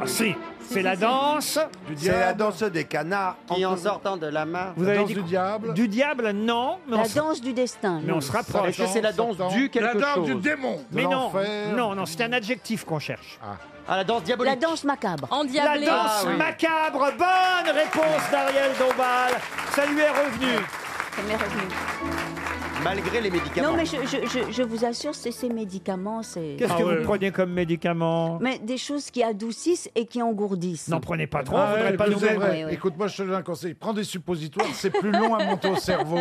[SPEAKER 3] Ah si, c'est la danse.
[SPEAKER 28] C'est la danse des canards.
[SPEAKER 5] Qui en sortant de la mare.
[SPEAKER 3] Vous avez dit du diable Du diable, non. mais on
[SPEAKER 12] La
[SPEAKER 3] se-
[SPEAKER 12] danse du destin.
[SPEAKER 3] Mais on se rapproche.
[SPEAKER 5] Est-ce que c'est la danse du quelque chose
[SPEAKER 3] Mais non, non, non, c'est un adjectif qu'on cherche. Ah.
[SPEAKER 5] la danse diabolique. Ah,
[SPEAKER 12] La danse macabre.
[SPEAKER 3] La danse macabre. Bonne réponse d'Ariel Dombal. Ça lui est revenu.
[SPEAKER 12] Ça m'est revenu.
[SPEAKER 5] Malgré les médicaments.
[SPEAKER 12] Non, mais je, je- je- je vous assure, c'est ces médicaments, c'est.
[SPEAKER 3] Qu'est-ce que vous prenez comme médicament
[SPEAKER 12] Mais des choses qui adoucissent et qui engourdissent.
[SPEAKER 3] N'en prenez pas trop, on
[SPEAKER 6] Ah ouais,
[SPEAKER 3] voudrait
[SPEAKER 6] le
[SPEAKER 3] pas
[SPEAKER 6] plus
[SPEAKER 3] nous
[SPEAKER 6] vrai.
[SPEAKER 12] Oui, oui.
[SPEAKER 6] Écoute, moi je te donne un conseil.
[SPEAKER 31] Ah, *laughs*
[SPEAKER 6] Prends des suppositoires, c'est plus long à monter au cerveau.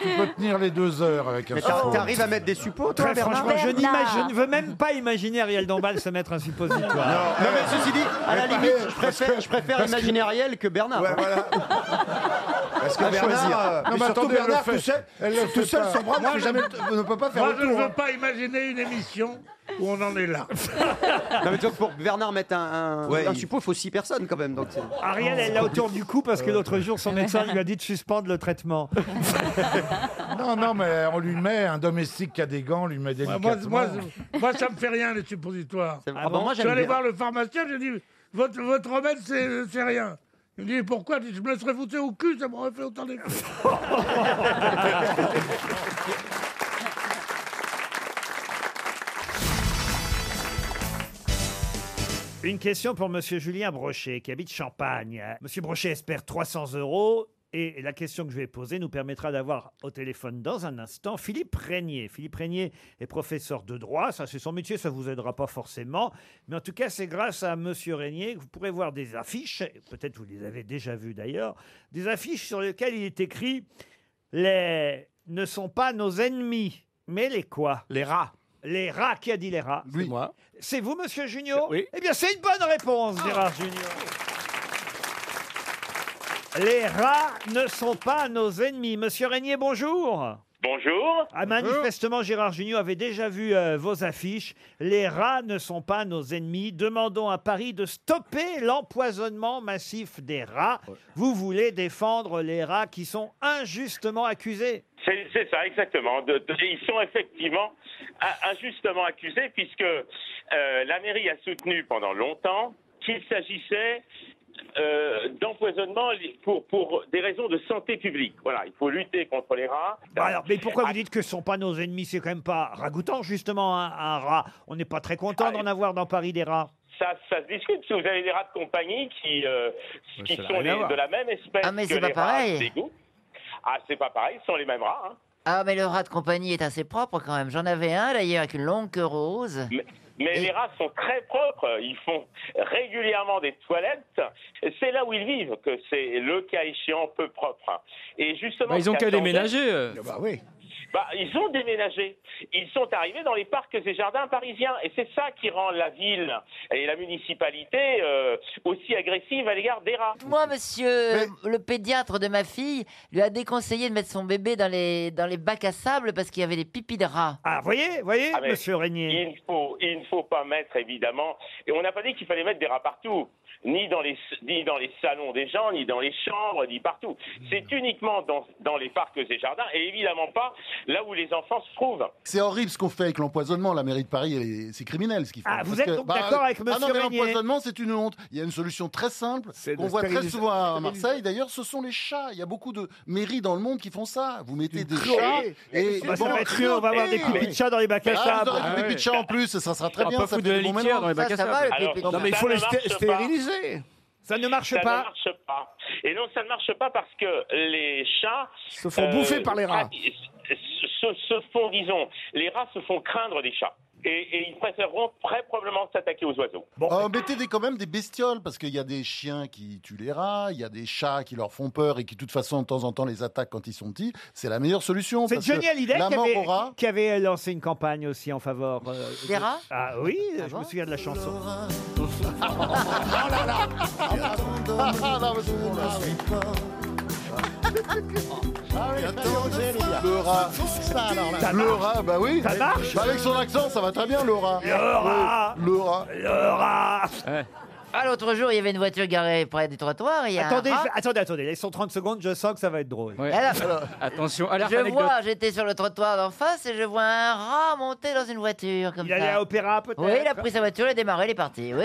[SPEAKER 31] tu peux tenir les deux heures avec un
[SPEAKER 25] Mais t'ar-
[SPEAKER 31] suppôt.
[SPEAKER 25] t'arrives à mettre des suppôts, toi,
[SPEAKER 3] Très
[SPEAKER 25] Bernard
[SPEAKER 3] franchement, je,
[SPEAKER 25] Bernard.
[SPEAKER 3] n'imagine- je ne veux même pas imaginer Ariel Dombal se mettre un suppositoire.
[SPEAKER 25] Non, mais ceci dit, à la limite, je préfère, je préfère
[SPEAKER 3] parce que-
[SPEAKER 25] imaginer Ariel que Bernard.
[SPEAKER 31] Parce
[SPEAKER 25] À choisir.
[SPEAKER 31] euh, mais surtout Bernard, tout seul, tout seul, son bras ne peut jamais- ne peut pas faire
[SPEAKER 4] Moi,
[SPEAKER 31] le
[SPEAKER 4] je ne
[SPEAKER 31] tour,
[SPEAKER 4] veux
[SPEAKER 31] hein.
[SPEAKER 4] pas imaginer une émission où on en est là.
[SPEAKER 25] Non, mais donc, pour que Bernard mette un, un, un suppôt, il faut 6 personnes quand même. Donc c'est-
[SPEAKER 3] Ariel, elle
[SPEAKER 31] Oh.
[SPEAKER 3] l'a autour du cou parce que l'autre jour, *laughs*
[SPEAKER 5] *laughs*
[SPEAKER 3] son médecin lui a dit de suspendre le traitement.
[SPEAKER 31] Non, non, mais on lui met un domestique qui a des gants, on lui met des
[SPEAKER 4] Moi, moi, moi, moi, ça me fait rien, les suppositoires.
[SPEAKER 31] Ah bon, moi,
[SPEAKER 4] je suis
[SPEAKER 31] j'aime
[SPEAKER 4] allé
[SPEAKER 31] bien.
[SPEAKER 4] voir le pharmacien, j'ai dit Votre, votre remède, c'est c'est rien. Il me dit Pourquoi Je dis, Je me laisserais foutre au cul, ça m'aurait fait autant d'effet.
[SPEAKER 3] Une question pour Monsieur Julien Brochet, qui habite Champagne. Monsieur Brochet espère 300 euros. Et la question que je vais poser nous permettra d'avoir au téléphone dans un instant Philippe Régnier. Philippe Régnier est professeur de droit, ça c'est son métier, ça vous aidera pas forcément, mais en tout cas c'est grâce à Monsieur Régnier que vous pourrez voir des affiches, et peut-être vous les avez déjà vues d'ailleurs, des affiches sur lesquelles il est écrit les ne sont pas nos ennemis, mais les quoi Les rats. Les rats, qui a dit les rats C'est moi. C'est vous, monsieur Junio Oui. Ah. Eh bien, c'est une bonne réponse, Gérard Junior. Les rats ne sont pas nos ennemis. Monsieur Régnier, bonjour.
[SPEAKER 28] Bonjour.
[SPEAKER 3] Ah, manifestement, Gérard Junior avait déjà vu euh, vos affiches. Les rats ne sont pas nos ennemis. Demandons à Paris de stopper l'empoisonnement massif des rats. Vous voulez défendre les rats qui sont injustement accusés.
[SPEAKER 28] C'est c'est ça, exactement. De- de- ils sont effectivement a- injustement accusés puisque euh, la mairie a soutenu pendant longtemps qu'il s'agissait euh, d'empoisonnement li- pour, pour des raisons de santé publique. Voilà, il faut lutter contre les rats. Ah,
[SPEAKER 3] Bah alors, mais pourquoi vous dites que ce sont pas nos ennemis C'est quand même pas ragoûtant, justement, un, un rat. On n'est pas très content d'en avoir dans Paris des rats.
[SPEAKER 28] Ça, ça se discute, parce que vous avez des rats de compagnie qui, euh, qui
[SPEAKER 3] ça n'a
[SPEAKER 28] sont
[SPEAKER 3] rien à
[SPEAKER 28] les-
[SPEAKER 3] voir.
[SPEAKER 28] de la même espèce
[SPEAKER 21] Ah, mais
[SPEAKER 28] que
[SPEAKER 21] c'est pas
[SPEAKER 28] les
[SPEAKER 21] pareil.
[SPEAKER 28] rats d'égout. Ah, c'est pas pareil, ce sont les mêmes rats. hein.
[SPEAKER 21] Ah, mais le rat de compagnie est assez propre quand même. J'en avais un d'ailleurs avec une longue queue rose.
[SPEAKER 28] Mais, mais les rats sont très propres, ils font régulièrement des toilettes. C'est là où ils vivent que c'est le cas échéant peu propre. Et justement,
[SPEAKER 13] Bah, ils ont
[SPEAKER 28] ce
[SPEAKER 13] qu'à
[SPEAKER 28] qu'attendait-
[SPEAKER 13] déménager. euh.
[SPEAKER 9] Ah
[SPEAKER 28] Bah, ils ont déménagé. Ils sont arrivés dans les parcs et jardins parisiens. Et c'est ça qui rend la ville et la municipalité euh, aussi agressive à l'égard des rats.
[SPEAKER 21] Moi, monsieur, le pédiatre de ma fille lui a déconseillé de mettre son bébé dans les, dans les bacs à sable parce qu'il y avait des pipis de rats.
[SPEAKER 3] Ah, voyez, voyez,
[SPEAKER 28] Ah, mais
[SPEAKER 3] monsieur Régnier.
[SPEAKER 28] Il ne faut, il ne faut pas mettre, évidemment. Et on n'a pas dit qu'il fallait mettre des rats partout. Ni dans, les, ni dans les salons des gens, ni dans les chambres, ni partout. C'est uniquement dans, dans les parcs et jardins, et évidemment pas là où les enfants se trouvent.
[SPEAKER 9] C'est horrible ce qu'on fait avec l'empoisonnement. La mairie de Paris, elle est- c'est criminel ce qu'ils font.
[SPEAKER 28] Ah, vous
[SPEAKER 9] Parce
[SPEAKER 28] êtes
[SPEAKER 9] que-
[SPEAKER 28] donc d'accord avec
[SPEAKER 9] Ah non,
[SPEAKER 28] monsieur
[SPEAKER 9] mais
[SPEAKER 28] Régnier
[SPEAKER 9] l'empoisonnement, c'est une honte. Il y a une solution très simple qu'on
[SPEAKER 8] de
[SPEAKER 9] voit très
[SPEAKER 8] stériliser-
[SPEAKER 9] souvent à
[SPEAKER 8] stériliser.
[SPEAKER 9] Marseille. D'ailleurs, ce sont les chats. Il y a beaucoup de mairies dans le monde qui font ça. Vous mettez des
[SPEAKER 3] crue.
[SPEAKER 9] chats et eh,
[SPEAKER 3] Bah, ça va être cru, on va avoir des coupes de chat dans les bacs à
[SPEAKER 9] Ah, vous
[SPEAKER 3] sable.
[SPEAKER 9] aurez des
[SPEAKER 3] Ah,
[SPEAKER 9] pipis de
[SPEAKER 3] ouais.
[SPEAKER 9] chat en plus, ça sera très
[SPEAKER 3] On
[SPEAKER 9] bien.
[SPEAKER 3] peut Ah, foutre
[SPEAKER 9] fait
[SPEAKER 3] de la
[SPEAKER 9] des bons
[SPEAKER 3] litière
[SPEAKER 9] mélanges.
[SPEAKER 3] dans les bacs à Ça, ça sable. va, le
[SPEAKER 28] Alors,
[SPEAKER 9] Non, mais il
[SPEAKER 28] ça
[SPEAKER 9] faut
[SPEAKER 28] ne
[SPEAKER 9] les sté-
[SPEAKER 28] marche pas.
[SPEAKER 9] stériliser.
[SPEAKER 3] Ça ne marche
[SPEAKER 28] ça
[SPEAKER 3] pas.
[SPEAKER 28] ne marche pas. Et non, ça ne marche pas parce que les chats euh,
[SPEAKER 3] Se font bouffer par les rats.
[SPEAKER 28] ah, Se, se font, disons, les rats se font craindre des chats. Et, et ils préféreront très probablement s'attaquer aux oiseaux.
[SPEAKER 9] Ah, mettez des, quand même des bestioles, parce qu'il y a des chiens qui tuent les rats, il y a des chats qui leur font peur et qui, de toute façon, de temps en temps, les attaquent quand ils sont petits. C'est la meilleure solution.
[SPEAKER 3] C'est
[SPEAKER 9] parce que
[SPEAKER 3] Johnny Hallyday
[SPEAKER 9] la
[SPEAKER 3] qui
[SPEAKER 9] mort
[SPEAKER 3] avait,
[SPEAKER 9] aux rats.
[SPEAKER 3] qui avait euh, lancé une campagne aussi en faveur. euh,
[SPEAKER 9] Des
[SPEAKER 3] de-
[SPEAKER 9] rats
[SPEAKER 3] Ah oui, je me souviens de la chanson.
[SPEAKER 32] Oh Ah, Ah
[SPEAKER 9] Le rat. Le rat, bah oui.
[SPEAKER 3] Ça marche
[SPEAKER 9] Bah, Avec son accent, ça va très bien, le rat.
[SPEAKER 3] Le rat.
[SPEAKER 9] Le rat.
[SPEAKER 21] Ah, l'autre jour, il y avait une voiture garée près du trottoir. Il y a un
[SPEAKER 3] Attendez,
[SPEAKER 21] rat.
[SPEAKER 3] je- attendez, attendez, laissons 30 secondes, je sens que ça va être drôle.
[SPEAKER 13] Attention,
[SPEAKER 3] Ah,
[SPEAKER 21] Je vois, j'étais sur le trottoir d'en face et je vois un rat monter dans une voiture comme
[SPEAKER 3] Il
[SPEAKER 21] ça.
[SPEAKER 3] allait à Opéra peut-être
[SPEAKER 21] Oui, il a pris sa voiture, il a démarré, il est parti. Oui.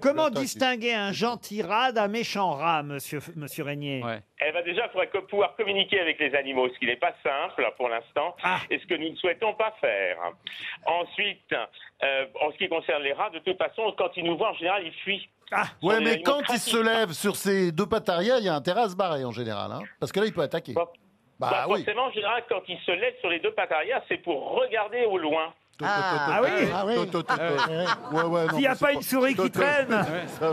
[SPEAKER 3] Comment distinguer un gentil rat d'un méchant rat, monsieur, monsieur Régnier
[SPEAKER 28] Eh bien, déjà, il faudrait que pouvoir communiquer avec les animaux, ce qui n'est pas simple hein, pour l'instant,
[SPEAKER 9] Ah.
[SPEAKER 28] et ce que nous ne souhaitons pas faire. Ensuite, euh, en ce qui concerne les rats, de toute façon, quand ils nous voient, en général, ils fuient. Ce sont
[SPEAKER 9] Ah. Ouais,
[SPEAKER 28] des
[SPEAKER 9] mais
[SPEAKER 28] animaux
[SPEAKER 9] quand il
[SPEAKER 28] craintifs.
[SPEAKER 9] se lève sur ses deux pattes arrière, il y a un terrasse barré en général. hein. parce que là, il peut attaquer.
[SPEAKER 28] Bah,
[SPEAKER 9] Bah oui.
[SPEAKER 28] Forcément, en général, quand ils se lèvent sur les deux pattes arrière, c'est pour regarder au loin.
[SPEAKER 9] Ah,
[SPEAKER 28] oui.
[SPEAKER 9] Tot, tot, tot, tot. Ouais, ouais, non,
[SPEAKER 28] S'il y a
[SPEAKER 9] mais c'est
[SPEAKER 28] pas une souris qui
[SPEAKER 9] Tot, tot.
[SPEAKER 28] traîne.
[SPEAKER 9] Ouais.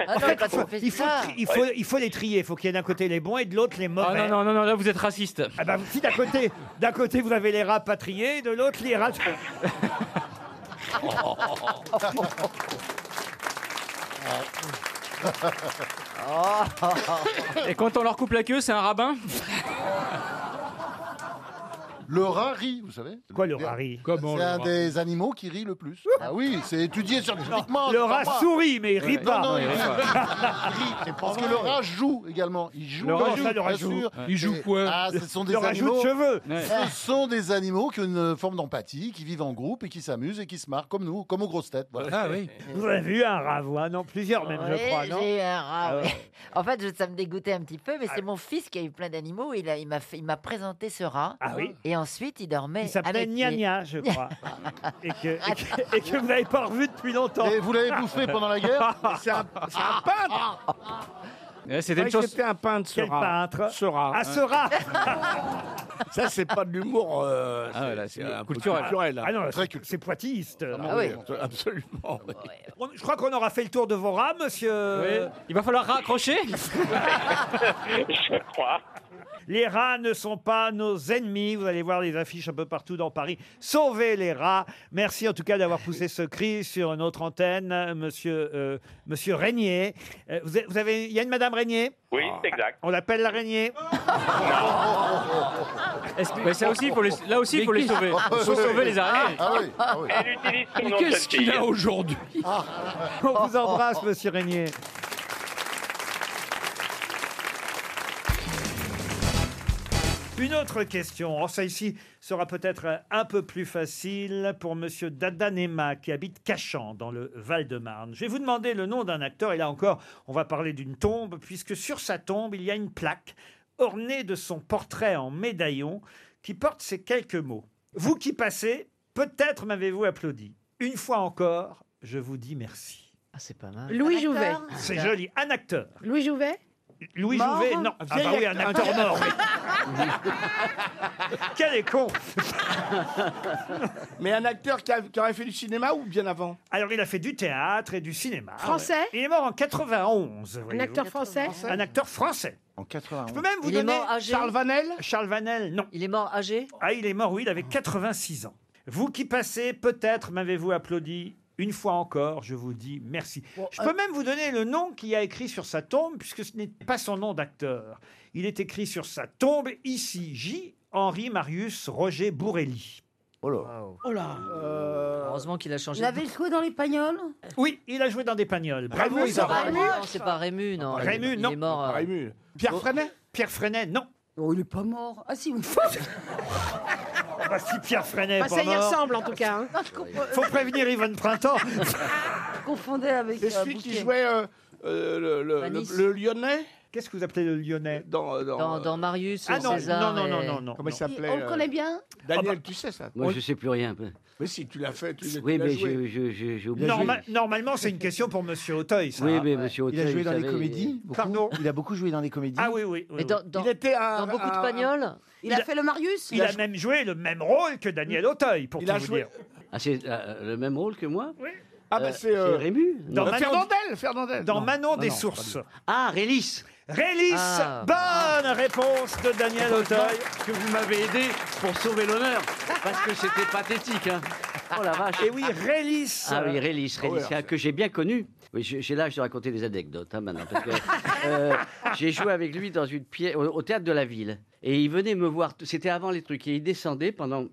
[SPEAKER 28] Ah *laughs*
[SPEAKER 3] En fait, il faut, il, faut, il, faut, il faut les trier. Il faut qu'il y ait d'un côté les bons et de l'autre les mauvais.
[SPEAKER 5] Ah non, non, non, non, là vous êtes raciste.
[SPEAKER 3] Ah bah, si d'un côté, d'un côté vous avez les rapatriés, de l'autre les rats.
[SPEAKER 9] *laughs*
[SPEAKER 3] Oh.
[SPEAKER 5] Et quand on leur coupe la queue, c'est un rabbin
[SPEAKER 9] Le rat rit, vous savez
[SPEAKER 3] Quoi le rat rit
[SPEAKER 9] C'est un des animaux qui rit le plus. Ah oui, c'est étudié scientifiquement.
[SPEAKER 3] le rat sourit, mais il rit pas.
[SPEAKER 9] Non, non, il
[SPEAKER 3] Ouais,
[SPEAKER 9] rit
[SPEAKER 3] il rit
[SPEAKER 9] pas. Il rit, Parce que le rat joue également. Il joue.
[SPEAKER 3] Le rat joue,
[SPEAKER 9] bien
[SPEAKER 3] le rat joue.
[SPEAKER 9] sûr.
[SPEAKER 3] Il joue
[SPEAKER 9] Et-
[SPEAKER 3] quoi
[SPEAKER 9] Ah, ce sont
[SPEAKER 3] Le
[SPEAKER 9] des
[SPEAKER 3] rat joue de
[SPEAKER 9] animaux.
[SPEAKER 3] cheveux. Ouais.
[SPEAKER 9] Ce sont des animaux qui ont une forme d'empathie, qui vivent en groupe et qui s'amusent et qui se marrent comme nous, comme aux grosses têtes. Voilà.
[SPEAKER 3] Ah Vous avez vu un rat, vous hein Non, plusieurs même,
[SPEAKER 21] Oui,
[SPEAKER 3] je crois, non
[SPEAKER 21] j'ai eu un rat,
[SPEAKER 3] Ah
[SPEAKER 21] oui.
[SPEAKER 3] ouais.
[SPEAKER 21] *laughs* En fait, je- ça me dégoûtait un petit peu, mais c'est mon fils qui a eu plein d'animaux. Il, a- il m'a fait- il m'a présenté ce rat.
[SPEAKER 3] Ah oui
[SPEAKER 21] Et ensuite, il dormait.
[SPEAKER 3] Il s'appelait
[SPEAKER 21] avec
[SPEAKER 3] Gna
[SPEAKER 21] les-
[SPEAKER 3] Gna, je
[SPEAKER 21] *laughs*
[SPEAKER 3] crois. et, que, et que- et que vous n'avez pas revu depuis longtemps.
[SPEAKER 9] Et vous l'avez bouffé pendant la guerre
[SPEAKER 3] *laughs*
[SPEAKER 9] Ah.
[SPEAKER 3] C'est un, peintre
[SPEAKER 5] C'était une
[SPEAKER 3] Ouais,
[SPEAKER 5] chose.
[SPEAKER 3] c'était un peintre, ce Quel rat. peintre
[SPEAKER 5] Ce rat.
[SPEAKER 3] Ah, ce rat
[SPEAKER 4] Ça, c'est pas de l'humour. euh,
[SPEAKER 5] Ah, voilà,
[SPEAKER 4] c'est un peu
[SPEAKER 5] culturel.
[SPEAKER 4] culturel, hein.
[SPEAKER 3] Ah non,
[SPEAKER 4] Très
[SPEAKER 3] c'est- c'est poitilliste.
[SPEAKER 4] Ah oui, Ah, bah Absolument. oui.
[SPEAKER 3] On- Je crois qu'on aura fait le tour de vos rats, monsieur.
[SPEAKER 5] Euh, Oui. Il va falloir raccrocher.
[SPEAKER 28] *laughs* Je crois.
[SPEAKER 3] Les rats ne sont pas nos ennemis. Vous allez voir les affiches un peu partout dans Paris. Sauvez les rats. Merci en tout cas d'avoir poussé ce cri sur notre antenne, euh, monsieur, euh, monsieur Régnier. Euh, vous avez- vous avez, il y a une madame Régnier
[SPEAKER 28] Oui, c'est exact.
[SPEAKER 3] On l'appelle
[SPEAKER 4] *laughs*
[SPEAKER 3] la Régnier
[SPEAKER 5] Mais ça aussi, il faut les- là aussi, il faut les sauver. Il faut sauver les araignées.
[SPEAKER 28] Elle utilise son nom
[SPEAKER 5] Mais
[SPEAKER 28] de
[SPEAKER 5] ah, qu'est-ce
[SPEAKER 28] jeune
[SPEAKER 5] qu'il
[SPEAKER 28] fille.
[SPEAKER 5] a aujourd'hui
[SPEAKER 3] On vous embrasse, monsieur Régnier. Une autre question, Oh, ça ici sera peut-être un peu plus facile pour Monsieur Dadanema qui habite Cachan dans le Val-de-Marne. Je vais vous demander le nom d'un acteur et là encore, on va parler d'une tombe puisque sur sa tombe il y a une plaque ornée de son portrait en médaillon qui porte ces quelques mots. Vous qui passez, peut-être m'avez-vous applaudi. Une fois encore, je vous dis merci.
[SPEAKER 33] Ah, c'est pas mal.
[SPEAKER 17] Louis Jouvet.
[SPEAKER 3] C'est joli, un acteur.
[SPEAKER 17] Louis Jouvet
[SPEAKER 3] Louis
[SPEAKER 17] Mort
[SPEAKER 3] Jouvet, non. Ah
[SPEAKER 17] Vieil
[SPEAKER 3] bah oui, un
[SPEAKER 17] acteur.
[SPEAKER 3] acteur mort. oui. Quel est con
[SPEAKER 4] *laughs* Mais un acteur qui, a- qui aurait fait du cinéma ou bien avant
[SPEAKER 3] Alors, il a fait du théâtre et du cinéma.
[SPEAKER 17] Français
[SPEAKER 3] Il est mort en 91.
[SPEAKER 17] Un
[SPEAKER 3] voyez-vous.
[SPEAKER 17] acteur français
[SPEAKER 3] Un acteur français.
[SPEAKER 4] En 91.
[SPEAKER 3] Je peux même vous
[SPEAKER 17] Il est
[SPEAKER 3] donner
[SPEAKER 17] mort âgé
[SPEAKER 3] Charles Vanel Charles Vanel, non. Il est mort âgé Ah, il est mort, oui, il avait 86 ans. Vous qui passez, peut-être m'avez-vous applaudi. Une fois encore, je vous dis merci. je peux même vous donner le nom qu'il y a écrit sur sa tombe, puisque ce n'est pas son nom d'acteur. Il est écrit sur sa tombe, ici, J. Henri Marius Roger Bourrelli.
[SPEAKER 4] Oh là.
[SPEAKER 17] Oh là
[SPEAKER 33] Heureusement qu'il a changé.
[SPEAKER 17] Il avait joué dans les pagnols
[SPEAKER 3] Oui, il a joué dans des pagnoles. Bravo,
[SPEAKER 33] Rému, c'est
[SPEAKER 3] Isabelle.
[SPEAKER 33] pas Rému Non, c'est pas Rému, non.
[SPEAKER 3] Rému,
[SPEAKER 33] il
[SPEAKER 3] non.
[SPEAKER 33] est mort. euh,
[SPEAKER 4] Pierre Freinet
[SPEAKER 3] Pierre Freinet, non.
[SPEAKER 17] Oh, il est pas mort. Ah si, une fois
[SPEAKER 3] Ah bah, si Pierre Freinet est
[SPEAKER 17] Bah,
[SPEAKER 3] pas
[SPEAKER 17] Ça y
[SPEAKER 3] mort.
[SPEAKER 17] ressemble en tout cas. hein.
[SPEAKER 3] Faut
[SPEAKER 5] euh,
[SPEAKER 3] prévenir Yvonne Printemps.
[SPEAKER 17] Confondez avec.
[SPEAKER 4] C'est celui qui jouait euh, *laughs* euh, le, le-
[SPEAKER 33] À Nice.
[SPEAKER 4] le- le Lyonnais
[SPEAKER 3] Qu'est-ce que vous appelez le Lyonnais
[SPEAKER 4] dans, euh, dans,
[SPEAKER 33] Dans,
[SPEAKER 4] euh,
[SPEAKER 33] dans Marius,
[SPEAKER 4] Ah non,
[SPEAKER 33] César.
[SPEAKER 4] non, non,
[SPEAKER 33] et-
[SPEAKER 4] non, non, non. Comment il s'appelait, On le euh, connaît
[SPEAKER 17] bien
[SPEAKER 33] Ah,
[SPEAKER 4] Daniel,
[SPEAKER 33] bah.
[SPEAKER 4] tu sais ça
[SPEAKER 7] Moi,
[SPEAKER 4] On-
[SPEAKER 7] je sais plus rien.
[SPEAKER 4] Mais si, tu l'as fait, tu tu l'as
[SPEAKER 7] Oui, mais
[SPEAKER 4] joué.
[SPEAKER 7] je, je, je, j'ai oublié.
[SPEAKER 3] Norma- normalement, c'est une question pour Monsieur Auteuil, ça.
[SPEAKER 7] Oui,
[SPEAKER 3] hein.
[SPEAKER 7] mais Monsieur Auteuil,
[SPEAKER 34] Il a joué
[SPEAKER 7] vous
[SPEAKER 34] dans les
[SPEAKER 7] savez, euh,
[SPEAKER 34] comédies beaucoup
[SPEAKER 3] Pardon
[SPEAKER 34] Il a beaucoup joué dans les comédies
[SPEAKER 3] Ah oui, oui. oui,
[SPEAKER 34] Mais dans-
[SPEAKER 3] oui.
[SPEAKER 34] dans-
[SPEAKER 3] il était un-
[SPEAKER 34] dans
[SPEAKER 17] Ah,
[SPEAKER 34] beaucoup de
[SPEAKER 3] un-
[SPEAKER 34] pagnoles
[SPEAKER 17] Il a fait le Marius
[SPEAKER 3] Il a même joué le même rôle que Daniel Auteuil, pour
[SPEAKER 7] Il
[SPEAKER 3] tout
[SPEAKER 7] a
[SPEAKER 3] vous
[SPEAKER 7] joué-
[SPEAKER 3] dire.
[SPEAKER 7] Ah, c'est euh, le même rôle que moi Oui.
[SPEAKER 4] Ah, bah, c'est, euh,
[SPEAKER 7] Rému
[SPEAKER 3] dans
[SPEAKER 7] Non.
[SPEAKER 3] Manon-
[SPEAKER 4] Fernandel, Fernandel.
[SPEAKER 3] Dans
[SPEAKER 7] Non.
[SPEAKER 3] Manon
[SPEAKER 7] Non,
[SPEAKER 3] des
[SPEAKER 7] non,
[SPEAKER 3] Sources.
[SPEAKER 7] Ah, Rélis
[SPEAKER 3] Rélis,
[SPEAKER 7] Ah.
[SPEAKER 3] bonne réponse de Daniel Auteuil.
[SPEAKER 7] Que vous m'avez aidé pour sauver l'honneur, parce que c'était pathétique. Hein. Oh la vache
[SPEAKER 3] Et oui, Rélis.
[SPEAKER 7] Ah oui, Rélis,
[SPEAKER 3] Ah ouais,
[SPEAKER 7] Rélis,
[SPEAKER 3] alors,
[SPEAKER 7] que j'ai bien connu. Oui, j'ai j'ai l'âge de raconter des anecdotes hein, maintenant. parce que, euh, j'ai joué avec lui dans une pièce au, au théâtre de la ville. Et il venait me voir, t- c'était avant les trucs, et il descendait pendant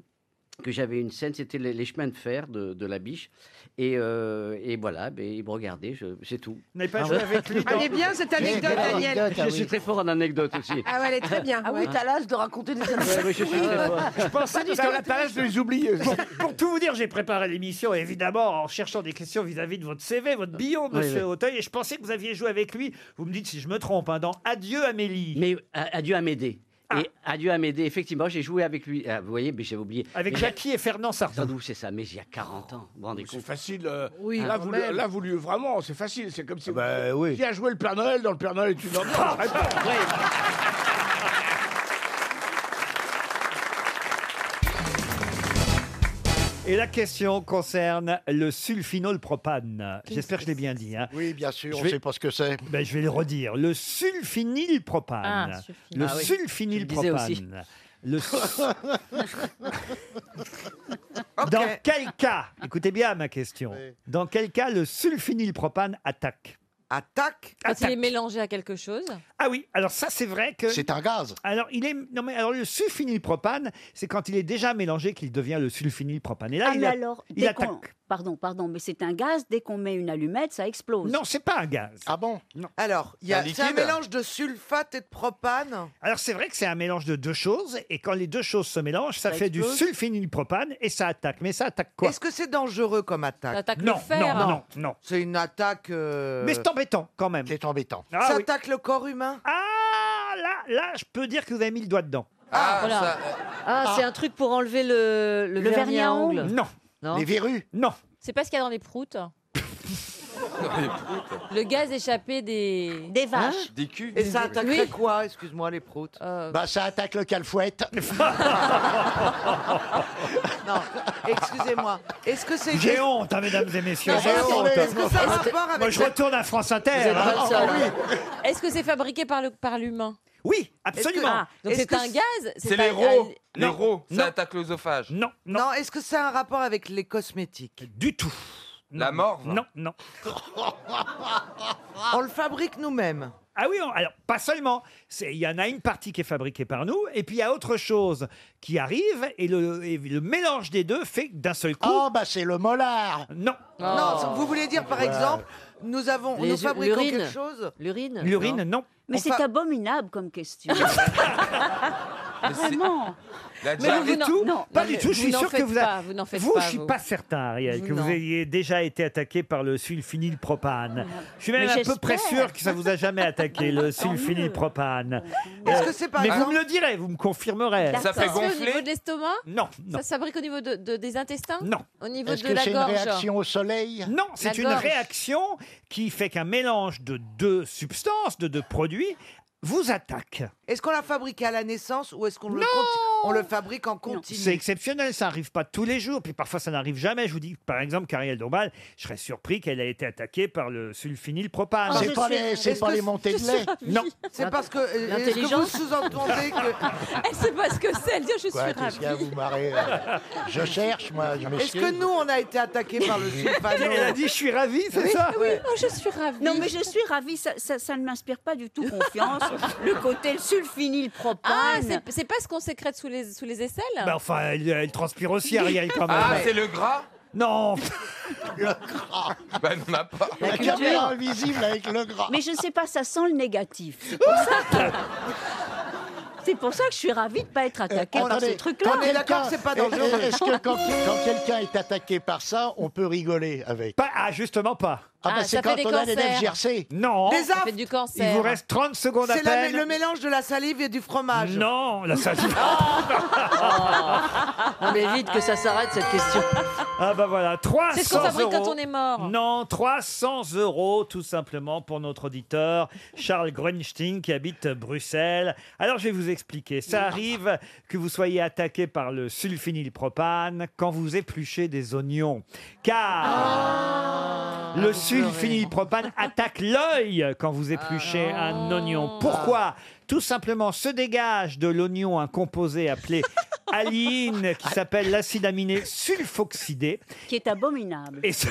[SPEAKER 7] que j'avais une scène, c'était les, les chemins de fer de, de la biche. Et, euh, et voilà, ben, il me regardait, je- c'est tout. Ah
[SPEAKER 3] Vous n'avez pas joué avec
[SPEAKER 7] *laughs*
[SPEAKER 3] lui dans-
[SPEAKER 17] Elle est bien, cette anecdote,
[SPEAKER 7] Quelle
[SPEAKER 17] Daniel.
[SPEAKER 7] anecdote, Je
[SPEAKER 17] ah
[SPEAKER 7] suis
[SPEAKER 17] oui.
[SPEAKER 7] très fort en anecdotes aussi.
[SPEAKER 17] Ah ouais, elle est très bien.
[SPEAKER 21] Ah oui,
[SPEAKER 17] ouais.
[SPEAKER 21] t'as l'âge de raconter des
[SPEAKER 7] Ouais, ouais, je suis très fort.
[SPEAKER 3] Je pensais
[SPEAKER 4] Parce que la Thérèse de les oublier.
[SPEAKER 3] Pour, pour tout vous dire, j'ai préparé l'émission, évidemment, en cherchant des questions vis-à-vis de votre CV, votre bio,
[SPEAKER 7] Oui,
[SPEAKER 3] monsieur
[SPEAKER 7] oui.
[SPEAKER 3] Auteuil, et je pensais que vous aviez joué avec lui. Vous me dites si je me trompe, hein, dans Adieu Amélie. Ah.
[SPEAKER 7] Mais euh, adieu à Médée. Et adieu à Médée, effectivement, j'ai joué avec lui. Ah, vous voyez, mais j'ai oublié.
[SPEAKER 3] Avec
[SPEAKER 7] Mais
[SPEAKER 3] Jackie et Fernand
[SPEAKER 7] il y a-
[SPEAKER 3] Sardou.
[SPEAKER 7] Attendez, où c'est ça, mais il y a 40 ans. Vous vous rendez
[SPEAKER 4] C'est
[SPEAKER 7] compte
[SPEAKER 4] facile. euh,
[SPEAKER 7] Oui,
[SPEAKER 4] là,
[SPEAKER 7] quand
[SPEAKER 4] vous,
[SPEAKER 7] même.
[SPEAKER 4] là, vous lui- vraiment, c'est facile. C'est comme si.
[SPEAKER 34] Bah,
[SPEAKER 4] vous,
[SPEAKER 34] oui.
[SPEAKER 4] Qui a joué le Père Noël dans le Père Noël est une
[SPEAKER 3] Ah,
[SPEAKER 4] ambiance.
[SPEAKER 3] Et la question concerne le sulfinolpropane. J'espère que je l'ai bien dit. hein.
[SPEAKER 8] Oui, bien sûr,
[SPEAKER 3] Je
[SPEAKER 8] on
[SPEAKER 3] vais-
[SPEAKER 8] sait pas ce que c'est.
[SPEAKER 3] Ben, je vais le redire. Le sulfinylpropane.
[SPEAKER 8] Ah, sulfine-
[SPEAKER 3] Le
[SPEAKER 8] Ah oui,
[SPEAKER 3] sulfinylpropane.
[SPEAKER 8] tu le disais aussi.
[SPEAKER 3] Le su-
[SPEAKER 8] *laughs*
[SPEAKER 3] Dans quel cas, écoutez bien ma question, dans quel cas le sulfinylpropane attaque Attaque
[SPEAKER 1] Quand il est mélangé à quelque chose.
[SPEAKER 3] ah oui, alors ça c'est vrai que c'est un gaz. Alors il est non mais alors le sulfinylpropane, c'est quand il est déjà mélangé qu'il devient le sulfinylpropane. Et là
[SPEAKER 12] *laughs* Ah,
[SPEAKER 3] il,
[SPEAKER 12] mais
[SPEAKER 3] a-
[SPEAKER 12] alors,
[SPEAKER 3] il
[SPEAKER 12] dès
[SPEAKER 3] attaque.
[SPEAKER 12] qu'on- Pardon, pardon, mais c'est un gaz. Dès qu'on met une allumette, ça explose.
[SPEAKER 3] Non, c'est pas un gaz.
[SPEAKER 12] Ah bon
[SPEAKER 14] Alors, il y
[SPEAKER 3] Un
[SPEAKER 14] a, c'est un
[SPEAKER 3] liquide.
[SPEAKER 14] mélange de sulfate et de propane.
[SPEAKER 3] Alors c'est vrai que c'est un mélange de deux choses et quand les deux choses se mélangent, ça,
[SPEAKER 14] Ça
[SPEAKER 3] fait
[SPEAKER 14] explose.
[SPEAKER 3] du sulfinylpropane et ça attaque. Mais ça attaque quoi
[SPEAKER 14] Est-ce que c'est dangereux comme attaque
[SPEAKER 3] Ça attaque le Non, fer. non, non, non.
[SPEAKER 14] C'est une attaque. euh,
[SPEAKER 3] Mais c'est embêtant quand même.
[SPEAKER 8] C'est embêtant.
[SPEAKER 3] Ah,
[SPEAKER 14] ça
[SPEAKER 3] oui.
[SPEAKER 14] attaque le corps humain
[SPEAKER 3] Ah là, là, je peux dire que vous avez mis le doigt dedans.
[SPEAKER 14] Ah, euh,
[SPEAKER 15] voilà. Ah, c'est un truc pour enlever le, le, vernis, à ongles.
[SPEAKER 3] Non.
[SPEAKER 15] Non. Les
[SPEAKER 3] verrues Non.
[SPEAKER 1] C'est pas ce qu'il y a dans les proutes. Le gaz échappé des. Des
[SPEAKER 3] Ah.
[SPEAKER 14] vaches.
[SPEAKER 1] Des culs.
[SPEAKER 14] Et ça attaquerait quoi Excuse-moi, les proutes.
[SPEAKER 13] Euh,
[SPEAKER 8] Bah, ça attaque le calfouette.
[SPEAKER 14] Non, excusez-moi. Est-ce que c'est.
[SPEAKER 3] J'ai honte, hein, mesdames et messieurs.
[SPEAKER 14] Non,
[SPEAKER 3] j'ai
[SPEAKER 14] attendez,
[SPEAKER 3] honte.
[SPEAKER 14] est-ce que ça a rapport avec
[SPEAKER 3] Moi, je
[SPEAKER 14] la-
[SPEAKER 3] retourne à France Inter.
[SPEAKER 14] Vous êtes
[SPEAKER 3] hein.
[SPEAKER 14] pas le seul.
[SPEAKER 3] Ah, oui.
[SPEAKER 1] Est-ce que c'est fabriqué par le par l'humain
[SPEAKER 3] Oui, absolument.
[SPEAKER 1] Ah, donc
[SPEAKER 14] Est-ce
[SPEAKER 1] c'est
[SPEAKER 14] que
[SPEAKER 1] un
[SPEAKER 14] c'est-
[SPEAKER 1] gaz.
[SPEAKER 14] C'est
[SPEAKER 1] pas
[SPEAKER 14] les rots.
[SPEAKER 1] un-
[SPEAKER 14] Les rots.
[SPEAKER 5] Ça attaque l'œsophage.
[SPEAKER 3] Non.
[SPEAKER 14] Non, est-ce que ça a un rapport avec les cosmétiques
[SPEAKER 3] Du tout.
[SPEAKER 5] La morve
[SPEAKER 3] Non, non.
[SPEAKER 14] *laughs* On le fabrique nous-mêmes.
[SPEAKER 3] Ah oui, on- alors pas seulement. C'est- Il y en a une partie qui est fabriquée par nous, et puis il y a autre chose qui arrive, et le, et le mélange des deux fait que d'un seul coup. Oh,
[SPEAKER 8] bah c'est le molar
[SPEAKER 3] Non.
[SPEAKER 14] Non, vous voulez dire par
[SPEAKER 3] Ouais.
[SPEAKER 14] exemple, nous avons,
[SPEAKER 3] Oh. Les-
[SPEAKER 14] nous fabriquons
[SPEAKER 3] l'urine.
[SPEAKER 14] quelque chose
[SPEAKER 15] L'urine
[SPEAKER 3] L'urine, non.
[SPEAKER 12] Mais c'est abominable comme *laughs* question. Vraiment.
[SPEAKER 3] Pas du tout, pas du tout. Je suis sûr que vous,
[SPEAKER 1] avez.
[SPEAKER 3] a-
[SPEAKER 1] Vous n'en faites
[SPEAKER 3] vous,
[SPEAKER 1] pas.
[SPEAKER 3] je suis
[SPEAKER 1] vous.
[SPEAKER 3] pas certain, Ariel, que
[SPEAKER 1] Non. Ah,
[SPEAKER 3] vous ayez déjà été attaqué par le sulfinylpropane. Je suis même
[SPEAKER 14] Mais
[SPEAKER 3] un peu
[SPEAKER 14] j'espère.
[SPEAKER 3] près sûr que ça vous a jamais attaqué
[SPEAKER 1] *laughs*
[SPEAKER 3] le sulfinylpropane.
[SPEAKER 1] Est-ce que c'est par
[SPEAKER 3] Mais vous
[SPEAKER 1] exemple-
[SPEAKER 3] me le direz, vous me confirmerez.
[SPEAKER 1] au niveau de l'estomac
[SPEAKER 3] Non, non.
[SPEAKER 1] Ça se fabrique au niveau de, de- des intestins
[SPEAKER 3] Non.
[SPEAKER 1] Au niveau
[SPEAKER 3] Est-ce
[SPEAKER 1] de
[SPEAKER 3] que
[SPEAKER 1] la
[SPEAKER 3] c'est une
[SPEAKER 1] gorge
[SPEAKER 3] réaction
[SPEAKER 8] au soleil
[SPEAKER 3] Non,
[SPEAKER 1] La
[SPEAKER 3] c'est une
[SPEAKER 1] gorge.
[SPEAKER 3] réaction qui fait qu'un mélange de deux substances, de deux produits, vous attaque.
[SPEAKER 14] Est-ce qu'on l'a fabriqué à la naissance ou est-ce qu'on le, conti- on le fabrique en continu
[SPEAKER 3] C'est exceptionnel, ça n'arrive pas tous les jours, puis parfois ça n'arrive jamais. Je vous dis, par exemple, qu'Ariel Dombal, je serais surpris qu'elle ait été attaquée par le sulfinylpropane.
[SPEAKER 8] Ah, C'est je pas suis- les- c'est
[SPEAKER 14] Est-ce pas que- les montées de je lait suis ravie.
[SPEAKER 3] Non.
[SPEAKER 14] C'est parce que. euh, Est-ce que vous
[SPEAKER 1] L'intelligence
[SPEAKER 14] sous-entendez que.
[SPEAKER 1] Elle sait pas ce que Eh, c'est, elle dit je suis
[SPEAKER 8] Quoi, qu'est-ce qu'il y a à vous marrer euh Je cherche, moi, je
[SPEAKER 14] Est-ce que nous, on a été attaqués
[SPEAKER 3] *laughs*
[SPEAKER 14] par le sulfano
[SPEAKER 3] Elle a dit, je suis ravie, c'est ça
[SPEAKER 1] Oh, je suis ravie.
[SPEAKER 12] Ah Non, mais je suis ravie. Ça, ça- ça ne m'inspire pas du
[SPEAKER 1] *laughs*
[SPEAKER 12] tout confiance. le côté le sulfinylpropane.
[SPEAKER 1] Ah, c'est- c'est pas ce qu'on sécrète sous les, sous les aisselles
[SPEAKER 3] Bah, enfin, elle, elle transpire aussi, Ariel, quand même.
[SPEAKER 5] Ah, c'est le gras
[SPEAKER 3] Non
[SPEAKER 5] Bah, on n'a pas.
[SPEAKER 12] La culture. caméra
[SPEAKER 8] invisible avec le gras.
[SPEAKER 12] Mais je ne sais pas, ça sent le négatif. C'est pour ça que...
[SPEAKER 8] *laughs*
[SPEAKER 12] C'est pour ça que je suis ravie de ne pas être attaquée par ce truc-là.
[SPEAKER 8] Euh, Quand quelqu'un- Eh, eh, Est-ce
[SPEAKER 3] *laughs*
[SPEAKER 8] que
[SPEAKER 12] *laughs*
[SPEAKER 8] quand, quand quelqu'un est attaqué par ça, on peut rigoler avec
[SPEAKER 3] Ah, justement pas.
[SPEAKER 8] Ah, bah,
[SPEAKER 1] Ah,
[SPEAKER 8] c'est
[SPEAKER 1] ça
[SPEAKER 8] quand
[SPEAKER 1] fait des
[SPEAKER 8] on a les lèvres
[SPEAKER 1] cancers.
[SPEAKER 8] gercées.
[SPEAKER 3] Non.
[SPEAKER 14] Des
[SPEAKER 1] Ça
[SPEAKER 14] affres.
[SPEAKER 1] fait du cancer.
[SPEAKER 3] Il vous reste 30 secondes à
[SPEAKER 14] C'est la-
[SPEAKER 3] peine.
[SPEAKER 14] le mélange de la salive et du fromage. Ah.
[SPEAKER 3] Non, la salive.
[SPEAKER 15] Non, mais vite que ça s'arrête cette question.
[SPEAKER 3] Ah bah voilà, 300
[SPEAKER 1] C'est ce qu'on fabrique quand
[SPEAKER 3] euros.
[SPEAKER 1] on est mort.
[SPEAKER 3] Non, 300 euros tout simplement pour notre auditeur Charles Grunstein qui habite Bruxelles. Alors je vais vous expliquer. Ça arrive que vous soyez attaqué par le sulfinylpropane quand vous épluchez des oignons. Car
[SPEAKER 1] Ah.
[SPEAKER 3] le
[SPEAKER 1] *laughs*
[SPEAKER 3] sulfinylpropane attaque l'œil quand vous épluchez
[SPEAKER 1] Ah.
[SPEAKER 3] un oignon. Pourquoi Tout simplement se dégage de l'oignon un composé
[SPEAKER 1] *laughs*
[SPEAKER 3] appelé aline qui s'appelle l'acide aminé sulfoxydé.
[SPEAKER 12] Qui est abominable.
[SPEAKER 3] Et
[SPEAKER 8] *laughs*
[SPEAKER 3] ce,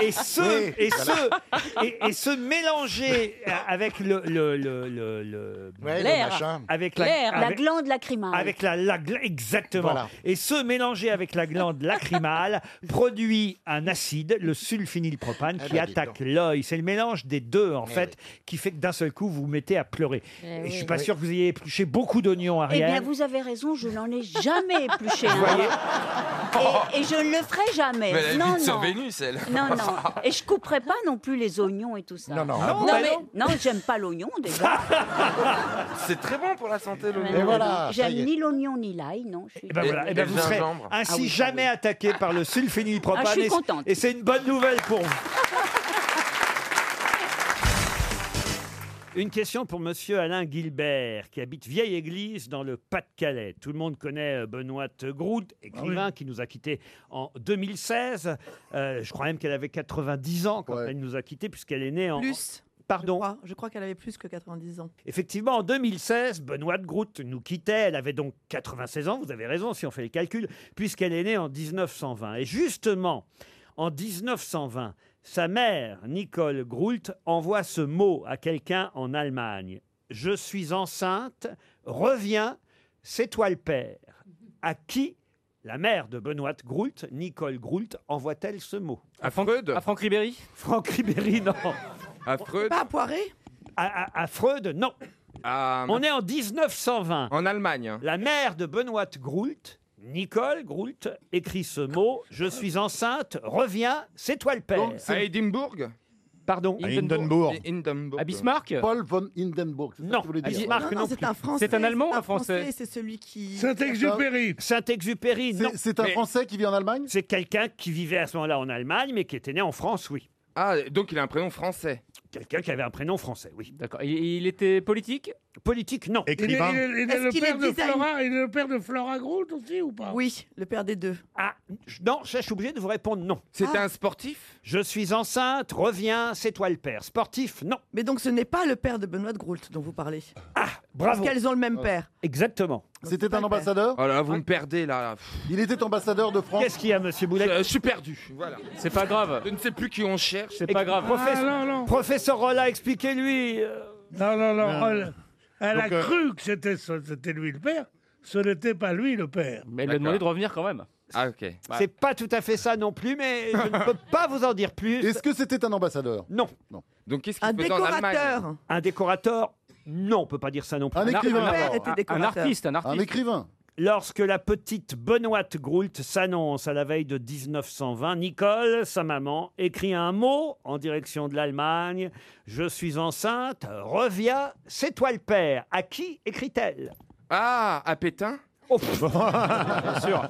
[SPEAKER 3] et ce,
[SPEAKER 12] Oui,
[SPEAKER 3] et
[SPEAKER 12] voilà.
[SPEAKER 3] ce- et- et ce mélanger avec le, le, le, le- le-
[SPEAKER 12] Ouais, le L'air. machin.
[SPEAKER 3] avec
[SPEAKER 12] L'air.
[SPEAKER 3] la,
[SPEAKER 12] La
[SPEAKER 3] avec-
[SPEAKER 12] glande lacrymale.
[SPEAKER 3] avec la, la gla- exactement.
[SPEAKER 12] Voilà.
[SPEAKER 3] Et ce mélangé avec la
[SPEAKER 12] *laughs*
[SPEAKER 3] glande lacrymale produit un acide, le sulfinylpropane,
[SPEAKER 12] Eh
[SPEAKER 8] Ah
[SPEAKER 3] qui
[SPEAKER 12] ben,
[SPEAKER 8] bah, dis
[SPEAKER 3] attaque l'œil. C'est le mélange des deux en
[SPEAKER 8] Eh
[SPEAKER 3] fait qui fait que d'un seul coup vous vous mettez à pleurer.
[SPEAKER 12] Eh
[SPEAKER 3] et
[SPEAKER 12] oui.
[SPEAKER 3] je suis pas
[SPEAKER 12] Oui.
[SPEAKER 3] sûr que vous ayez épluché beaucoup d'oignons,
[SPEAKER 12] Eh
[SPEAKER 3] Ariel.
[SPEAKER 12] bien, vous avez raison, je n'en ai jamais épluché
[SPEAKER 3] Vous voyez
[SPEAKER 12] un. Et, et je ne le ferai jamais.
[SPEAKER 5] Mais elle
[SPEAKER 12] non,
[SPEAKER 5] habite sur
[SPEAKER 12] non.
[SPEAKER 5] Vénus, elle.
[SPEAKER 12] Non,
[SPEAKER 5] *laughs*
[SPEAKER 12] non. Et je couperai pas non plus les oignons et tout ça.
[SPEAKER 5] Non, non.
[SPEAKER 12] Non,
[SPEAKER 5] Ah bon, bah
[SPEAKER 12] mais- non,
[SPEAKER 5] non.
[SPEAKER 12] j'aime pas l'oignon
[SPEAKER 3] *laughs*
[SPEAKER 12] déjà.
[SPEAKER 5] C'est très bon pour la santé, le
[SPEAKER 12] Non, non, non. J'aime ni l'oignon ni l'ail, non. je suis-
[SPEAKER 3] Eh ben voilà,
[SPEAKER 5] Et-
[SPEAKER 3] eh ben
[SPEAKER 5] et le
[SPEAKER 3] vous serez
[SPEAKER 5] gingembre.
[SPEAKER 3] ainsi
[SPEAKER 5] Ah oui,
[SPEAKER 3] jamais attaqué par le sulfinylpropane.
[SPEAKER 12] Ah, je suis
[SPEAKER 3] et c-
[SPEAKER 12] contente.
[SPEAKER 3] Et c'est une bonne nouvelle pour vous. Une question pour monsieur Alain Gilbert, qui habite Vieille Église dans le Pas-de-Calais. Tout le monde connaît euh, Benoît Groult, écrivain qui nous a quittés en 2016. Euh, je crois même qu'elle avait 90 ans quand elle nous a quittés, puisqu'elle est née en.
[SPEAKER 24] Plus.
[SPEAKER 3] Pardon.
[SPEAKER 24] Je crois qu'elle avait plus que 90 ans.
[SPEAKER 3] Effectivement, en 2016, Benoît de Groot nous quittait. Elle avait donc 96 ans, vous avez raison si on fait les calculs, puisqu'elle est née en 1920. Et justement, en 1920, sa mère, Nicole Groult, envoie ce mot à quelqu'un en Allemagne. Je suis enceinte, reviens, c'est toi le père. À qui la mère de Benoît de Groult, Nicole Groult, envoie-t-elle ce mot À Freud À Franck Ribéry Franck Ribéry, non. *laughs* À Freud
[SPEAKER 24] Pas à Poiré
[SPEAKER 3] à, à- à Freud, non. On est en 1920. En Allemagne. La mère de Benoît Groult, Nicole Groult, écrit ce mot Je suis enceinte, reviens, c'est toi le père.
[SPEAKER 5] Donc, c'est- À
[SPEAKER 3] Edimbourg Pardon
[SPEAKER 5] À Hindenburg. Hindenburg. À Bismarck
[SPEAKER 9] Paul von Hindenburg. Non,
[SPEAKER 5] Ah,
[SPEAKER 3] à Ah, Bismarck non plus. C'est un Allemand ou un Français
[SPEAKER 24] C'est celui qui.
[SPEAKER 3] Saint-Exupéry, non.
[SPEAKER 9] C'est un Français qui vit en Allemagne
[SPEAKER 3] C'est quelqu'un qui vivait à ce moment-là en Allemagne, mais qui était né en France, oui.
[SPEAKER 5] Ah, donc il a un prénom français.
[SPEAKER 3] Quelqu'un qui avait un prénom français, oui.
[SPEAKER 5] D'accord. Il, était politique
[SPEAKER 3] Politique, non.
[SPEAKER 4] Il est, il est- il est
[SPEAKER 24] Est-ce
[SPEAKER 4] le
[SPEAKER 24] qu'il
[SPEAKER 4] père
[SPEAKER 24] est
[SPEAKER 4] de
[SPEAKER 24] design
[SPEAKER 4] Flora, il est le père de Flora Groult aussi ou pas
[SPEAKER 24] Oui, le père des deux.
[SPEAKER 3] Ah, je- non, je suis obligé de vous répondre non.
[SPEAKER 24] C'était Ah. un
[SPEAKER 3] sportif Je suis enceinte, reviens, c'est toi le père. Sportif, non.
[SPEAKER 24] Mais donc ce n'est pas le père de Benoît de Groult dont vous parlez.
[SPEAKER 3] Ah, bravo.
[SPEAKER 24] Parce qu'elles ont le même père.
[SPEAKER 3] Exactement.
[SPEAKER 24] C'était un ambassadeur
[SPEAKER 5] Oh là là, vous me perdez là. Euh,
[SPEAKER 9] Il était ambassadeur de France.
[SPEAKER 3] Qu'est-ce qu'il y a, monsieur Boulet
[SPEAKER 5] je, je suis perdu. Voilà.
[SPEAKER 3] C'est pas grave.
[SPEAKER 5] Je ne
[SPEAKER 28] *laughs*
[SPEAKER 5] sais plus qui on cherche. Ah, C'est
[SPEAKER 3] Et- Professeur, professeur Rolla, expliquez-lui. euh.
[SPEAKER 4] Non, non, non.
[SPEAKER 5] Non.
[SPEAKER 4] Elle, elle
[SPEAKER 5] Donc,
[SPEAKER 4] a
[SPEAKER 5] euh,
[SPEAKER 4] cru que c'était ce- c'était lui le père. Ce n'était pas lui le père.
[SPEAKER 5] Mais elle lui a demandé de revenir quand même. Ah, ok.
[SPEAKER 3] C'est pas tout à fait ça non plus, mais je ne peux pas vous en dire plus.
[SPEAKER 9] Est-ce que c'était un ambassadeur
[SPEAKER 3] Non.
[SPEAKER 5] Donc qu'est-ce
[SPEAKER 3] qu'il Un faisait en Allemagne décorateur. Un décorateur Non, on peut pas dire ça non plus.
[SPEAKER 9] Un écrivain. Un écrivain.
[SPEAKER 3] Lorsque la petite Benoîte Groult s'annonce à la veille de 1920, Nicole, sa maman, écrit un mot en direction de l'Allemagne. Je suis enceinte, reviens, c'est toi le père. À qui écrit-elle
[SPEAKER 5] Ah, à Pétain
[SPEAKER 3] Oh,
[SPEAKER 5] Bien sûr.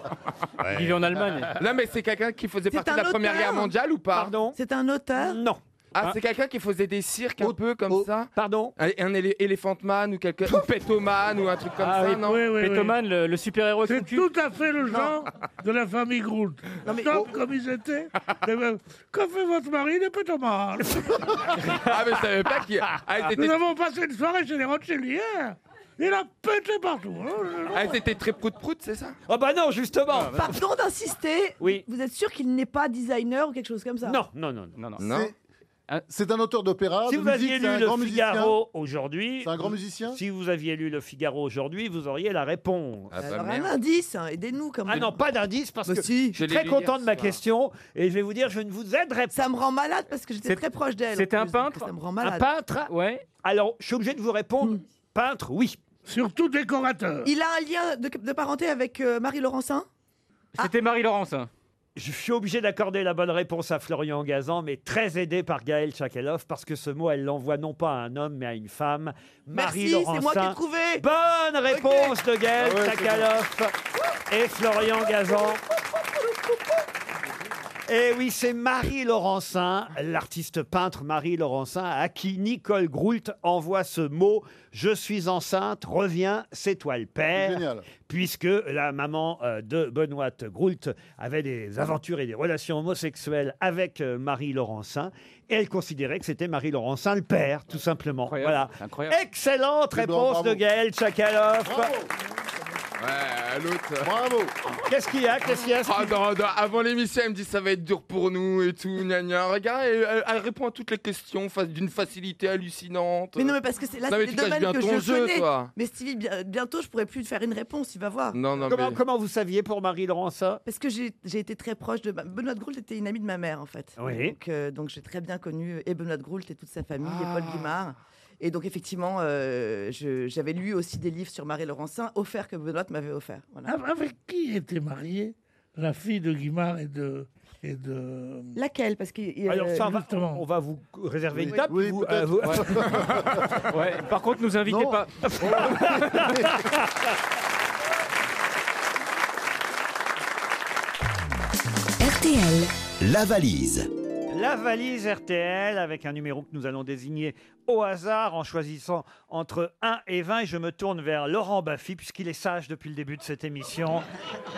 [SPEAKER 3] Il vivait en Allemagne.
[SPEAKER 5] Là, mais c'est quelqu'un qui faisait
[SPEAKER 24] C'est
[SPEAKER 5] partie
[SPEAKER 24] un
[SPEAKER 5] de la Première
[SPEAKER 24] auteur.
[SPEAKER 5] Guerre mondiale ou pas
[SPEAKER 3] Pardon
[SPEAKER 24] C'est un auteur
[SPEAKER 3] Non.
[SPEAKER 5] Ah, c'est quelqu'un qui faisait des cirques un peu comme ça
[SPEAKER 3] Hein Pardon
[SPEAKER 5] Un, un éle- Elephant Man ou quelqu'un. ou Petoman ou un truc comme
[SPEAKER 4] Ah
[SPEAKER 5] ça, non
[SPEAKER 4] Pétoman,
[SPEAKER 5] le, super-héros
[SPEAKER 4] C'est tout à fait le genre de la famille Groult. Top comme ils
[SPEAKER 5] *laughs*
[SPEAKER 4] étaient. les mêmes. Que fait votre mari Il est pétomane.
[SPEAKER 5] Ah, mais je savais pas qui.
[SPEAKER 3] *laughs*
[SPEAKER 5] Ah, ils
[SPEAKER 4] Nous
[SPEAKER 5] étaient-
[SPEAKER 4] avons passé une soirée chez les Rothschild hier. Il a pété partout.
[SPEAKER 5] Ah, c'était très prout-prout, c'est ça
[SPEAKER 3] Oh bah non, justement
[SPEAKER 24] Pardon d'insister.
[SPEAKER 3] Oui.
[SPEAKER 24] Vous êtes sûr qu'il n'est pas designer ou quelque chose comme ça Bah,
[SPEAKER 3] Non, non, non. non,
[SPEAKER 9] C'est- C'est un auteur d'opéra.
[SPEAKER 3] Si
[SPEAKER 9] Oh, de
[SPEAKER 3] vous aviez
[SPEAKER 9] musique, c'est
[SPEAKER 3] lu
[SPEAKER 9] un
[SPEAKER 3] Le
[SPEAKER 9] grand musicien.
[SPEAKER 3] Figaro aujourd'hui.
[SPEAKER 9] C'est un grand
[SPEAKER 3] vous-
[SPEAKER 9] musicien
[SPEAKER 3] Si vous aviez lu Le Figaro aujourd'hui, vous auriez la réponse.
[SPEAKER 5] Bah,
[SPEAKER 24] Alors un indice, hein, aidez-nous quand
[SPEAKER 3] Ah
[SPEAKER 24] même.
[SPEAKER 3] non, pas d'indice parce
[SPEAKER 9] Bah,
[SPEAKER 24] Mais
[SPEAKER 3] que je
[SPEAKER 24] si.
[SPEAKER 3] suis
[SPEAKER 24] Je l'ai
[SPEAKER 3] très
[SPEAKER 24] lu
[SPEAKER 3] content
[SPEAKER 24] hier
[SPEAKER 3] de ma
[SPEAKER 24] soir.
[SPEAKER 3] question et je vais vous dire, je ne vous aiderai pas.
[SPEAKER 24] Ça me rend malade parce que j'étais très proche d'elle. en
[SPEAKER 3] C'était un
[SPEAKER 24] plus, donc
[SPEAKER 3] peintre
[SPEAKER 24] Ça me rend malade. Hmm.
[SPEAKER 3] Un peintre Ouais. Alors, je suis obligé de vous répondre. Peintre, oui.
[SPEAKER 4] Surtout décorateur.
[SPEAKER 24] Il a un lien de, de parenté avec euh, Marie Laurencin Ah.
[SPEAKER 3] C'était Marie-Laurence. Je suis obligé d'accorder la bonne réponse à Florian Gazan, mais très aidé par Gaël Tchakelov, parce que ce mot, elle l'envoie non pas à un homme, mais à une femme.
[SPEAKER 24] Merci, c'est moi qui ai trouvé.
[SPEAKER 3] Bonne réponse de Gaël
[SPEAKER 24] Ah ouais, c'est
[SPEAKER 3] Tchakalov et Florian Gazan. Et oui, c'est Marie Laurencin, l'artiste peintre Marie Laurencin, à qui Nicole Groult envoie ce mot Je suis enceinte, reviens, c'est toi le père.
[SPEAKER 9] Génial.
[SPEAKER 3] Puisque la maman euh, de Benoît Groult avait des aventures et des relations homosexuelles avec euh, Marie Laurencin. Et elle considérait que c'était Marie Laurencin le père, tout simplement. Voilà. Excellente
[SPEAKER 11] Eh ben,
[SPEAKER 3] réponse
[SPEAKER 11] bravo.
[SPEAKER 3] de Gaël Tchakaloff.
[SPEAKER 5] Ouais, l'autre.
[SPEAKER 9] Bravo.
[SPEAKER 3] Qu'est-ce qu'il y a Qu'est-ce qu'il y a
[SPEAKER 5] Ah, non, non, Avant l'émission, elle me dit ça va être dur pour nous et tout. Gna, gna. Regarde, elle, elle- elle répond à toutes les questions fa- d'une facilité hallucinante.
[SPEAKER 24] Mais non, mais parce que c'est là,
[SPEAKER 5] Non, mais
[SPEAKER 24] c'est des
[SPEAKER 5] tu caches
[SPEAKER 24] domaines
[SPEAKER 5] bien
[SPEAKER 24] que
[SPEAKER 5] ton
[SPEAKER 24] je
[SPEAKER 5] jeu,
[SPEAKER 24] connais.
[SPEAKER 5] toi.
[SPEAKER 24] Mais Stevie, bien- bientôt, je pourrais plus te faire une réponse, il va voir.
[SPEAKER 5] Non, non,
[SPEAKER 3] comment,
[SPEAKER 5] mais-
[SPEAKER 3] comment vous saviez pour Marie Laurencin
[SPEAKER 24] Parce que j'ai j'ai été très proche de... ma- Benoît de Groult était une amie de ma mère, en fait.
[SPEAKER 3] Oui.
[SPEAKER 24] Donc, euh, donc j'ai très bien connu euh, et Benoît de Groult et toute sa famille, et
[SPEAKER 5] Ah.
[SPEAKER 24] Paul Guimard. Et donc, effectivement, euh, je- j'avais lu aussi des livres sur Marie Laurencin, offerts que Benoît m'avait offerts. Voilà.
[SPEAKER 4] Ah,
[SPEAKER 3] Ah.
[SPEAKER 4] Avec qui était mariée la fille de Guimard et de. Et de...
[SPEAKER 24] Laquelle Parce qu'il.
[SPEAKER 3] Alors ça, on va,
[SPEAKER 4] euh, Justement.
[SPEAKER 3] on va vous réserver une
[SPEAKER 4] Oui.
[SPEAKER 3] table.
[SPEAKER 4] Oui,
[SPEAKER 3] vous-
[SPEAKER 4] peut-être.
[SPEAKER 3] vous-
[SPEAKER 4] *laughs*
[SPEAKER 13] Ouais, par contre, nous invitez pas.
[SPEAKER 6] RTL. La valise.
[SPEAKER 3] La valise RTL avec un numéro que nous allons désigner au hasard en choisissant entre 1 et 20. Et je me tourne vers Laurent Baffy puisqu'il est sage depuis le début de cette émission.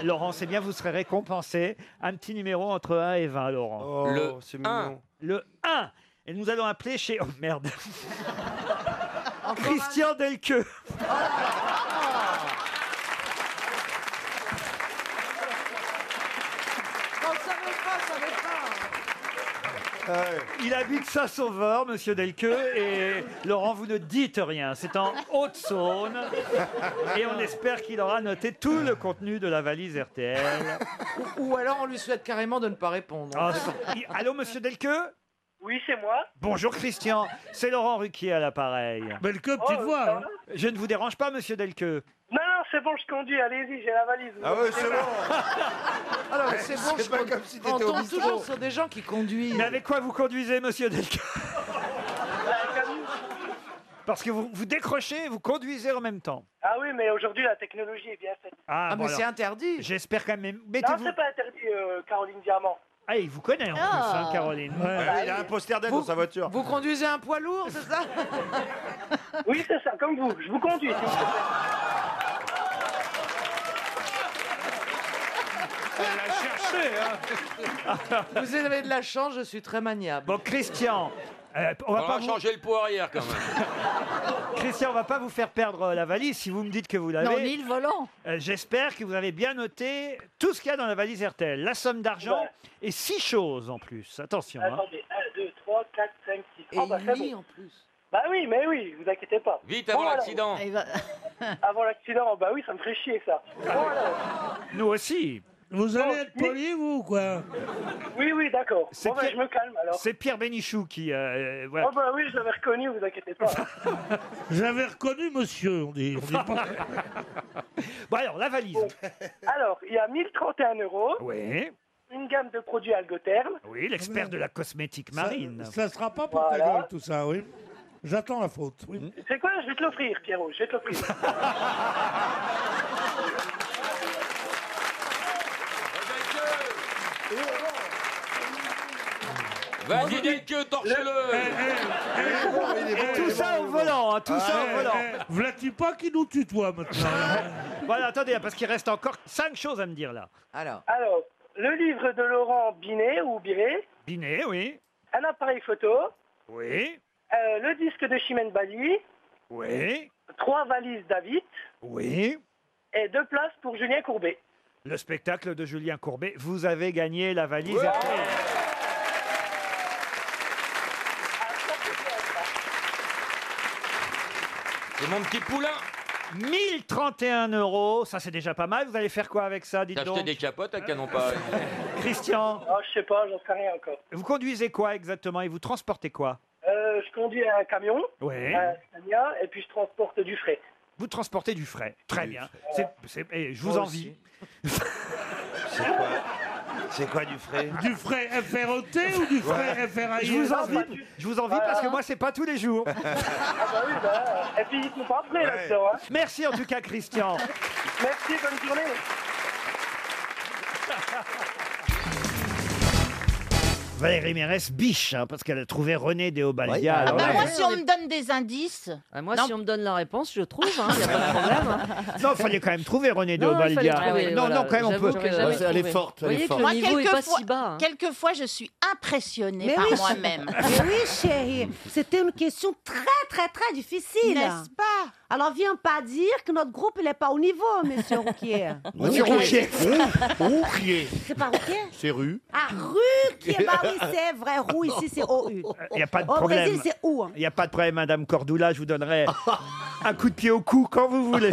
[SPEAKER 3] Laurent, c'est bien, vous serez récompensé. Un petit numéro entre 1 et 20, Laurent.
[SPEAKER 35] Oh, Le c'est mignon.
[SPEAKER 3] 1. Le 1. Et nous allons appeler chez... Oh merde. Christian Delqueux.
[SPEAKER 13] On savait pas, on savait pas.
[SPEAKER 3] Il habite Saint-Sauveur, monsieur Delqueux, et Laurent, vous ne dites rien. C'est en Haute-Saône, et on espère qu'il aura noté tout le contenu de la valise RTL.
[SPEAKER 13] Ou, ou alors on lui souhaite carrément de ne pas répondre.
[SPEAKER 3] Ah, c'est- I- *laughs* Allô, monsieur Delqueux
[SPEAKER 13] Oui, c'est moi.
[SPEAKER 3] Bonjour Christian, c'est Laurent Ruquier à l'appareil. Delqueux,
[SPEAKER 13] petite Oh, voix, ça hein. va
[SPEAKER 3] Je ne vous dérange pas, monsieur Delqueux
[SPEAKER 13] Non, non, c'est bon, je conduis, allez-y, j'ai la valise.
[SPEAKER 4] Ah
[SPEAKER 3] Ah
[SPEAKER 13] *laughs* Alors, c'est bon,
[SPEAKER 3] C'est
[SPEAKER 13] je
[SPEAKER 3] pas
[SPEAKER 13] conduis.
[SPEAKER 3] comme si t'étais
[SPEAKER 13] On
[SPEAKER 3] au
[SPEAKER 13] tombe
[SPEAKER 3] bistrot.
[SPEAKER 13] toujours sur des gens qui conduisent.
[SPEAKER 3] Mais avec quoi vous conduisez, monsieur Delqueux Parce que vous, vous décrochez et vous conduisez en même temps.
[SPEAKER 5] Ah oui, mais aujourd'hui, la technologie est bien faite.
[SPEAKER 3] Ah,
[SPEAKER 5] mais c'est
[SPEAKER 3] interdit J'espère quand même...
[SPEAKER 5] non,
[SPEAKER 3] Mettez-vous...
[SPEAKER 5] c'est pas interdit, euh, Caroline Diamant.
[SPEAKER 3] Ah, il vous connaît en plus,
[SPEAKER 5] Ah.
[SPEAKER 3] hein, Caroline.
[SPEAKER 5] Ouais. Ah,
[SPEAKER 36] Il a un poster d'elle dans sa voiture.
[SPEAKER 13] Vous conduisez un poids lourd, c'est ça
[SPEAKER 5] Oui, c'est ça, comme vous. Je vous conduis. s'il vous
[SPEAKER 13] Elle
[SPEAKER 5] plaît.
[SPEAKER 13] l'a cherché,
[SPEAKER 4] hein.
[SPEAKER 13] Vous avez de la chance, je suis très maniable.
[SPEAKER 3] Bon, Christian, euh, on va pas vous-
[SPEAKER 37] changer le pot arrière quand même.
[SPEAKER 3] Christian, on va pas vous faire perdre euh, la valise si vous me dites que vous l'avez.
[SPEAKER 37] Non, ni le
[SPEAKER 3] volant. J'espère que vous avez bien noté tout ce qu'il y a dans la valise RTL. La somme d'argent et six choses en plus. Attention. hein.
[SPEAKER 5] Attendez, 1, 2, 3, 4, 5, 6.
[SPEAKER 3] Et il lit en
[SPEAKER 5] plus. Bah oui, mais oui, vous inquiétez pas.
[SPEAKER 37] Vite avant
[SPEAKER 5] alors.
[SPEAKER 37] l'accident.
[SPEAKER 5] avant l'accident, bah oui, ça me ferait chier ça. Bon, alors.
[SPEAKER 3] Nous aussi.
[SPEAKER 4] Vous allez être poli, vous, ou quoi
[SPEAKER 5] Oui, oui, d'accord.
[SPEAKER 3] C'est
[SPEAKER 5] Bon, bah,
[SPEAKER 3] Pierre-
[SPEAKER 5] je me calme alors.
[SPEAKER 3] C'est Pierre Bénichou qui. euh, voilà.
[SPEAKER 5] Oh bah oui, je l'avais reconnu, vous inquiétez pas.
[SPEAKER 4] J'avais reconnu monsieur, on dit. On dit pas...
[SPEAKER 3] *laughs*
[SPEAKER 4] Hmm.
[SPEAKER 3] bon, alors, la valise.
[SPEAKER 5] alors, il y a 1031 euros.
[SPEAKER 3] Oui.
[SPEAKER 5] Une gamme de produits Algotherm.
[SPEAKER 3] Oui, l'expert de la cosmétique marine.
[SPEAKER 4] Ça sera pas pour ta
[SPEAKER 5] Voilà.
[SPEAKER 4] gueule, tout ça, oui. J'attends la faute. Oui.
[SPEAKER 5] C'est quoi Je vais te l'offrir, Pierrot, je vais te l'offrir.
[SPEAKER 37] Vas-y, Delqueux, torche-le.
[SPEAKER 3] tout ça au volant, hein, tout ça au volant.
[SPEAKER 4] V'là-tu Eh, pas qui nous tutoie maintenant
[SPEAKER 3] *laughs* voilà, attendez, là, parce qu'il reste encore cinq choses à me dire là.
[SPEAKER 13] Alors.
[SPEAKER 5] Alors, le livre de Laurent Binet ou Biret.
[SPEAKER 3] Binet, oui.
[SPEAKER 5] Un appareil photo.
[SPEAKER 3] Oui.
[SPEAKER 5] Euh, le disque de Chimène Bali.
[SPEAKER 3] Oui.
[SPEAKER 5] Trois valises David.
[SPEAKER 3] Oui.
[SPEAKER 5] Et deux places pour Julien Courbet.
[SPEAKER 3] Le spectacle de Julien Courbet. Vous avez gagné la valise. RTL.
[SPEAKER 37] C'est mon petit poulain.
[SPEAKER 3] 1031 euros, ça c'est déjà pas mal. Vous allez faire quoi avec ça, dites
[SPEAKER 37] T'as acheté
[SPEAKER 3] donc
[SPEAKER 37] des capotes à canon pas.
[SPEAKER 3] *laughs* Christian
[SPEAKER 5] Oh, je sais pas, j'en sais rien encore.
[SPEAKER 3] Vous conduisez quoi exactement et vous transportez quoi
[SPEAKER 5] Euh, je conduis un camion.
[SPEAKER 3] Ouais.
[SPEAKER 5] Un Scania, et puis je transporte du frais.
[SPEAKER 3] Vous transportez du frais. Très bien. C'est- c'est- eh, je vous
[SPEAKER 5] Moi
[SPEAKER 3] envie.
[SPEAKER 36] C'est quoi du frais
[SPEAKER 4] Du frais FROT ou du frais FRAI
[SPEAKER 3] Je vous envie, je vous envie parce que moi c'est pas tous les jours.
[SPEAKER 5] *laughs* Ah bah oui, bah, et puis ils sont pas prêts là-dedans. hein.
[SPEAKER 3] Merci en tout cas Christian.
[SPEAKER 5] Merci, bonne journée.
[SPEAKER 3] Valérie Mérès biche hein, parce qu'elle a trouvé René Déobaldia.
[SPEAKER 17] Ah
[SPEAKER 3] Alors
[SPEAKER 17] bah
[SPEAKER 3] là,
[SPEAKER 17] moi, si on me donne des indices. Ah, moi, si on me donne la réponse, je trouve. Il n'y a pas
[SPEAKER 3] *laughs*
[SPEAKER 17] de problème.
[SPEAKER 3] Non, il fallait quand même trouver René
[SPEAKER 17] Non, il fallait
[SPEAKER 3] Deobaldia.
[SPEAKER 17] trouver,
[SPEAKER 3] non,
[SPEAKER 17] voilà.
[SPEAKER 3] non, quand même, on
[SPEAKER 17] J'avoue
[SPEAKER 3] peut.
[SPEAKER 17] que j'avais trouvé. Vous voyez que le niveau est pas si bas. hein.
[SPEAKER 21] Quelquefois, je suis impressionnée
[SPEAKER 17] Mais
[SPEAKER 21] par
[SPEAKER 17] oui, c'est-
[SPEAKER 21] moi-même.
[SPEAKER 17] Mais oui, chérie, c'était une question très, très, très difficile.
[SPEAKER 21] N'est-ce
[SPEAKER 17] pas Alors, viens pas dire que notre groupe, il n'est pas au niveau,
[SPEAKER 3] *laughs*
[SPEAKER 17] monsieur Rouquier.
[SPEAKER 21] Monsieur Rouquier.
[SPEAKER 17] *laughs*
[SPEAKER 14] Rouquier.
[SPEAKER 17] C'est pas Rouquier
[SPEAKER 14] C'est rue.
[SPEAKER 17] Ah, Ruquier, bah oui, c'est vrai, Roux, ici, c'est OU.
[SPEAKER 3] Il n'y a pas de
[SPEAKER 17] Au
[SPEAKER 3] problème.
[SPEAKER 17] Brésil, c'est où hein
[SPEAKER 3] Il n'y a pas de problème, Madame Cordula, je vous
[SPEAKER 17] *laughs*
[SPEAKER 3] donnerai un coup de pied au cou quand vous voulez.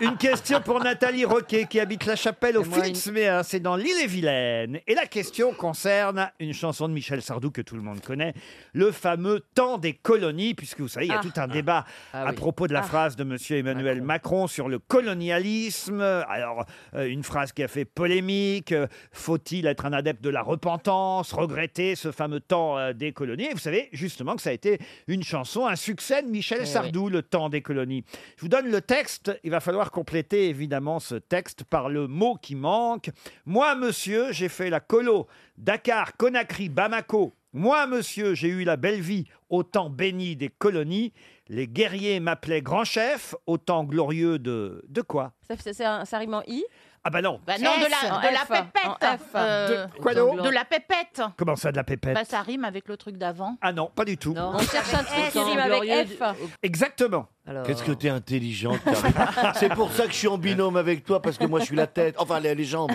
[SPEAKER 3] Une question pour Nathalie Roquet qui habite La Chapelle au Philips-Méa, c'est dans l'île-et-Vilaine. Et la question concerne une chanson de Michel Sardou que tout le monde connaît, le fameux temps des colonies, puisque vous savez, il y a
[SPEAKER 38] Ah.
[SPEAKER 3] tout un débat
[SPEAKER 38] Ah
[SPEAKER 3] à
[SPEAKER 38] oui.
[SPEAKER 3] propos de la
[SPEAKER 38] Ah.
[SPEAKER 3] phrase de Monsieur Emmanuel Macron. sur le colonialisme. Alors, euh, une phrase qui a fait polémique. Euh, Faut-il être un adepte de la repentance, regretter ce fameux temps euh, des colonies Et vous savez justement que ça a été une chanson, un succès de Michel
[SPEAKER 38] Eh
[SPEAKER 3] Sardou, le temps des colonies. Je vous donne le texte. Il va falloir falloir compléter évidemment ce texte par le mot qui manque. Moi, monsieur, j'ai fait la colo. Dakar, Conakry, Bamako. Moi, monsieur, j'ai eu la belle vie au temps béni des colonies. Les guerriers m'appelaient grand chef au temps glorieux de... De quoi
[SPEAKER 1] *laughs* Ça, fait- c'est un, ça rime en I
[SPEAKER 3] Ah bah non.
[SPEAKER 17] Bah non, de la,
[SPEAKER 1] En
[SPEAKER 17] de la
[SPEAKER 1] F, en
[SPEAKER 17] pépette.
[SPEAKER 1] F.
[SPEAKER 17] Euh,
[SPEAKER 3] De quoi donc
[SPEAKER 17] De la pépette.
[SPEAKER 3] Comment ça, de la pépette
[SPEAKER 17] Bah, ça rime avec le truc d'avant. Eh,
[SPEAKER 3] Ah non, pas du tout.
[SPEAKER 17] On cherche un truc
[SPEAKER 1] qui rime avec F.
[SPEAKER 3] Exactement.
[SPEAKER 32] Qu'est-ce
[SPEAKER 5] euh, *laughs*
[SPEAKER 32] que t'es intelligente, Karine. C'est pour ça que je suis en binôme avec toi, parce que moi, je suis la tête. Enfin, les, les jambes.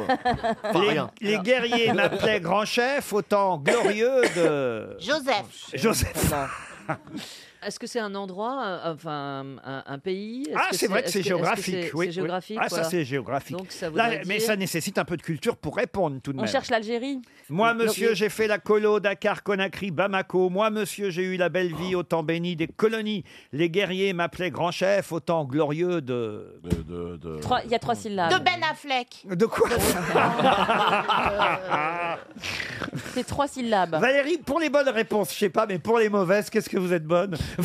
[SPEAKER 32] Enfin,
[SPEAKER 3] les,
[SPEAKER 32] rien.
[SPEAKER 3] les
[SPEAKER 5] *laughs*
[SPEAKER 3] guerriers m'appelaient grand chef au temps glorieux de...
[SPEAKER 17] Joseph.
[SPEAKER 3] Joseph.
[SPEAKER 15] Est-ce que c'est un endroit, euh, enfin un, un pays Est-ce
[SPEAKER 3] Ah,
[SPEAKER 15] que
[SPEAKER 3] c'est vrai que
[SPEAKER 15] est-ce
[SPEAKER 3] c'est
[SPEAKER 15] est-ce
[SPEAKER 3] géographique.
[SPEAKER 15] c'est-
[SPEAKER 3] oui,
[SPEAKER 15] c'est
[SPEAKER 3] oui.
[SPEAKER 15] géographique.
[SPEAKER 3] Ah, ça,
[SPEAKER 15] voilà.
[SPEAKER 3] c'est géographique.
[SPEAKER 15] Donc, ça
[SPEAKER 3] Là,
[SPEAKER 15] voudrait
[SPEAKER 3] mais
[SPEAKER 15] dire-
[SPEAKER 3] ça nécessite un peu de culture pour répondre tout de
[SPEAKER 1] On
[SPEAKER 3] même.
[SPEAKER 1] cherche l'Algérie.
[SPEAKER 3] Moi,
[SPEAKER 1] Donc,
[SPEAKER 3] monsieur,
[SPEAKER 1] oui.
[SPEAKER 3] j'ai fait la colo, Dakar, Conakry, Bamako. Moi, monsieur, j'ai eu la belle vie au temps béni des colonies. Les guerriers m'appelaient grand chef au temps glorieux de... De,
[SPEAKER 1] Trois- Il y a trois syllabes.
[SPEAKER 17] De Ben Affleck. Ben
[SPEAKER 3] quoi
[SPEAKER 1] C'est trois syllabes.
[SPEAKER 3] Valérie, pour les bonnes réponses, je sais pas, mais pour les mauvaises, qu'est-ce que vous êtes bonne
[SPEAKER 15] Eh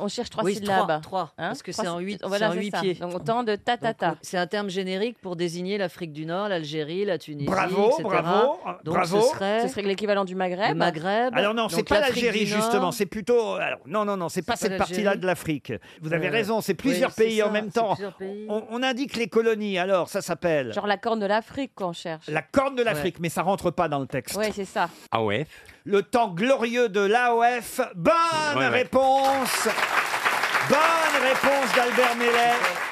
[SPEAKER 1] On cherche trois
[SPEAKER 15] Oui,
[SPEAKER 1] syllabes.
[SPEAKER 15] trois, trois,
[SPEAKER 1] Hein
[SPEAKER 15] parce que
[SPEAKER 1] Trois
[SPEAKER 15] c'est en
[SPEAKER 1] sy-
[SPEAKER 15] huit-
[SPEAKER 1] voilà,
[SPEAKER 15] c'est en
[SPEAKER 1] c'est
[SPEAKER 15] huit
[SPEAKER 1] ça.
[SPEAKER 15] pieds.
[SPEAKER 1] Donc on tente de ta ta ta.
[SPEAKER 15] C'est un terme générique pour désigner l'Afrique du Nord, l'Algérie, la Tunisie.
[SPEAKER 3] Bravo,
[SPEAKER 15] etc.
[SPEAKER 3] bravo, euh,
[SPEAKER 15] Donc
[SPEAKER 3] bravo.
[SPEAKER 15] ce serait.
[SPEAKER 1] Ce serait l'équivalent du Maghreb.
[SPEAKER 15] Le ben, Maghreb.
[SPEAKER 3] Alors non,
[SPEAKER 15] Donc
[SPEAKER 3] c'est pas
[SPEAKER 15] l'Afrique du
[SPEAKER 3] l'Algérie
[SPEAKER 15] Nord.
[SPEAKER 3] justement, c'est plutôt alors, non non non, c'est pas
[SPEAKER 15] pas
[SPEAKER 3] cette
[SPEAKER 15] l'Algérie.
[SPEAKER 3] partie-là de l'Afrique. Vous avez
[SPEAKER 15] Euh,
[SPEAKER 3] raison, c'est
[SPEAKER 15] oui,
[SPEAKER 3] plusieurs
[SPEAKER 15] c'est
[SPEAKER 3] pays en
[SPEAKER 15] ça,
[SPEAKER 3] même
[SPEAKER 15] c'est
[SPEAKER 3] temps.
[SPEAKER 15] plusieurs pays.
[SPEAKER 3] On, on indique les colonies. Alors ça s'appelle
[SPEAKER 1] Genre la corne de l'Afrique qu'on cherche.
[SPEAKER 3] la Corne de l'Afrique, mais ça rentre pas dans le texte.
[SPEAKER 1] Ouais, c'est ça.
[SPEAKER 3] AOF. Le temps glorieux de l'AOF. Bonne
[SPEAKER 32] Ouais, ouais.
[SPEAKER 3] réponse. Bonne réponse d'Albert Mellet.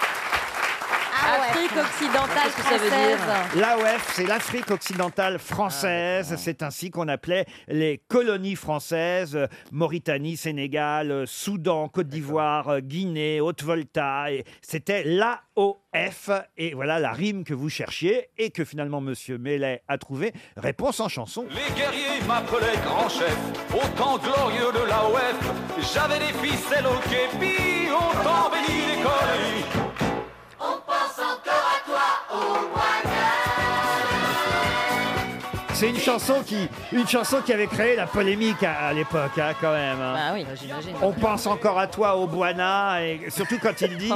[SPEAKER 1] Afrique occidentale
[SPEAKER 15] Qu'est-ce que ça veut dire
[SPEAKER 1] française.
[SPEAKER 3] L'AOF, c'est l'Afrique occidentale
[SPEAKER 15] Ah,
[SPEAKER 3] française. c'est ainsi qu'on appelait les colonies françaises. euh, Mauritanie, Sénégal, euh, Soudan, Côte d'Ivoire, euh, Guinée, Haute-Volta. Et C'était l'AOF. Et voilà la rime que vous cherchiez et que finalement Monsieur Mellet a trouvé. Réponse en chanson.
[SPEAKER 7] Les guerriers m'appelaient grand chef, au temps glorieux de la OF. J'avais des ficelles au képi, au temps béni des colonies.
[SPEAKER 17] On pense encore à toi,
[SPEAKER 3] C'est une chanson qui, une chanson qui avait créé la polémique à, à l'époque, hein, quand même. hein.
[SPEAKER 32] Bah
[SPEAKER 15] Ah oui, j'imagine.
[SPEAKER 3] On pense encore à toi, au Boana, et surtout quand il
[SPEAKER 32] *laughs*
[SPEAKER 3] dit,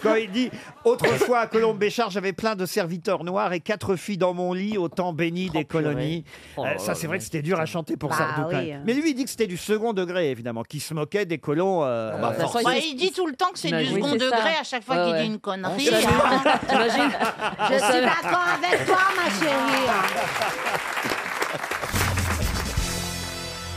[SPEAKER 3] quand il dit, autrefois à Colombe Béchard, j'avais plein de serviteurs noirs et quatre filles dans mon lit au temps béni des colonies.
[SPEAKER 32] Oh
[SPEAKER 3] Euh,
[SPEAKER 32] là
[SPEAKER 3] ça,
[SPEAKER 32] là
[SPEAKER 3] c'est
[SPEAKER 32] là.
[SPEAKER 3] vrai que c'était dur à chanter pour
[SPEAKER 32] Bah
[SPEAKER 3] Sardou. quand
[SPEAKER 32] oui,
[SPEAKER 3] même.
[SPEAKER 32] hein.
[SPEAKER 3] Mais lui, il dit que c'était du second degré, évidemment, qui se moquait des colons. euh,
[SPEAKER 32] bah,
[SPEAKER 3] euh,
[SPEAKER 17] Bah, il dit tout le temps que c'est du
[SPEAKER 3] Imagine.
[SPEAKER 17] second
[SPEAKER 3] Oui, c'est
[SPEAKER 17] degré
[SPEAKER 3] ça.
[SPEAKER 17] à chaque fois
[SPEAKER 3] Ouais,
[SPEAKER 17] qu'il
[SPEAKER 3] ouais.
[SPEAKER 17] dit une connerie.
[SPEAKER 3] On savait.
[SPEAKER 17] hein.
[SPEAKER 3] T'imagines
[SPEAKER 17] Je
[SPEAKER 3] On
[SPEAKER 17] suis
[SPEAKER 3] savait.
[SPEAKER 17] d'accord avec toi, ma chérie.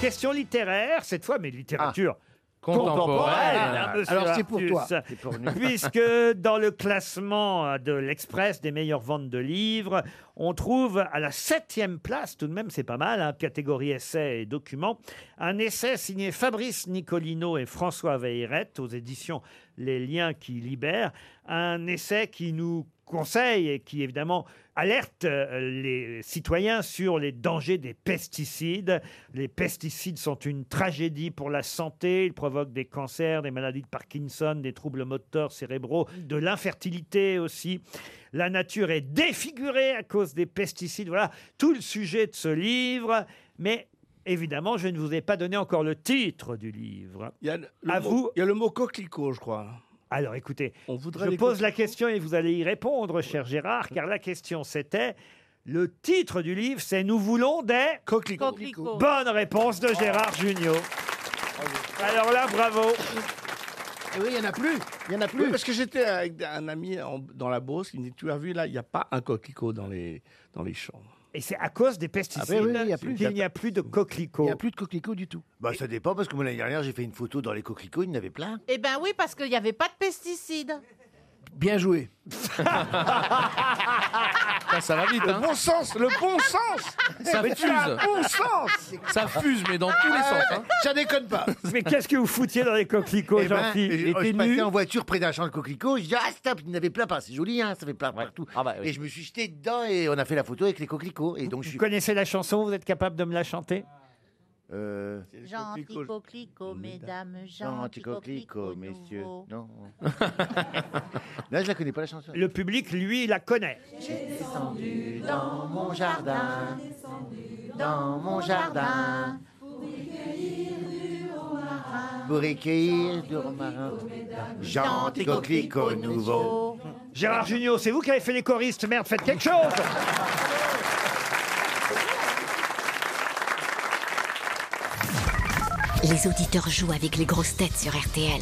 [SPEAKER 3] Question littéraire, cette fois, mais littérature.
[SPEAKER 31] Ah. Contemporaine.
[SPEAKER 3] hein, monsieur
[SPEAKER 31] Alors, c'est pour
[SPEAKER 3] Artus.
[SPEAKER 31] toi. C'est pour nous. *laughs*
[SPEAKER 3] Puisque dans le classement euh, de l'Express des meilleures ventes de livres, on trouve à la septième place, tout de même c'est pas mal, hein, catégorie essais et documents, un essai signé Fabrice Nicolino et François Veilleret aux éditions Les Liens qui libèrent, un essai qui nous conseille et qui évidemment alerte euh, les citoyens sur les dangers des pesticides. Les pesticides sont une tragédie pour la santé. Ils provoquent des cancers, des maladies de Parkinson, des troubles moteurs cérébraux, de l'infertilité aussi. La nature est défigurée à cause des pesticides. Voilà tout le sujet de ce livre. Mais évidemment, je ne vous ai pas donné encore le titre du livre.
[SPEAKER 39] Il y a le, le
[SPEAKER 3] À
[SPEAKER 39] mot-
[SPEAKER 3] vous.
[SPEAKER 39] il y a le mot coquelicot, je crois.
[SPEAKER 3] Alors écoutez,
[SPEAKER 39] On voudrait
[SPEAKER 3] je
[SPEAKER 39] les
[SPEAKER 3] pose
[SPEAKER 39] coquelicots.
[SPEAKER 3] la question et vous allez y répondre, cher Gérard, car la question c'était le titre du livre, c'est Nous voulons des coquelicots.
[SPEAKER 17] Coquelicots.
[SPEAKER 3] Bonne réponse de Gérard Junior.
[SPEAKER 32] Oh.
[SPEAKER 3] Alors là, bravo.
[SPEAKER 39] Et oui, il n'y en a plus. Il y en a plus. parce que j'étais avec un ami en- dans la Beauce qui me dit Tu as vu là, il n'y a pas un coquelicot dans les, dans les champs.
[SPEAKER 3] Et c'est à cause des pesticides
[SPEAKER 39] Ah ben oui, il y a plus.
[SPEAKER 3] qu'il n'y a plus de coquelicots. Il n'y a
[SPEAKER 39] plus de coquelicots du tout.
[SPEAKER 32] Bah, ça dépend, parce que moi, l'année dernière, j'ai fait une photo dans les coquelicots, il y en avait plein.
[SPEAKER 17] Eh ben oui, parce qu'il n'y avait pas de pesticides.
[SPEAKER 39] Bien joué.
[SPEAKER 20] ça va vite,
[SPEAKER 4] Le
[SPEAKER 20] hein.
[SPEAKER 4] bon sens, le bon sens
[SPEAKER 20] Ça
[SPEAKER 4] Mais tu
[SPEAKER 20] fuse.
[SPEAKER 4] as un bon sens
[SPEAKER 20] Ça fuse, mais dans
[SPEAKER 39] Ah,
[SPEAKER 20] tous les sens. hein.
[SPEAKER 4] Ça déconne
[SPEAKER 32] Bah.
[SPEAKER 4] pas
[SPEAKER 3] *laughs* Mais qu'est-ce que vous foutiez dans les coquelicots,
[SPEAKER 32] Eh ben,
[SPEAKER 3] Jean-Philippe
[SPEAKER 32] je- je passais en voiture près d'un champ de coquelicots, je dis ah stop, il n'y en avait plein par, c'est joli, hein, ça fait plein partout.
[SPEAKER 3] Ah bah
[SPEAKER 32] Et je me suis jeté dedans et on a fait la photo avec les coquelicots. Et donc je
[SPEAKER 3] Vous
[SPEAKER 32] suis.
[SPEAKER 3] connaissez la chanson, vous êtes capable de me la chanter
[SPEAKER 32] Euh,
[SPEAKER 17] Gentil coquelicot, mesdames,
[SPEAKER 32] non,
[SPEAKER 17] gentil
[SPEAKER 32] anti coquelicot,
[SPEAKER 17] coquelicot,
[SPEAKER 32] messieurs.
[SPEAKER 17] nouveau.
[SPEAKER 32] Non. *laughs* Là, je la connais pas la chanson.
[SPEAKER 3] Le public, lui, la connaît.
[SPEAKER 17] J'ai descendu
[SPEAKER 32] dans mon jardin,
[SPEAKER 17] dans
[SPEAKER 32] mon jardin,
[SPEAKER 17] pour y cueillir du romarin.
[SPEAKER 32] Bourriquet de romarin. Gentil coquelicot nouveau.
[SPEAKER 3] Gérard Junior, c'est vous qui avez fait les choristes, merde, faites quelque chose
[SPEAKER 28] Les auditeurs jouent avec les grosses têtes sur RTL.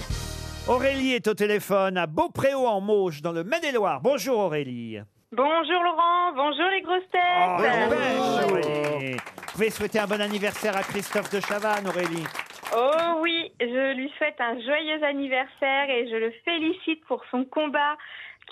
[SPEAKER 3] Aurélie est au téléphone à Beaupréau en Mauge, dans le Maine-et-Loire. Bonjour Aurélie.
[SPEAKER 16] Bonjour Laurent, bonjour les grosses têtes.
[SPEAKER 3] Ah, Bonjour, Aurélie. Vous pouvez souhaiter un bon anniversaire à Christophe de Chavannes, Aurélie.
[SPEAKER 16] Oh oui, je lui souhaite un joyeux anniversaire et je le félicite pour son combat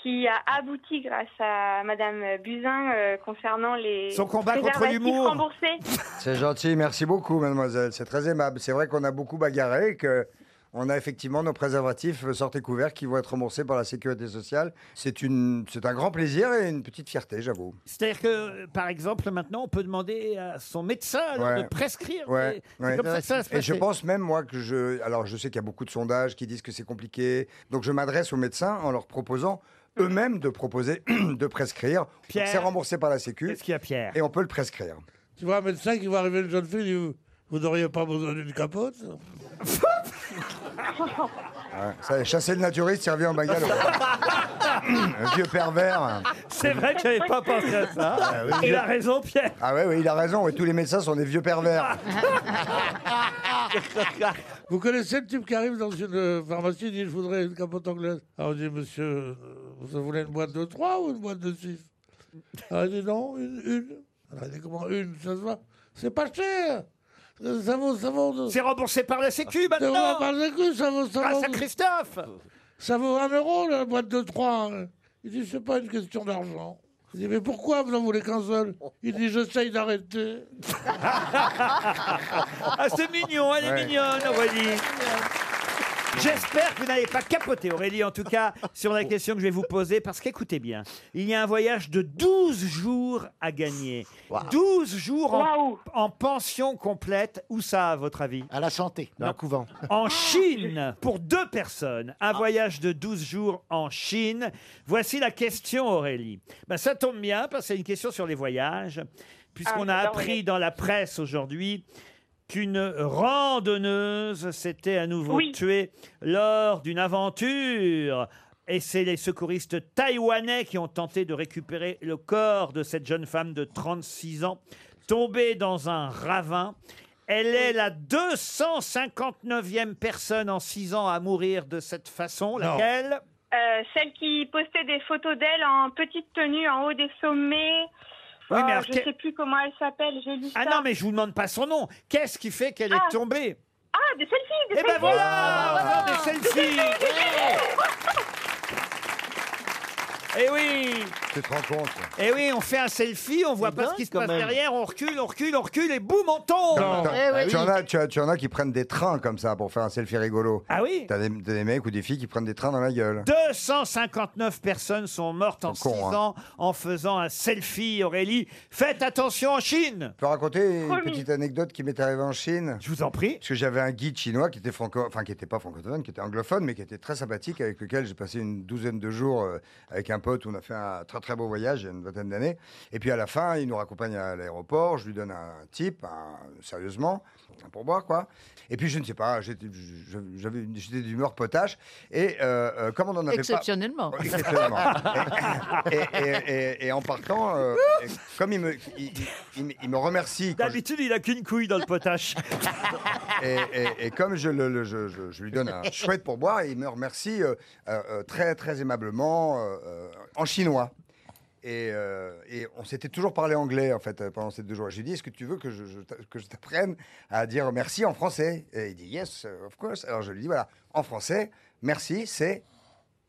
[SPEAKER 16] qui a abouti grâce à Madame Buzyn euh, concernant les
[SPEAKER 40] Son combat contre
[SPEAKER 16] préservatifs
[SPEAKER 3] *laughs*
[SPEAKER 40] l'humour.
[SPEAKER 16] remboursés.
[SPEAKER 40] C'est gentil, merci beaucoup, mademoiselle. C'est très aimable. C'est vrai qu'on a beaucoup bagarré et que on a effectivement nos préservatifs euh, sortez couverts qui vont être remboursés par la sécurité sociale. C'est une, c'est un grand plaisir et une petite fierté, j'avoue.
[SPEAKER 3] C'est-à-dire que, par exemple, maintenant, on peut demander à son médecin alors,
[SPEAKER 40] Ouais.
[SPEAKER 3] de prescrire.
[SPEAKER 40] Ouais,
[SPEAKER 3] des- c'est
[SPEAKER 40] ouais.
[SPEAKER 3] comme ça que ça va se
[SPEAKER 40] Et je
[SPEAKER 3] passer.
[SPEAKER 40] pense même, moi, que je. Alors, je sais qu'il y a beaucoup de sondages qui disent que c'est compliqué. Donc, je m'adresse aux médecins en leur proposant eux-mêmes de proposer *clears throat* de prescrire. Donc,
[SPEAKER 4] Pierre,
[SPEAKER 40] C'est remboursé par la Sécu.
[SPEAKER 3] Qu'est-ce qu'il y a, Pierre
[SPEAKER 40] Et on peut le prescrire.
[SPEAKER 4] Tu vois un médecin qui va arriver une jeune fille, il dit, vous, vous n'auriez pas besoin d'une capote
[SPEAKER 40] Ah Ouais, ça, chasser le naturiste, servir en bagnole.
[SPEAKER 3] *laughs*
[SPEAKER 40] Un vieux pervers.
[SPEAKER 3] C'est vrai que j'avais *laughs* pas pensé à ça.
[SPEAKER 4] Ah
[SPEAKER 3] Il a raison, Pierre. Ah
[SPEAKER 40] Ah ouais, ouais, il a raison. Ouais, tous les médecins sont des vieux pervers.
[SPEAKER 4] Vous connaissez le type qui arrive dans une euh, pharmacie et dit Je voudrais une capote anglaise. Alors on dit Monsieur, euh, vous voulez une boîte de 3 ou une boîte de 6 Alors il dit Non, une. une. Alors il dit Comment une Ça se voit C'est pas cher Euh, ça vaut, ça vaut.
[SPEAKER 3] C'est remboursé par la
[SPEAKER 39] Ah,
[SPEAKER 3] Sécu maintenant.
[SPEAKER 4] Ça vaut
[SPEAKER 39] bah,
[SPEAKER 4] par la Sécu, ça vaut, ça
[SPEAKER 3] Grâce
[SPEAKER 4] vaut.
[SPEAKER 3] à Christophe
[SPEAKER 4] Ça vaut un euro la boîte de 3. Il dit C'est pas une question d'argent. Il dit Mais pourquoi vous en voulez qu'un seul Il dit J'essaye *laughs* d'arrêter.
[SPEAKER 3] *laughs* Ah, c'est mignon, elle est
[SPEAKER 4] Ouais.
[SPEAKER 3] mignonne, Aurélie. J'espère que vous n'allez pas capoter, Aurélie, en tout cas, sur la question que je vais vous poser, parce qu'écoutez bien, il y a un voyage de 12 jours à gagner. 12 jours en, en pension complète. Où ça, à votre avis À la santé,
[SPEAKER 8] dans un couvent. Ah.
[SPEAKER 3] En Chine, pour deux personnes. Un voyage de 12 jours en Chine. Voici la question, Aurélie. Ben, ça tombe bien, parce que c'est une question sur les voyages, puisqu'on
[SPEAKER 20] Ah,
[SPEAKER 3] a
[SPEAKER 20] j'adore
[SPEAKER 3] appris
[SPEAKER 20] voyager.
[SPEAKER 3] dans la presse aujourd'hui qu'une randonneuse s'était à nouveau tuée lors d'une aventure. Et c'est les secouristes taïwanais qui ont tenté de récupérer le corps de cette jeune femme de 36 ans, tombée dans un ravin. Elle est la 259e personne en 6 ans à mourir de cette façon. Laquelle
[SPEAKER 16] Euh, celle qui postait des photos d'elle en petite tenue en haut des sommets.
[SPEAKER 3] Oui, mais
[SPEAKER 16] Oh,
[SPEAKER 3] alors
[SPEAKER 16] je
[SPEAKER 3] que-
[SPEAKER 16] sais plus comment elle s'appelle, j'ai lu
[SPEAKER 3] Ah
[SPEAKER 16] ça.
[SPEAKER 3] non, mais je vous demande pas son nom. Qu'est-ce qui fait qu'elle
[SPEAKER 16] Ah.
[SPEAKER 3] est tombée
[SPEAKER 16] Ah, de celle-ci, de
[SPEAKER 3] Eh ben
[SPEAKER 16] celle-ci.
[SPEAKER 3] voilà,
[SPEAKER 16] Ah,
[SPEAKER 3] voilà, mais
[SPEAKER 16] de *laughs*
[SPEAKER 3] celle-ci.
[SPEAKER 16] de celle-ci.
[SPEAKER 3] Eh oui
[SPEAKER 40] Tu te rends compte
[SPEAKER 3] Eh oui, on fait un selfie, on voit pas ce qui se passe derrière, on recule, on recule, on recule et boum, on tombe
[SPEAKER 16] Eh
[SPEAKER 40] Attends, tu, en as, tu, as- tu en as qui prennent des trains comme ça pour faire un selfie rigolo.
[SPEAKER 3] Ah oui
[SPEAKER 40] T'as des, des mecs ou des filles qui prennent des trains dans la gueule.
[SPEAKER 3] 259 personnes sont mortes en 6
[SPEAKER 40] con, hein.
[SPEAKER 3] ans en faisant un selfie, Aurélie. Faites attention en Chine
[SPEAKER 40] Je peux raconter une
[SPEAKER 3] Promis.
[SPEAKER 40] petite anecdote qui m'est arrivée en Chine
[SPEAKER 3] Je vous en prie.
[SPEAKER 40] Parce que j'avais un guide chinois qui était franco, enfin qui n'était pas francophone, qui était anglophone, mais qui était très sympathique, avec lequel j'ai passé une douzaine de jours euh, avec un pote. On a fait un très très beau voyage il y a une vingtaine d'années. Et puis à la fin, il nous raccompagne à l'aéroport. Je lui donne un type, sérieusement, un pourboire quoi. Et puis je ne sais pas, j'étais je- j'avais une- j'étais d'humeur potache. Et euh, euh, comme on en avait pas-
[SPEAKER 15] Exceptionnellement.
[SPEAKER 40] Exceptionnellement. Et, et- et- et en partant, euh, et comme il me, il, il- il me- il me remercie.
[SPEAKER 3] D'habitude, il a qu'une couille dans
[SPEAKER 39] *laughs*
[SPEAKER 3] le potache.
[SPEAKER 40] et, et- et comme je, le- le- je- je- je lui donne un chouette pour boire, il me remercie euh, euh, euh, très, très aimablement euh, euh, en chinois. Et, euh, et on s'était toujours parlé anglais en fait euh, pendant ces deux jours. J'ai dit est-ce que tu veux que je, je t'a- que je t'apprenne à dire merci en français Et il dit yes of course. Alors je lui dis voilà en français merci c'est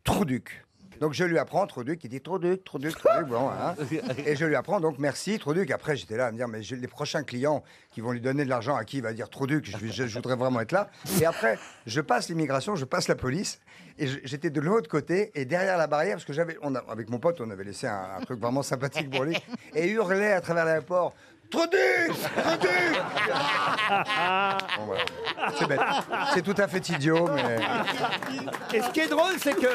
[SPEAKER 40] Trouduc. Donc je lui apprends Trouduc, il dit Trouduc, Trouduc, Trouduc, bon, hein. Et je lui apprends donc merci Trouduc. Après j'étais là à me dire mais j'ai les prochains clients qui vont lui donner de l'argent à qui il va dire Trouduc, je, je- je voudrais vraiment être là. Et après je passe l'immigration, je passe la police et je- j'étais de l'autre côté et derrière la barrière parce que j'avais, on a- avec mon pote on avait laissé un, un truc vraiment sympathique pour lui et il hurlait à travers l'aéroport. Trouduc, Trouduc. Bon, voilà. C'est bête, c'est tout à
[SPEAKER 3] *laughs*
[SPEAKER 40] fait idiot mais.
[SPEAKER 3] Et ce qui est drôle, c'est que.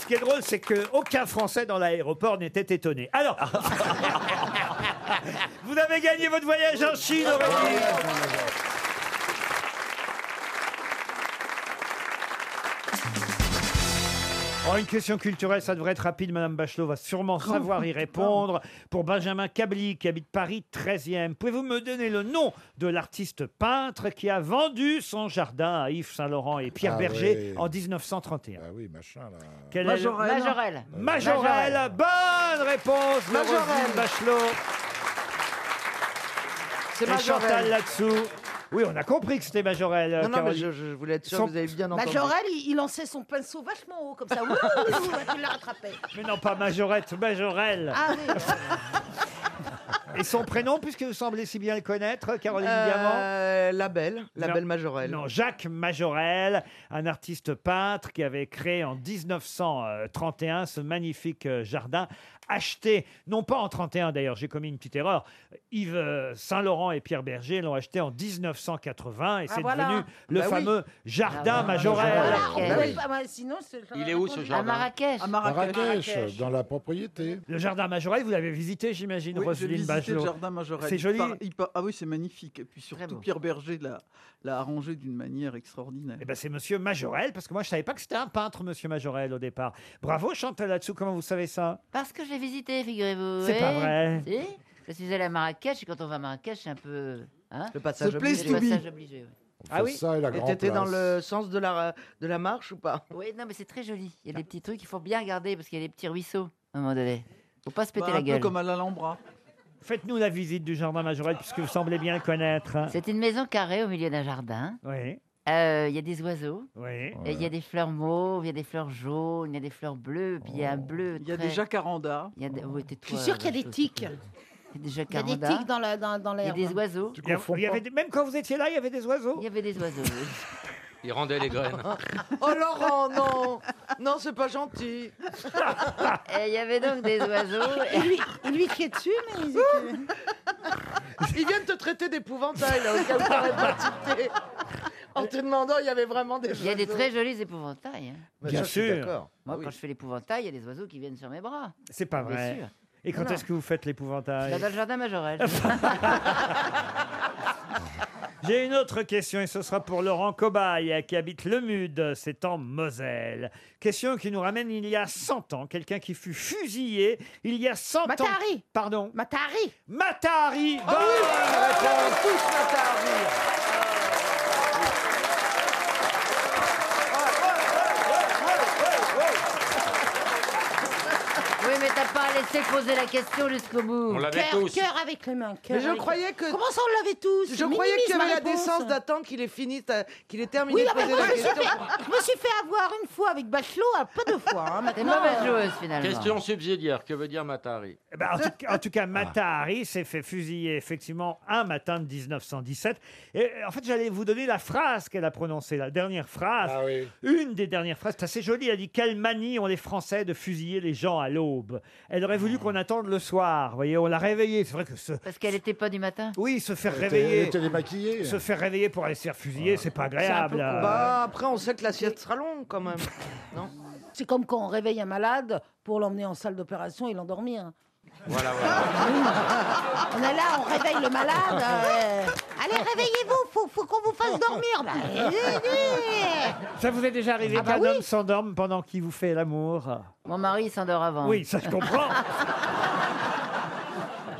[SPEAKER 3] Ce qui est drôle, c'est qu'aucun Français dans l'aéroport n'était étonné. Alors. *laughs* vous avez gagné votre voyage en Chine, Aurélie Oh, une question culturelle, ça devrait être rapide. Madame Bachelot va sûrement savoir y répondre. Pour Benjamin Cabli, qui habite Paris 13e, pouvez-vous me donner le nom de l'artiste peintre qui a vendu son jardin à Yves Saint-Laurent et Pierre
[SPEAKER 9] Ah
[SPEAKER 3] Berger
[SPEAKER 9] ouais.
[SPEAKER 3] en 1931
[SPEAKER 9] Ah oui, machin, là.
[SPEAKER 3] Quel est le-
[SPEAKER 9] Majorelle.
[SPEAKER 41] Majorelle.
[SPEAKER 3] Majorelle.
[SPEAKER 41] Majorelle.
[SPEAKER 3] Bonne réponse de
[SPEAKER 41] Majorelle.
[SPEAKER 3] Roselyne Bachelot.
[SPEAKER 13] C'est
[SPEAKER 3] Et
[SPEAKER 13] Majorelle.
[SPEAKER 3] Chantal là-dessous. Oui, on a compris que c'était Majorelle.
[SPEAKER 13] Non, non, mais
[SPEAKER 3] Caroline.
[SPEAKER 13] je, je voulais être sûr
[SPEAKER 3] Son-
[SPEAKER 13] que vous avez bien entendu.
[SPEAKER 17] Majorelle, Bah, il, il lançait son pinceau vachement haut, comme ça. Ouh, ouh, tu l'as rattrapé.
[SPEAKER 3] Mais non, pas Majorette, Majorelle.
[SPEAKER 17] Ah oui.
[SPEAKER 3] Et son prénom, puisque vous semblez si bien le connaître, Caroline
[SPEAKER 13] Euh,
[SPEAKER 3] Diamant La Belle,
[SPEAKER 13] La Belle Majorelle.
[SPEAKER 3] Non, Jacques Majorelle, un artiste peintre qui avait créé en 1931 ce magnifique euh, jardin, acheté, non pas en 31 d'ailleurs, j'ai commis une petite erreur, Yves euh, Saint-Laurent et Pierre Berger l'ont acheté en 1980 et
[SPEAKER 17] Ah,
[SPEAKER 3] c'est
[SPEAKER 17] voilà.
[SPEAKER 3] devenu le
[SPEAKER 17] Bah oui.
[SPEAKER 3] fameux jardin
[SPEAKER 9] Ah, voilà.
[SPEAKER 3] Majorelle.
[SPEAKER 9] Voilà.
[SPEAKER 17] Ah, on
[SPEAKER 9] Bah
[SPEAKER 17] pouvait
[SPEAKER 9] oui.
[SPEAKER 17] pas- ouais, sinon, c'est-
[SPEAKER 3] Il est où, ce jardin À Marrakech.
[SPEAKER 17] À
[SPEAKER 9] Marrakech,
[SPEAKER 17] Marrakech.
[SPEAKER 9] dans la propriété.
[SPEAKER 3] Le jardin Majorelle, vous l'avez visité, j'imagine,
[SPEAKER 42] Oui, j'ai
[SPEAKER 3] Roselyne
[SPEAKER 42] visité
[SPEAKER 3] Bachelot.
[SPEAKER 42] le jardin Majorelle.
[SPEAKER 3] C'est
[SPEAKER 42] Il
[SPEAKER 3] joli.
[SPEAKER 42] par- il par- Ah oui, c'est magnifique. Et puis surtout,
[SPEAKER 3] beau.
[SPEAKER 42] Pierre Berger l'a l'a arrangé d'une manière extraordinaire.
[SPEAKER 3] Eh ben, c'est Monsieur Majorel, parce que moi je savais pas que c'était un peintre, Monsieur Majorel, au départ. Bravo Chantal là-dessous, comment vous savez ça
[SPEAKER 21] Parce que je l'ai visité, figurez-vous.
[SPEAKER 3] C'est pas
[SPEAKER 21] Eh,
[SPEAKER 3] vrai.
[SPEAKER 21] si. je suis allé à Marrakech et quand on va à Marrakech, c'est un peu. hein,
[SPEAKER 13] Le passage
[SPEAKER 21] le
[SPEAKER 13] obligé.
[SPEAKER 21] passage obligé, oui.
[SPEAKER 13] Ah oui
[SPEAKER 9] ça et la
[SPEAKER 13] Et
[SPEAKER 9] Grand
[SPEAKER 13] t'étais dans
[SPEAKER 9] Place.
[SPEAKER 13] le sens de la, de la marche ou pas
[SPEAKER 21] Oui, non, mais c'est très joli. Il y a des petits trucs qu'il faut bien regarder parce qu'il y a des petits ruisseaux à un moment donné. Faut pas se péter
[SPEAKER 42] Bah,
[SPEAKER 21] la
[SPEAKER 42] un peu
[SPEAKER 21] gueule.
[SPEAKER 42] comme à l'Alhambra.
[SPEAKER 3] Faites-nous la visite du jardin Majorel, puisque vous semblez bien le connaître. hein.
[SPEAKER 21] C'est une maison carrée au milieu d'un jardin.
[SPEAKER 3] Oui.
[SPEAKER 21] Euh, Il y a des oiseaux.
[SPEAKER 3] Oui.
[SPEAKER 21] Et Il y a des fleurs mauves, il y a des fleurs jaunes, il y a des fleurs bleues, puis il y a un bleu.
[SPEAKER 42] Il y a
[SPEAKER 21] très-
[SPEAKER 42] des jacarandas.
[SPEAKER 21] Il y a des- oui, tais-toi,
[SPEAKER 42] Je suis sûre qu'il y a
[SPEAKER 21] Bachelot,
[SPEAKER 42] des
[SPEAKER 21] s'il te
[SPEAKER 42] tiques.
[SPEAKER 21] plaît. Il y a des
[SPEAKER 42] Il y a des
[SPEAKER 21] jacarandas.
[SPEAKER 42] tiques
[SPEAKER 17] dans la- dans- dans
[SPEAKER 21] Il y a
[SPEAKER 17] l'herbe.
[SPEAKER 21] des oiseaux.
[SPEAKER 3] Il y a- il y avait des- Même quand vous étiez là, il y avait des oiseaux.
[SPEAKER 21] Il y avait des oiseaux.
[SPEAKER 3] *laughs*
[SPEAKER 21] oui.
[SPEAKER 5] Il rendait
[SPEAKER 42] *laughs*
[SPEAKER 5] les graines.
[SPEAKER 13] Oh Laurent, non Non, c'est pas gentil.
[SPEAKER 21] *laughs* Et il y avait donc des
[SPEAKER 3] *laughs*
[SPEAKER 21] oiseaux.
[SPEAKER 17] Il lui, il lui criait dessus, mais ils étaient-
[SPEAKER 13] Ils viennent te traiter d'épouvantail,
[SPEAKER 17] Ah,
[SPEAKER 13] là, au cas où t'aurais pas tilté. En te demandant, il y avait vraiment des
[SPEAKER 21] Il y a des
[SPEAKER 13] oiseaux.
[SPEAKER 21] très jolis épouvantails. hein.
[SPEAKER 13] Mais
[SPEAKER 3] Bien
[SPEAKER 13] Bah, ça, je suis
[SPEAKER 3] sûr.
[SPEAKER 13] d'accord.
[SPEAKER 21] Moi,
[SPEAKER 13] Ah oui.
[SPEAKER 21] quand je fais l'épouvantail, il y a des oiseaux qui viennent sur mes bras.
[SPEAKER 3] C'est pas
[SPEAKER 21] Bien
[SPEAKER 3] vrai.
[SPEAKER 21] sûr.
[SPEAKER 3] Et quand
[SPEAKER 21] Non,
[SPEAKER 3] est-ce que vous faites l'épouvantail
[SPEAKER 21] Là, dans le
[SPEAKER 3] *laughs*
[SPEAKER 21] jardin majorel.
[SPEAKER 3] J'ai une autre question et ce sera pour Laurent Cobaye qui habite Le Mude, c'est en Moselle. Question qui nous ramène il y a 100 ans, quelqu'un qui fut fusillé il y a 100 ans. Matari Pardon Matari Ah Matari Bonne réponse
[SPEAKER 21] Oui, mais t'as pas laissé poser la question jusqu'au bout.
[SPEAKER 5] On l'avait
[SPEAKER 13] Cœur,
[SPEAKER 5] tous.
[SPEAKER 13] cœur.
[SPEAKER 17] avec les mains.
[SPEAKER 13] Mais
[SPEAKER 17] cœur
[SPEAKER 13] je
[SPEAKER 17] avec-
[SPEAKER 13] croyais que.
[SPEAKER 17] Comment ça, on l'avait tous
[SPEAKER 13] Je croyais
[SPEAKER 17] Minimise
[SPEAKER 13] qu'il y
[SPEAKER 17] ma
[SPEAKER 13] avait la
[SPEAKER 17] réponse.
[SPEAKER 13] décence d'attendre qu'il ait fini, ta- qu'il ait terminé
[SPEAKER 17] Oui,
[SPEAKER 13] de
[SPEAKER 17] non, mais
[SPEAKER 13] poser
[SPEAKER 17] moi,
[SPEAKER 13] la
[SPEAKER 17] je, me suis
[SPEAKER 13] question.
[SPEAKER 17] fait, je me suis fait avoir une fois avec Bachelot, ah, pas deux fois. Hein, maintenant.
[SPEAKER 5] Question subsidiaire, que veut dire Matari
[SPEAKER 3] Eh ben, en,
[SPEAKER 13] Ah.
[SPEAKER 3] tout, en tout cas, Matahari s'est fait fusiller effectivement un matin de 1917. Et euh, en fait, j'allais vous donner la phrase qu'elle a prononcée, la dernière phrase.
[SPEAKER 9] Ah
[SPEAKER 3] Une des dernières phrases, c'est assez joli. Elle a dit Quelle manie ont les Français de fusiller les gens à l'aube Elle aurait
[SPEAKER 9] Ah.
[SPEAKER 3] voulu qu'on attende le soir. Vous voyez, on l'a réveillée. C'est vrai que ce.
[SPEAKER 21] Parce qu'elle était pas du matin.
[SPEAKER 3] Oui, se faire
[SPEAKER 9] Elle était-
[SPEAKER 3] réveiller.
[SPEAKER 9] elle était démaquillée. Ah.
[SPEAKER 3] Se faire réveiller pour aller se faire fusiller, c'est pas
[SPEAKER 13] C'est un
[SPEAKER 3] agréable.
[SPEAKER 13] peu con. Bah, après, on sait que la sieste sera longue
[SPEAKER 17] *laughs*
[SPEAKER 13] quand même. Non
[SPEAKER 17] C'est comme quand on réveille un malade pour l'emmener en salle d'opération et
[SPEAKER 13] *laughs*
[SPEAKER 17] l'endormir.
[SPEAKER 5] Voilà, voilà.
[SPEAKER 17] On est là, on réveille le malade. euh, Allez, réveillez-vous, faut, faut qu'on vous fasse dormir. Bah, allez.
[SPEAKER 3] Ça vous est déjà arrivé
[SPEAKER 17] Ah bah
[SPEAKER 3] qu'un
[SPEAKER 17] oui.
[SPEAKER 3] homme s'endorme pendant qu'il vous fait l'amour
[SPEAKER 21] Mon mari il s'endort avant.
[SPEAKER 3] Oui, ça je comprends.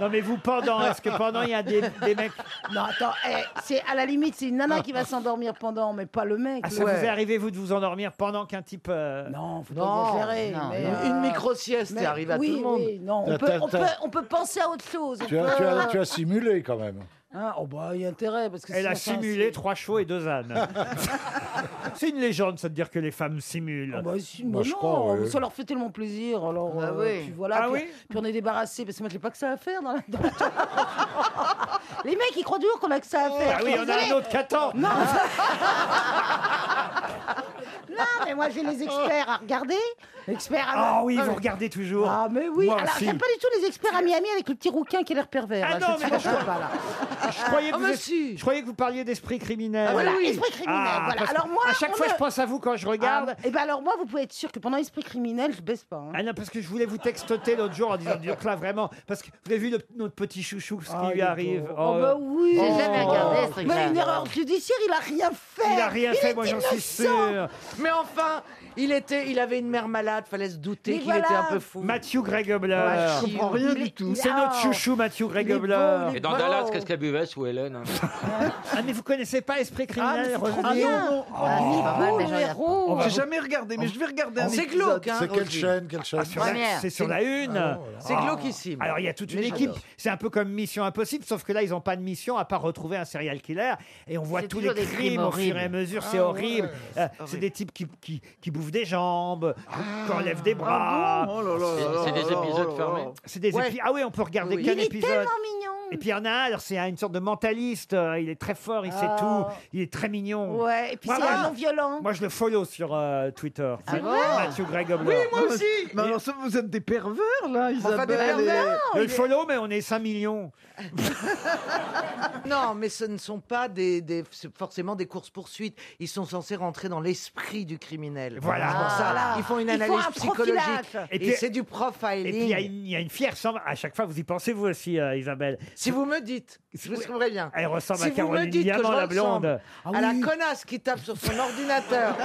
[SPEAKER 3] non mais vous pendant, est-ce que pendant il y a des,
[SPEAKER 17] *laughs*
[SPEAKER 3] des mecs
[SPEAKER 17] Non, attends, eh, c'est à la limite, c'est une nana qui va s'endormir pendant, mais pas le mec.
[SPEAKER 3] Ah, ça vous est arrivé vous de vous endormir pendant qu'un type euh,
[SPEAKER 17] Non, faut
[SPEAKER 13] exagérer, Non, mais, non. euh, Une micro-sieste,
[SPEAKER 17] Mais
[SPEAKER 13] c'est arrivé à
[SPEAKER 17] oui,
[SPEAKER 13] tout le monde.
[SPEAKER 17] oui, non, on,
[SPEAKER 9] T'as-
[SPEAKER 17] peut,
[SPEAKER 9] t'as-
[SPEAKER 17] on,
[SPEAKER 9] t'as-
[SPEAKER 17] peut, on peut penser à autre chose. on
[SPEAKER 9] Tu as, tu, as,
[SPEAKER 17] peut-
[SPEAKER 9] tu as simulé quand même.
[SPEAKER 17] Hein, oh bah, il y a intérêt parce que
[SPEAKER 3] Elle a
[SPEAKER 17] sinon, enfin,
[SPEAKER 3] simulé trois chevaux et deux ânes. c'est une légende, ça de dire que les femmes simulent.
[SPEAKER 17] Ah bah, si, mais non, ça leur fait tellement plaisir. Alors, euh,
[SPEAKER 3] oui.
[SPEAKER 17] puis voilà,
[SPEAKER 3] Ah
[SPEAKER 17] puis,
[SPEAKER 3] oui
[SPEAKER 17] puis on est débarrassé parce que moi, j'ai pas que ça à faire dans la. dans la- *laughs* Les mecs, ils croient toujours qu'on a que ça à faire.
[SPEAKER 3] Ah oui, on a un autre qu'attend.
[SPEAKER 17] Non. Non, mais moi j'ai les experts à regarder. Experts à...
[SPEAKER 3] Ah oui, vous regardez toujours.
[SPEAKER 17] Ah mais oui,
[SPEAKER 3] Moi
[SPEAKER 17] alors
[SPEAKER 3] aussi.
[SPEAKER 17] j'aime pas du tout les experts à Miami avec le petit rouquin qui a l'air pervers.
[SPEAKER 3] Ah
[SPEAKER 17] là,
[SPEAKER 3] non,
[SPEAKER 17] je
[SPEAKER 3] mais
[SPEAKER 17] te
[SPEAKER 3] moi,
[SPEAKER 17] comprends
[SPEAKER 3] je-
[SPEAKER 17] pas là.
[SPEAKER 3] Je croyais que,
[SPEAKER 17] Ah,
[SPEAKER 3] vous,
[SPEAKER 17] mais
[SPEAKER 3] êtes- je croyais que vous parliez d'esprit criminel.
[SPEAKER 17] Ah, voilà, esprit criminel, voilà.
[SPEAKER 3] parce que
[SPEAKER 17] Alors moi,
[SPEAKER 3] à chaque
[SPEAKER 17] on
[SPEAKER 3] fois,
[SPEAKER 17] me-
[SPEAKER 3] je pense à vous quand je regarde.
[SPEAKER 17] et ben alors moi, vous pouvez être sûr que pendant esprit criminel, je baisse pas. hein.
[SPEAKER 3] Ah non, parce que je voulais vous textoter l'autre jour en disant, dis donc là, vraiment, parce que vous avez vu le- notre petit chouchou, ce qui lui arrive.
[SPEAKER 17] Oh, bah oui.
[SPEAKER 3] Oh.
[SPEAKER 17] Mais une erreur judiciaire, il a rien fait.
[SPEAKER 3] Il a rien fait, moi, j'en suis sûr.
[SPEAKER 17] Mais enfin, il était, il avait une mère malade, fallait se douter
[SPEAKER 3] qu'il était un peu fou. Mathieu Gregobler.
[SPEAKER 17] Ouais, Ah, je comprends rien du tout.
[SPEAKER 3] C'est notre chouchou, Mathieu Gregobler.
[SPEAKER 43] Et dans Dallas, qu'est-ce qu'elle buvait sous Hélène hein
[SPEAKER 3] Ah, mais vous connaissez pas Esprit
[SPEAKER 17] mais
[SPEAKER 3] criminel
[SPEAKER 17] c'est trop
[SPEAKER 3] Roselyne
[SPEAKER 17] bien.
[SPEAKER 3] Oh,
[SPEAKER 17] Oh, il est
[SPEAKER 3] pas
[SPEAKER 17] beau,
[SPEAKER 3] mal,
[SPEAKER 17] le
[SPEAKER 3] déjà, il a-
[SPEAKER 17] héros.
[SPEAKER 3] On va
[SPEAKER 44] J'ai
[SPEAKER 3] vous-
[SPEAKER 44] jamais regardé, mais je vais regarder un
[SPEAKER 3] C'est
[SPEAKER 44] épisode.
[SPEAKER 3] glauque, hein,
[SPEAKER 45] C'est quelle
[SPEAKER 3] Roselyne.
[SPEAKER 45] chaîne, quelle chaîne
[SPEAKER 3] Ah, sur la-
[SPEAKER 44] Première.
[SPEAKER 3] C'est sur la une.
[SPEAKER 44] Ah, voilà. C'est
[SPEAKER 3] Ah.
[SPEAKER 44] glauquissime.
[SPEAKER 3] Alors il y a toute une
[SPEAKER 44] Mais
[SPEAKER 3] équipe.
[SPEAKER 44] j'adore.
[SPEAKER 3] C'est un peu comme Mission Impossible, sauf que là ils n'ont pas de mission à part retrouver un serial killer et on voit
[SPEAKER 44] C'est
[SPEAKER 3] tous les
[SPEAKER 44] toujours des
[SPEAKER 3] crimes,
[SPEAKER 44] crimes
[SPEAKER 3] au fur et à
[SPEAKER 44] horribles.
[SPEAKER 3] mesure. C'est
[SPEAKER 44] Ah, ouais,
[SPEAKER 3] horrible.
[SPEAKER 44] c'est
[SPEAKER 3] Euh, c'est des types qui, qui, qui bouffent des jambes, qui enlèvent des bras.
[SPEAKER 44] bon Oh là là là
[SPEAKER 43] C'est- là c'est des là épisodes là là fermés. là.
[SPEAKER 3] C'est des
[SPEAKER 43] Ouais.
[SPEAKER 3] épisodes. Ah oui, on peut regarder
[SPEAKER 43] Oui.
[SPEAKER 3] qu'un
[SPEAKER 43] Il est
[SPEAKER 3] épisode.
[SPEAKER 43] tellement
[SPEAKER 3] Et puis il y en a un, alors c'est une sorte de mentaliste. euh, Il est très fort, il
[SPEAKER 17] Ah.
[SPEAKER 3] sait tout, il est très mignon.
[SPEAKER 17] Ouais, et puis
[SPEAKER 3] Moi,
[SPEAKER 17] c'est
[SPEAKER 3] moi,
[SPEAKER 17] un
[SPEAKER 3] je-
[SPEAKER 17] non-violent.
[SPEAKER 3] moi, je le follow sur euh, Twitter.
[SPEAKER 17] Ah bon
[SPEAKER 3] Mathieu Greg Obler.
[SPEAKER 44] Mais alors, ça, vous êtes des pervers, là, Isabelle.
[SPEAKER 17] Enfin, des pervers,
[SPEAKER 3] Je
[SPEAKER 17] il
[SPEAKER 3] le
[SPEAKER 17] est-
[SPEAKER 3] follow, mais on est 5 millions.
[SPEAKER 13] *laughs* Non, mais ce ne sont pas des, des- c'est forcément des courses-poursuites. Ils sont censés rentrer dans l'esprit du criminel.
[SPEAKER 3] Voilà.
[SPEAKER 13] C'est pour ça,
[SPEAKER 17] Ah.
[SPEAKER 3] Voilà.
[SPEAKER 13] Ils font une
[SPEAKER 3] Ah, Ils font
[SPEAKER 13] analyse
[SPEAKER 3] un
[SPEAKER 13] psychologique.
[SPEAKER 3] profilage. Et
[SPEAKER 13] Et,
[SPEAKER 3] puis-
[SPEAKER 13] c'est du profiling.
[SPEAKER 3] Et puis, il y a une- il y, a une fière semble. À chaque fois, vous y pensez, vous aussi, euh, Isabelle.
[SPEAKER 13] Si vous me dites, je vous trouverai bien.
[SPEAKER 3] Elle ressemble
[SPEAKER 13] si
[SPEAKER 3] à
[SPEAKER 13] vous
[SPEAKER 3] Caroline
[SPEAKER 13] me dites que je
[SPEAKER 3] Diamant, la
[SPEAKER 13] ressemble
[SPEAKER 3] blonde. Ah
[SPEAKER 13] À la
[SPEAKER 3] oui.
[SPEAKER 13] connasse qui tape sur son
[SPEAKER 3] *laughs*
[SPEAKER 13] ordinateur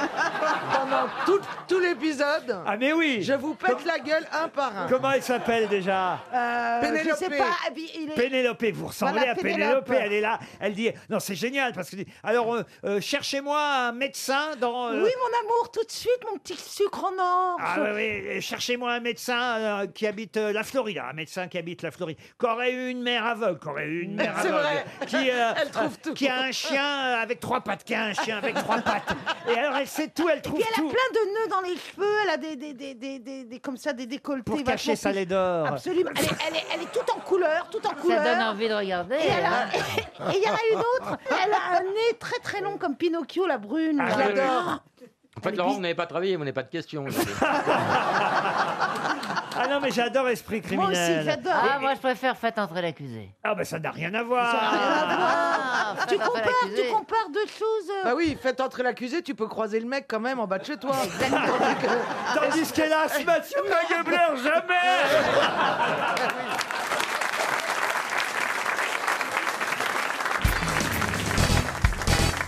[SPEAKER 13] pendant tout, tout l'épisode.
[SPEAKER 3] Ah, mais oui
[SPEAKER 13] Je vous pète la gueule un par un.
[SPEAKER 3] Comment elle s'appelle déjà
[SPEAKER 17] Euh,
[SPEAKER 13] Pénélope.
[SPEAKER 17] Je sais pas. et puis il est-
[SPEAKER 3] Pénélope, vous ressemblez
[SPEAKER 17] Voilà,
[SPEAKER 3] à Pénélope. elle est là, elle dit, non c'est génial, parce que, alors euh, euh, cherchez-moi un médecin dans... euh,
[SPEAKER 17] Oui, mon amour, tout de suite, mon petit sucre en or.
[SPEAKER 3] Ah oui, oui, euh, cherchez-moi un médecin euh, qui habite euh, la Floride, un médecin qui habite la Floride, qui aurait eu une mère aveugle, qui aurait eu
[SPEAKER 17] *laughs*
[SPEAKER 3] une mère
[SPEAKER 17] C'est
[SPEAKER 3] aveugle,
[SPEAKER 17] vrai.
[SPEAKER 3] qui, euh,
[SPEAKER 17] *laughs* Elle trouve
[SPEAKER 3] euh,
[SPEAKER 17] tout.
[SPEAKER 3] qui a un chien euh, avec trois pattes, qui a un chien avec trois pattes. Et alors elle sait tout, elle
[SPEAKER 17] Et
[SPEAKER 3] trouve
[SPEAKER 17] puis elle
[SPEAKER 3] tout.
[SPEAKER 17] a plein de nœuds dans les cheveux, elle a des, des, des, des, des, des- comme ça, des décolletés.
[SPEAKER 3] Pour cacher
[SPEAKER 17] vachement
[SPEAKER 3] sa
[SPEAKER 17] plus-
[SPEAKER 3] laideur.
[SPEAKER 17] Absolument. Elle est, elle, est, elle est toute en couleur, toute en
[SPEAKER 21] Ça
[SPEAKER 17] couleur.
[SPEAKER 21] donne envie de regarder.
[SPEAKER 17] Et, elle
[SPEAKER 21] hein.
[SPEAKER 17] a- *laughs* et il y en a une autre, elle a un nez très très long comme Pinocchio, la brune.
[SPEAKER 43] Ah,
[SPEAKER 17] là.
[SPEAKER 43] je l'adore. En fait, Laurent, vous n'avez pas travaillé, vous n'avez pas de
[SPEAKER 13] *laughs*
[SPEAKER 43] questions.
[SPEAKER 3] Ah non, mais j'adore Esprit
[SPEAKER 21] Moi
[SPEAKER 3] criminel.
[SPEAKER 21] aussi, j'adore. Ah, moi, je préfère Faites entrer l'accusé.
[SPEAKER 3] Ah ben ça n'a rien à voir.
[SPEAKER 17] Ça n'a rien à
[SPEAKER 21] Ah,
[SPEAKER 17] voir. Tu
[SPEAKER 21] frère,
[SPEAKER 17] compares,
[SPEAKER 21] l'accusé.
[SPEAKER 17] tu compares deux choses. euh,
[SPEAKER 13] Bah oui, faites entrer l'accusé, tu peux croiser le mec quand même en bas de chez toi. *laughs*
[SPEAKER 3] Tandis qu'elle a ce Mathieu Gobler, jamais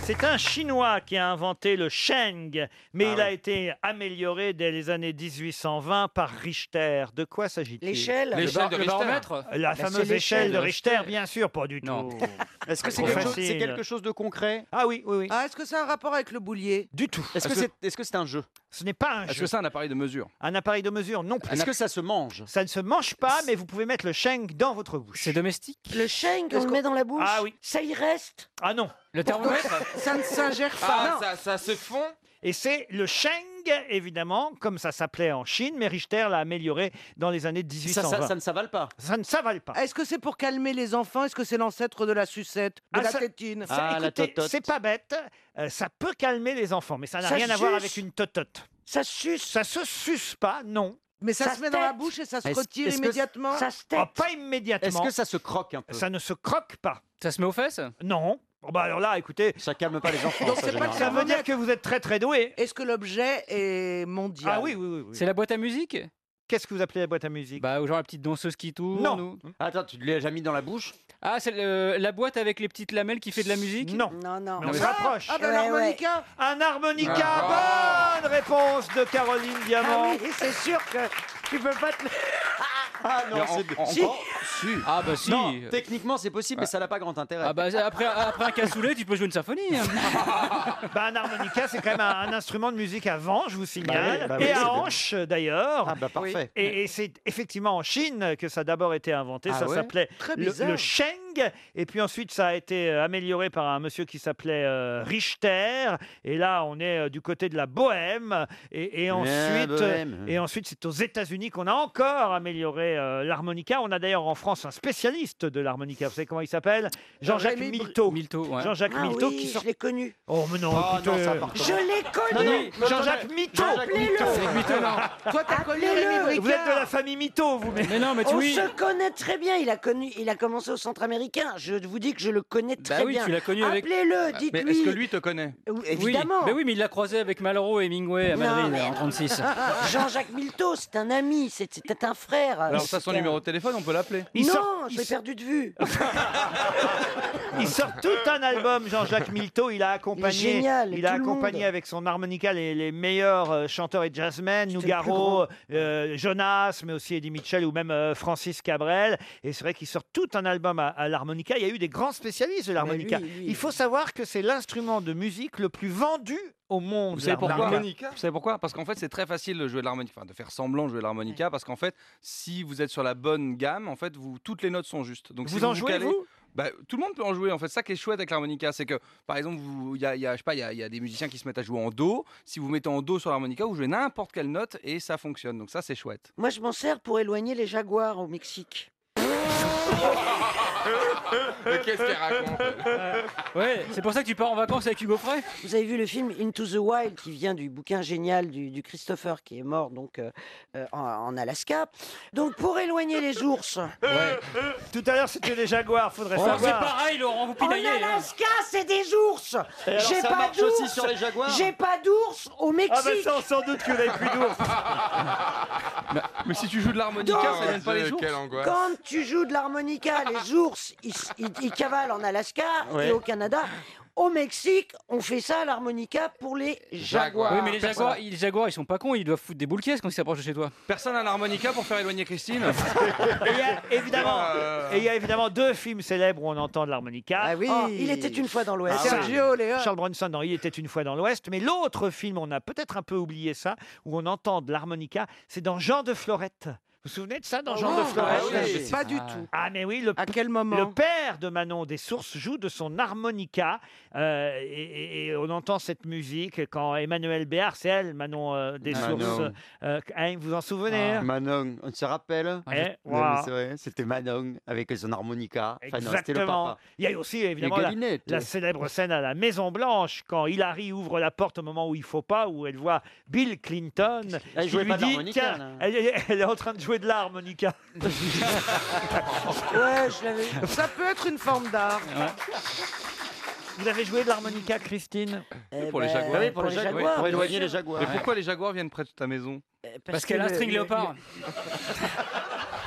[SPEAKER 3] C'est un Chinois qui a inventé le Sheng, mais il a été amélioré dès les années 1820 par Richter. De quoi s'agit-il
[SPEAKER 5] L'échelle L'échelle de Le bar- le Richter baromètre
[SPEAKER 3] La
[SPEAKER 5] Mais
[SPEAKER 3] fameuse
[SPEAKER 5] c'est
[SPEAKER 3] échelle
[SPEAKER 5] l'échelle
[SPEAKER 3] de
[SPEAKER 5] de
[SPEAKER 3] Richter, bien sûr, pas du tout.
[SPEAKER 5] Est-ce que c'est
[SPEAKER 3] Ah, Trop
[SPEAKER 5] quelque, chose- c'est
[SPEAKER 3] facile.
[SPEAKER 5] quelque chose de concret
[SPEAKER 3] Ah oui, oui, oui.
[SPEAKER 13] Ah, est-ce que ça a un rapport avec le boulier
[SPEAKER 3] Du tout.
[SPEAKER 5] Est-ce que
[SPEAKER 3] Parce
[SPEAKER 5] c'est
[SPEAKER 3] que-
[SPEAKER 5] est-ce que c'est un jeu
[SPEAKER 3] Ah, Ce n'est pas un
[SPEAKER 5] Est-ce
[SPEAKER 3] jeu.
[SPEAKER 5] que c'est un appareil de mesure
[SPEAKER 3] Un appareil de mesure, non plus.
[SPEAKER 5] Est-ce que ça se mange
[SPEAKER 3] Ça ne se mange pas, mais vous pouvez mettre le Sheng dans votre bouche. C'est domestique
[SPEAKER 5] Le
[SPEAKER 3] Sheng,
[SPEAKER 5] on le met
[SPEAKER 3] dans la bouche Ah oui.
[SPEAKER 5] Ça y reste
[SPEAKER 3] Ah non.
[SPEAKER 5] Le thermomètre
[SPEAKER 13] Ça ne s'ingère
[SPEAKER 5] Ah,
[SPEAKER 13] pas.
[SPEAKER 5] ça-
[SPEAKER 3] se fond. Et c'est le Sheng, évidemment, comme ça s'appelait en Chine, mais Richter l'a amélioré dans les années 1820.
[SPEAKER 5] ça- ça ne s'avale pas
[SPEAKER 3] Ça ne s'avale pas.
[SPEAKER 13] Est-ce que c'est pour calmer les enfants Est-ce que c'est l'ancêtre de la sucette De
[SPEAKER 3] Ah,
[SPEAKER 13] la
[SPEAKER 3] ça-
[SPEAKER 13] tétine
[SPEAKER 3] ça- écoutez, C'est pas bête, euh, ça peut calmer les enfants, mais ça n'a
[SPEAKER 13] Ça
[SPEAKER 3] rien à voir
[SPEAKER 13] suce
[SPEAKER 3] avec une totote. Ça suce Ça se suce pas, non.
[SPEAKER 13] Mais ça Ça se met se dans la tète bouche et ça se Est-ce- retire est-ce que immédiatement ça se tète
[SPEAKER 3] Ah, Pas immédiatement.
[SPEAKER 5] Est-ce que ça se croque un peu
[SPEAKER 3] Ça ne se croque pas.
[SPEAKER 5] Ça se met aux fesses
[SPEAKER 3] Non. Bon, bah alors là, écoutez.
[SPEAKER 5] Ça calme pas les enfants.
[SPEAKER 13] Donc
[SPEAKER 5] ça,
[SPEAKER 13] c'est pas que
[SPEAKER 5] généralement.
[SPEAKER 13] ça
[SPEAKER 3] veut dire que vous êtes très très doué.
[SPEAKER 13] Est-ce que l'objet est mondial
[SPEAKER 3] Ah oui, oui, oui.
[SPEAKER 5] C'est la boîte à musique
[SPEAKER 3] Qu'est-ce que vous appelez la boîte à musique
[SPEAKER 5] Bah, genre la petite danseuse qui tourne
[SPEAKER 3] Non.
[SPEAKER 5] ou- Ah, Attends, tu l'as jamais mis dans la bouche Ah, c'est le- la boîte avec les petites lamelles qui fait de la musique
[SPEAKER 3] Non.
[SPEAKER 5] Non, non.
[SPEAKER 3] Mais on se rapproche.
[SPEAKER 13] Ah, bah,
[SPEAKER 3] Ouais,
[SPEAKER 13] l'harmonica
[SPEAKER 3] Un harmonica,
[SPEAKER 5] Ah.
[SPEAKER 3] bonne réponse de Caroline Diamant.
[SPEAKER 13] Ah oui, c'est sûr que tu peux pas te... *laughs*
[SPEAKER 5] Ah
[SPEAKER 3] non, c'est- Si.
[SPEAKER 5] Ah bah si.
[SPEAKER 3] Non,
[SPEAKER 5] techniquement c'est possible,
[SPEAKER 3] mais
[SPEAKER 5] ça n'a pas grand intérêt. Ah bah après, après un cassoulet, tu peux jouer une symphonie. hein.
[SPEAKER 3] *laughs* Bah, un harmonica, c'est quand même un, un instrument de musique à vent, je vous signale,
[SPEAKER 5] Bah oui, bah oui,
[SPEAKER 3] et
[SPEAKER 5] c'est
[SPEAKER 3] à
[SPEAKER 5] bien. Ah, bah
[SPEAKER 3] hanche d'ailleurs.
[SPEAKER 5] parfait.
[SPEAKER 3] Et, et c'est effectivement en Chine que ça a d'abord été inventé.
[SPEAKER 5] Ah
[SPEAKER 3] ça
[SPEAKER 5] ouais
[SPEAKER 3] s'appelait
[SPEAKER 5] Très
[SPEAKER 3] le,
[SPEAKER 5] bizarre.
[SPEAKER 3] le sheng, et puis ensuite ça a été euh, amélioré par un monsieur qui s'appelait euh, Richter. Et là, on est euh, du côté de la Bohème. Et, et ensuite, euh,
[SPEAKER 5] Bohème.
[SPEAKER 3] et ensuite, c'est aux États-Unis qu'on a encore amélioré euh, l'harmonica. On a d'ailleurs en France un spécialiste de l'harmonica. Vous savez comment il s'appelle Jean-Jacques
[SPEAKER 5] Rémi Br-
[SPEAKER 3] Milteau.
[SPEAKER 5] ouais.
[SPEAKER 3] Jean-Jacques
[SPEAKER 5] Ah
[SPEAKER 3] Milteau
[SPEAKER 5] oui,
[SPEAKER 3] qui
[SPEAKER 5] je
[SPEAKER 3] sort.
[SPEAKER 5] l'ai connu.
[SPEAKER 3] Oh, mais non,
[SPEAKER 5] Oh,
[SPEAKER 3] écoutez.
[SPEAKER 5] non, ça, par contre.
[SPEAKER 6] Je l'ai connu.
[SPEAKER 3] Non, non,
[SPEAKER 6] Mais
[SPEAKER 3] Jean-Jacques
[SPEAKER 6] attendez,
[SPEAKER 3] Mito.
[SPEAKER 6] Jean-Jacques Appelez-le. Mito.
[SPEAKER 3] C'est Mito, non.
[SPEAKER 13] Toi, t'as connu
[SPEAKER 6] Appelez-le.
[SPEAKER 13] Rémi
[SPEAKER 3] Vous êtes
[SPEAKER 13] Bricard
[SPEAKER 3] de la famille Mito, vous. Mais non,
[SPEAKER 6] On se connaît très bien. Il a connu, il a commencé au centre américain. américain. Je vous dis que je le connais très
[SPEAKER 11] Bah oui,
[SPEAKER 6] bien.
[SPEAKER 11] tu l'as connu avec.
[SPEAKER 5] Ah,
[SPEAKER 11] Bah,
[SPEAKER 6] Appelez-le,
[SPEAKER 11] Mais
[SPEAKER 6] dites-lui.
[SPEAKER 11] Est-ce que lui te connaît
[SPEAKER 6] Oui, évidemment.
[SPEAKER 11] Oui. Bah oui, mais il l'a croisé avec Malraux et Hemingway à
[SPEAKER 6] Non,
[SPEAKER 11] Madrid
[SPEAKER 6] mais-
[SPEAKER 11] en 36.
[SPEAKER 6] Ah, Jean-Jacques Milteau, c'est un ami, c'est- c'était un frère.
[SPEAKER 11] Alors ça, son numéro de téléphone, on peut l'appeler.
[SPEAKER 6] Non, je l'ai perdu de vue.
[SPEAKER 3] Il sort tout un album, Jean-Jacques Milteau. Il a accompagné,
[SPEAKER 6] Il est génial,
[SPEAKER 3] il a
[SPEAKER 6] tout le
[SPEAKER 3] accompagné
[SPEAKER 6] monde.
[SPEAKER 3] avec son harmonica les, les meilleurs euh, chanteurs et jazzmen, Nougaro, euh, Jonas, mais aussi Eddie Mitchell ou même euh, Francis Cabrel. Et c'est vrai qu'il sort tout un album à, à l'harmonica. Il y a eu des grands spécialistes de l'harmonica.
[SPEAKER 11] lui, lui,
[SPEAKER 3] Il faut savoir que c'est l'instrument de musique le plus vendu au monde.
[SPEAKER 11] Vous savez pourquoi
[SPEAKER 3] l'harmonica.
[SPEAKER 11] Vous savez pourquoi Parce qu'en fait, c'est très facile de jouer de l'harmonica, enfin, de faire semblant de jouer de l'harmonica, parce qu'en fait, si vous êtes sur la bonne gamme, en fait, vous, toutes les notes sont justes. Donc, si
[SPEAKER 3] Vous en jouez,
[SPEAKER 11] calez-
[SPEAKER 3] vous
[SPEAKER 11] bah, tout le monde peut en jouer en fait. Ça qui est chouette avec l'harmonica, c'est que par exemple, vous- il y a, il y a- je sais pas, il y a, il y a des musiciens qui se mettent à jouer en do. Si vous mettez en do sur l'harmonica, vous jouez n'importe quelle note et ça fonctionne. Donc ça, c'est chouette.
[SPEAKER 6] Moi, je m'en sers pour éloigner les jaguars au Mexique.
[SPEAKER 11] Mais qu'est-ce qu'elle raconte Ouais, c'est pour ça que tu pars en vacances avec Hugo Frey
[SPEAKER 6] Vous avez vu le film Into the Wild qui vient du bouquin génial du, du Christopher qui est mort donc euh, euh, en, en Alaska. Donc pour éloigner les ours.
[SPEAKER 3] Tout à l'heure, c'était les jaguars. Faudrait
[SPEAKER 6] Oh,
[SPEAKER 3] savoir.
[SPEAKER 6] c'est
[SPEAKER 11] pareil, Laurent, vous hein.
[SPEAKER 6] En Alaska, c'est des ours.
[SPEAKER 3] Et alors,
[SPEAKER 6] J'ai
[SPEAKER 3] ça
[SPEAKER 6] pas
[SPEAKER 3] marche aussi
[SPEAKER 6] d'ours.
[SPEAKER 3] sur les jaguars
[SPEAKER 6] J'ai pas d'ours au Mexique.
[SPEAKER 3] Ah bah ça, on sans doute que vous n'avez plus d'ours.
[SPEAKER 11] Mais si tu joues de l'harmonica,
[SPEAKER 6] Donc,
[SPEAKER 11] ça vient pas les ours.
[SPEAKER 6] *laughs* Quand tu joues de l'harmonica, les ours, ils, ils- ils cavalent en Alaska
[SPEAKER 11] Ouais.
[SPEAKER 6] et au Canada. Au Mexique, on fait ça à l'harmonica pour les jaguars.
[SPEAKER 11] Oui, mais les jaguars,
[SPEAKER 6] Voilà.
[SPEAKER 11] ils- les jaguars, ils sont pas cons, ils doivent foutre des boules caisses quand ils s'approchent de chez toi. Personne n'a l'harmonica pour faire éloigner Christine
[SPEAKER 3] *laughs* Évidemment.
[SPEAKER 11] Euh.
[SPEAKER 3] Et il y a évidemment deux films célèbres où on entend de l'harmonica.
[SPEAKER 6] Oh, il était une fois dans l'Ouest.
[SPEAKER 3] Ah ouais.
[SPEAKER 6] Sergio Leone.
[SPEAKER 3] Charles Bronson, non, il était une fois dans l'Ouest. Mais l'autre film, on a peut-être un peu oublié ça, où on entend de l'harmonica, c'est dans Jean de Florette. Vous vous souvenez de ça dans
[SPEAKER 46] Oh,
[SPEAKER 3] Jean
[SPEAKER 46] non,
[SPEAKER 3] de Florette
[SPEAKER 46] ah oui, Je sais pas pas. du tout.
[SPEAKER 3] Ah mais oui, le, à quel moment Le père de Manon des Sources joue de son harmonica euh, et, et- et on entend cette musique quand Emmanuel Béard, c'est elle, Manon euh, des
[SPEAKER 5] Manon. Ah.
[SPEAKER 3] Sources. euh, hein, vous vous en souvenez hein
[SPEAKER 5] Manon, on se rappelle
[SPEAKER 3] Eh,
[SPEAKER 5] Ouais, mais
[SPEAKER 3] voilà.
[SPEAKER 5] c'est vrai, C'était Manon avec son harmonica. Enfin, non, c'était le
[SPEAKER 3] Exactement.
[SPEAKER 5] papa.
[SPEAKER 3] Il y a eu aussi
[SPEAKER 5] Et
[SPEAKER 3] évidemment la,
[SPEAKER 5] Galinette.
[SPEAKER 3] la célèbre scène à la Maison Blanche quand Hillary ouvre la porte au moment où il faut pas, où elle voit Bill Clinton
[SPEAKER 5] Elle
[SPEAKER 3] qui
[SPEAKER 5] Ah, jouait
[SPEAKER 3] lui
[SPEAKER 5] pas
[SPEAKER 3] dit
[SPEAKER 5] d'harmonica, là.
[SPEAKER 3] tiens, elle, elle- elle est en train de jouer de
[SPEAKER 5] *laughs*
[SPEAKER 3] l'harmonica.
[SPEAKER 46] Ouais, je l'avais. Ça peut être une forme d'art.
[SPEAKER 3] Vous avez joué de l'harmonica, Christine
[SPEAKER 5] Eh
[SPEAKER 11] Pour
[SPEAKER 5] ben,
[SPEAKER 11] les jaguars.
[SPEAKER 3] Oui, Eh ben, pour les jaguars,
[SPEAKER 11] oui.
[SPEAKER 3] pour éloigner les jaguars.
[SPEAKER 11] Mais pourquoi les jaguars viennent près de ta maison
[SPEAKER 3] parce qu'elle a un string léopard.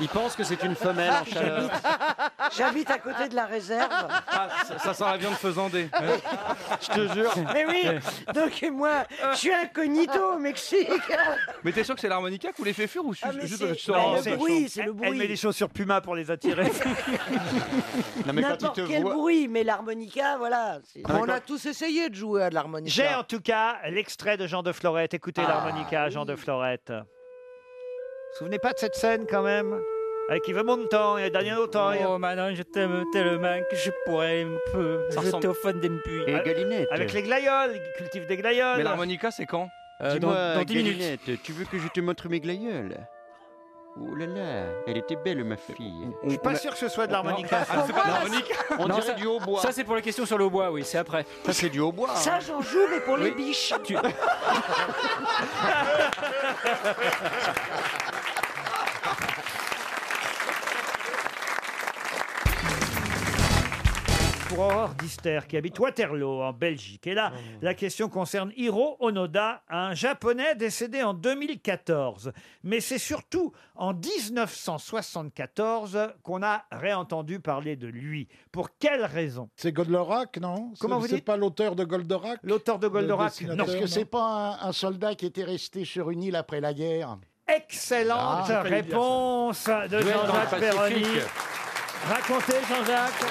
[SPEAKER 5] Il pense que c'est une femelle
[SPEAKER 3] Ah,
[SPEAKER 5] en chaleur.
[SPEAKER 6] Ah, *laughs* J'habite à côté de la réserve.
[SPEAKER 46] Ah,
[SPEAKER 11] Ça, ça sent la viande faisandée.
[SPEAKER 3] *laughs*
[SPEAKER 5] Je te
[SPEAKER 11] *laughs*
[SPEAKER 5] jure.
[SPEAKER 3] Eh
[SPEAKER 6] Mais oui, donc et moi, je suis incognito au Mexique.
[SPEAKER 11] Mais t'es sûr que c'est l'harmonica ou les fait fure ou
[SPEAKER 6] Ah, mais
[SPEAKER 11] juste
[SPEAKER 5] euh,
[SPEAKER 6] c'est-
[SPEAKER 11] juste-
[SPEAKER 6] mais le
[SPEAKER 11] c'est-
[SPEAKER 6] bruit, c'est le
[SPEAKER 3] Elle
[SPEAKER 6] bruit.
[SPEAKER 3] met des chaussures Puma pour les
[SPEAKER 5] *laughs*
[SPEAKER 3] attirer.
[SPEAKER 5] non,
[SPEAKER 6] N'importe quel bruit, mais l'harmonica, voilà. c'est-
[SPEAKER 11] Ah,
[SPEAKER 46] On a tous essayé de jouer à de l'harmonica.
[SPEAKER 3] J'ai en tout cas l'extrait de Jean de Florette. Écoutez l'harmonica, Jean de Florette. Vous Ah. vous souvenez pas de cette scène quand même Avec Yves Montand et Daniel Auteuil.
[SPEAKER 47] Oh Manon, je t'aime tellement que je pourrais un peu.
[SPEAKER 3] Ça
[SPEAKER 47] Je
[SPEAKER 3] ressemble-
[SPEAKER 47] t'offre des buis.
[SPEAKER 3] Et Galinette. Avec les glaïoles, ils cultivent des glaïoles.
[SPEAKER 5] Mais
[SPEAKER 11] l'harmonica, c'est quand
[SPEAKER 5] Dis-moi, Galinette, tu veux que je te montre mes glaïeuls Oh là là, elle était belle, ma fille.
[SPEAKER 3] Je suis pas sûr que ce soit de l'harmonica.
[SPEAKER 5] Ah, c'est pas de l'harmonica. On
[SPEAKER 11] Non,
[SPEAKER 5] dirait
[SPEAKER 11] ça-
[SPEAKER 5] du hautbois.
[SPEAKER 11] Ça, c'est pour les questions sur le hautbois, oui, c'est après.
[SPEAKER 5] Ça, c'est du hautbois. hein.
[SPEAKER 6] Ça, j'en joue, mais pour les
[SPEAKER 11] Oui.
[SPEAKER 6] biches. *laughs*
[SPEAKER 11] Tu-
[SPEAKER 3] Pour Aurore Dister, qui habite Waterloo, en Belgique. Et là, la question concerne Hiro Onoda, un Japonais décédé en 2014. Mais c'est surtout en 1974 qu'on a réentendu parler de lui. Pour quelle raison
[SPEAKER 9] C'est Goldorak, non
[SPEAKER 3] Comment
[SPEAKER 9] C'est-
[SPEAKER 3] vous
[SPEAKER 9] C'est
[SPEAKER 3] dites
[SPEAKER 9] pas l'auteur de Goldorak
[SPEAKER 3] L'auteur de Goldorak, non.
[SPEAKER 9] Parce
[SPEAKER 14] Est-ce que c'est pas un, un soldat qui était resté sur une île après la guerre
[SPEAKER 3] Excellente
[SPEAKER 14] Ah, j'ai failli dire
[SPEAKER 3] réponse de
[SPEAKER 14] Duel dans
[SPEAKER 3] Jean-Jacques
[SPEAKER 14] le Pacifique.
[SPEAKER 3] Perroni. Racontez, Jean-Jacques.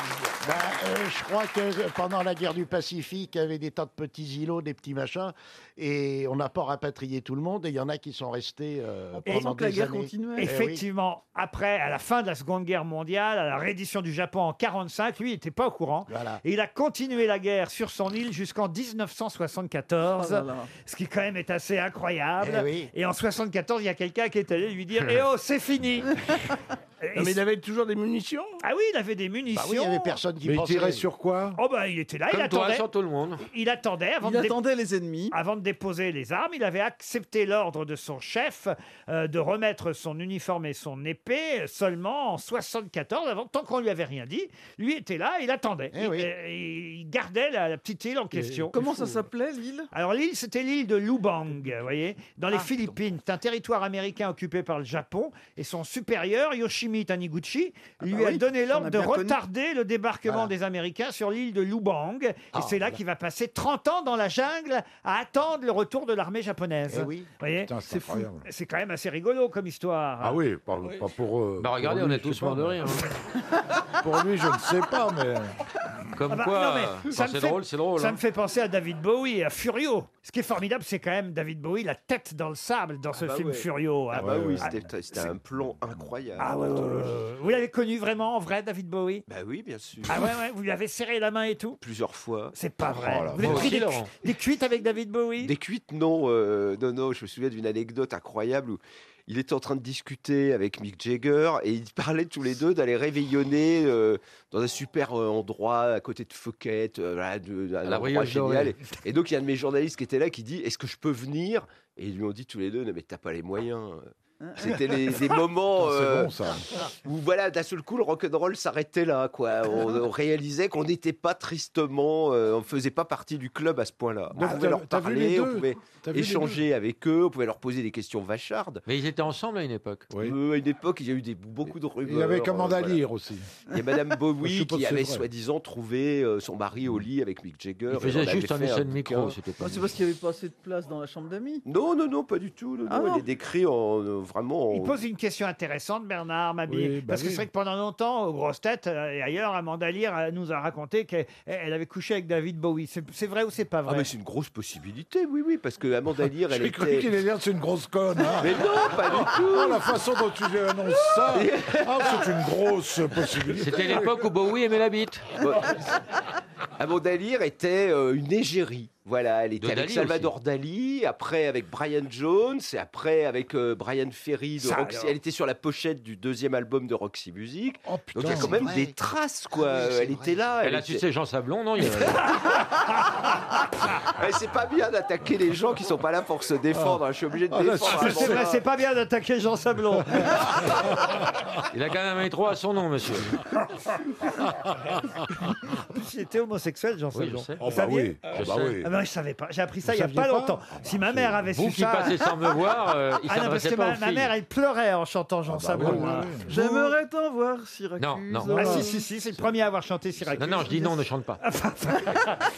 [SPEAKER 14] Ben, euh, je crois que pendant la guerre du Pacifique, il y avait des tas de petits îlots, des petits machins, et on n'a pas rapatrié tout le monde, et il y en a qui sont restés euh, pendant des années. Eh oui.
[SPEAKER 3] Effectivement, après, à la fin de la Seconde Guerre mondiale, à la reddition du Japon en 45, lui, il n'était pas au courant. Et il a continué la guerre sur son île jusqu'en 1974,
[SPEAKER 48] Oh là là.
[SPEAKER 3] ce qui quand même est assez incroyable.
[SPEAKER 48] Eh oui.
[SPEAKER 14] *laughs*
[SPEAKER 3] Et en 74, il y a quelqu'un qui est allé lui dire « Eh oh, c'est fini !» Non, mais il
[SPEAKER 12] avait toujours des munitions
[SPEAKER 3] Ah oui, il avait des munitions.
[SPEAKER 8] il y avait personne qui
[SPEAKER 3] Mais il
[SPEAKER 8] pensait.
[SPEAKER 3] tirait sur
[SPEAKER 8] quoi
[SPEAKER 3] Oh bah il était là, il
[SPEAKER 8] Comme toi,
[SPEAKER 3] attendait.
[SPEAKER 8] sur
[SPEAKER 49] tout le monde.
[SPEAKER 3] Il attendait avant
[SPEAKER 12] Il attendait les ennemis.
[SPEAKER 3] Avant de déposer les armes, il avait accepté l'ordre de son chef euh, de remettre son uniforme et son épée seulement en 74 avant tant qu'on lui avait rien dit. Lui était là, il attendait. il, euh, il gardait la, la petite île en question.
[SPEAKER 12] Eh Comment ça s'appelait l'île Ah,
[SPEAKER 3] Alors l'île, c'était l'île de Lubang, vous voyez, dans les Philippines. C'est un territoire américain occupé par le Japon et son supérieur, Yoshimi Taniguchi, lui
[SPEAKER 12] bah
[SPEAKER 3] a
[SPEAKER 12] oui,
[SPEAKER 3] donné
[SPEAKER 12] on
[SPEAKER 3] l'ordre
[SPEAKER 12] a
[SPEAKER 3] de
[SPEAKER 12] bien connu.
[SPEAKER 3] retarder le débarquement des Américains sur l'île de Lubang.
[SPEAKER 12] Ah,
[SPEAKER 3] et c'est là qu'il va passer 30 ans dans la jungle à attendre le retour de l'armée japonaise.
[SPEAKER 31] Eh oui.
[SPEAKER 3] Vous voyez
[SPEAKER 31] Putain, c'est
[SPEAKER 3] c'est fou.
[SPEAKER 31] incroyable.
[SPEAKER 3] C'est quand même assez rigolo comme histoire.
[SPEAKER 31] Ah oui, pas, pas pour. euh,
[SPEAKER 49] Bah, regardez,
[SPEAKER 31] pour
[SPEAKER 49] on
[SPEAKER 31] lui,
[SPEAKER 49] est
[SPEAKER 31] je sais
[SPEAKER 49] tous
[SPEAKER 31] pas,
[SPEAKER 49] morts de
[SPEAKER 31] mais-
[SPEAKER 49] rire,
[SPEAKER 31] Pour lui, je ne sais pas, mais.
[SPEAKER 49] Comme
[SPEAKER 3] Ah bah,
[SPEAKER 49] quoi,
[SPEAKER 3] non, mais
[SPEAKER 49] euh,
[SPEAKER 3] ça
[SPEAKER 49] quand
[SPEAKER 3] me
[SPEAKER 49] c'est
[SPEAKER 3] fait-
[SPEAKER 49] drôle, c'est drôle.
[SPEAKER 3] Ça
[SPEAKER 49] hein.
[SPEAKER 3] me fait penser à David Bowie et à Furio. Ce qui est formidable, c'est quand même David Bowie, la tête dans le sable dans ce
[SPEAKER 1] bah
[SPEAKER 3] film
[SPEAKER 1] ouais.
[SPEAKER 3] Furio. hein.
[SPEAKER 1] Ah bah oui,
[SPEAKER 3] Ah,
[SPEAKER 1] c'était c'était un plan incroyable.
[SPEAKER 3] Ah ouais, ouais, ouais, ouais. Vous l'avez connu vraiment en vrai, David Bowie
[SPEAKER 1] Bah oui, bien sûr.
[SPEAKER 3] Ah ouais, ouais, vous lui avez serré la main et tout
[SPEAKER 1] Plusieurs fois.
[SPEAKER 3] C'est pas vrai.
[SPEAKER 1] Oh là
[SPEAKER 3] vous avez
[SPEAKER 1] là.
[SPEAKER 3] pris des,
[SPEAKER 1] Moi aussi, Laurent.
[SPEAKER 3] des cuites avec David Bowie
[SPEAKER 1] Des cuites, non, euh, non, non. Je me souviens d'une anecdote incroyable où il était en train de discuter avec Mick Jagger et ils parlaient tous les deux d'aller réveillonner euh, dans un super euh, endroit à côté de Fouquet, euh, voilà, de, un endroit
[SPEAKER 49] brioche dorée.
[SPEAKER 1] génial. Et, et donc il y a un de mes journalistes qui était là qui dit Est-ce que je peux venir Et ils lui ont dit tous les deux Non, mais t'as pas les moyens. C'était les- des moments
[SPEAKER 31] Putain, c'est
[SPEAKER 1] euh,
[SPEAKER 31] bon, ça.
[SPEAKER 1] où voilà d'un seul coup le rock'n'roll s'arrêtait là quoi.
[SPEAKER 31] *laughs*
[SPEAKER 1] On, on réalisait qu'on n'était pas tristement, euh, on faisait pas partie du club à ce point-là. On
[SPEAKER 31] Donc,
[SPEAKER 1] pouvait
[SPEAKER 31] Bah, t'as-
[SPEAKER 1] leur
[SPEAKER 31] t'as vu les
[SPEAKER 1] parler, on
[SPEAKER 31] deux
[SPEAKER 1] pouvait
[SPEAKER 31] T'as vu les
[SPEAKER 1] échanger avec eux, on pouvait leur poser des questions vachardes.
[SPEAKER 49] Mais ils étaient ensemble à une époque.
[SPEAKER 1] Euh, à une époque, il y a eu des, beaucoup de rumeurs.
[SPEAKER 31] Il y avait Commande à
[SPEAKER 1] euh, voilà.
[SPEAKER 31] lire aussi.
[SPEAKER 1] Il y a
[SPEAKER 31] *laughs*
[SPEAKER 1] Madame
[SPEAKER 31] Je
[SPEAKER 1] Bowie
[SPEAKER 31] suppose
[SPEAKER 1] qui
[SPEAKER 31] que c'est
[SPEAKER 1] avait
[SPEAKER 31] vrai.
[SPEAKER 1] soi-disant trouvé euh, son mari au lit avec Mick Jagger.
[SPEAKER 49] Il faisait
[SPEAKER 1] Elle en
[SPEAKER 49] juste
[SPEAKER 1] avait
[SPEAKER 49] un
[SPEAKER 1] fait
[SPEAKER 49] essai de
[SPEAKER 1] bouquin. Ah,
[SPEAKER 49] micro, c'était pas-
[SPEAKER 12] Ah, C'est parce qu'il n'y avait pas assez de place dans la chambre d'amis.
[SPEAKER 1] Non, non, non, pas du tout. non,
[SPEAKER 12] Ah
[SPEAKER 1] non,
[SPEAKER 12] non.
[SPEAKER 1] Elle est décrite en, euh, vraiment. en-
[SPEAKER 3] Il pose une question intéressante, Bernard Mabille.
[SPEAKER 1] Oui, bah
[SPEAKER 3] parce que
[SPEAKER 1] oui.
[SPEAKER 3] c'est vrai que pendant longtemps, aux grosses têtes euh, et ailleurs, Amanda Lear euh, nous a raconté qu'elle elle avait couché avec David Bowie. C'est c'est vrai ou c'est pas
[SPEAKER 1] Ah,
[SPEAKER 3] vrai
[SPEAKER 1] mais c'est une grosse possibilité, oui, oui, parce que Amanda Lear, elle
[SPEAKER 31] J'ai cru
[SPEAKER 1] était.
[SPEAKER 31] qu'il allait dire c'est une grosse conne. hein.
[SPEAKER 1] Mais non, pas
[SPEAKER 4] Ah,
[SPEAKER 1] du tout.
[SPEAKER 31] Oh, la façon dont tu lui annonces ça,
[SPEAKER 1] *laughs*
[SPEAKER 31] ah, c'est une grosse possibilité.
[SPEAKER 49] C'était l'époque où Bowie aimait la bite.
[SPEAKER 1] Amanda Lear était euh, une égérie. Voilà, elle était
[SPEAKER 49] De
[SPEAKER 1] avec
[SPEAKER 49] Dali
[SPEAKER 1] Salvador Dali, après avec Brian Jones, et après avec euh, Brian Ferry de
[SPEAKER 49] Ça,
[SPEAKER 1] Roxy.
[SPEAKER 49] alors.
[SPEAKER 1] Elle était sur la pochette du deuxième album de Roxy Music.
[SPEAKER 49] putain,
[SPEAKER 1] Donc il y a quand
[SPEAKER 49] c'est
[SPEAKER 1] même
[SPEAKER 49] vrai.
[SPEAKER 1] des traces, quoi.
[SPEAKER 49] Ah oui, c'est
[SPEAKER 1] elle était là.
[SPEAKER 49] Elle a
[SPEAKER 1] était-
[SPEAKER 49] sucé Jean Sablon, non il y
[SPEAKER 3] *laughs*
[SPEAKER 49] avait-
[SPEAKER 1] Eh, c'est pas bien d'attaquer les gens qui sont pas là pour se défendre. hein. Je suis obligé de
[SPEAKER 3] Ah, là,
[SPEAKER 1] défendre.
[SPEAKER 3] c'est- c'est
[SPEAKER 1] Amanda.
[SPEAKER 3] vrai, c'est pas bien d'attaquer Jean Sablon. *laughs*
[SPEAKER 49] Il a quand même un métro à son nom, monsieur.
[SPEAKER 3] Il était homosexuel, Jean
[SPEAKER 49] Oui, je
[SPEAKER 3] Sablon.
[SPEAKER 49] sais.
[SPEAKER 3] Vous
[SPEAKER 49] Oh, bah
[SPEAKER 3] saviez
[SPEAKER 49] oui. Ah, Je bah sais. oui.
[SPEAKER 3] Ah, bah, je savais pas. J'ai appris ça
[SPEAKER 49] Vous
[SPEAKER 3] il y a
[SPEAKER 49] saviez
[SPEAKER 3] pas
[SPEAKER 49] pas Ah,
[SPEAKER 3] longtemps. Si ma mère avait
[SPEAKER 49] Vous
[SPEAKER 3] su
[SPEAKER 49] qui
[SPEAKER 3] ça.
[SPEAKER 49] passez sans
[SPEAKER 3] *laughs*
[SPEAKER 49] me voir, euh, il
[SPEAKER 3] ah non, parce
[SPEAKER 49] s'adressait
[SPEAKER 3] que
[SPEAKER 49] pas
[SPEAKER 3] ma,
[SPEAKER 49] aux
[SPEAKER 3] ma
[SPEAKER 49] filles. Ah bah
[SPEAKER 3] mère, elle pleurait en chantant Jean Sablon.
[SPEAKER 12] J'aimerais t'en voir, Syracuse. Euh,
[SPEAKER 49] Non, non.
[SPEAKER 3] Ah si, si, si, c'est le premier à avoir chanté Syracuse. Ah,
[SPEAKER 49] Non, non, je dis non, ne chante pas.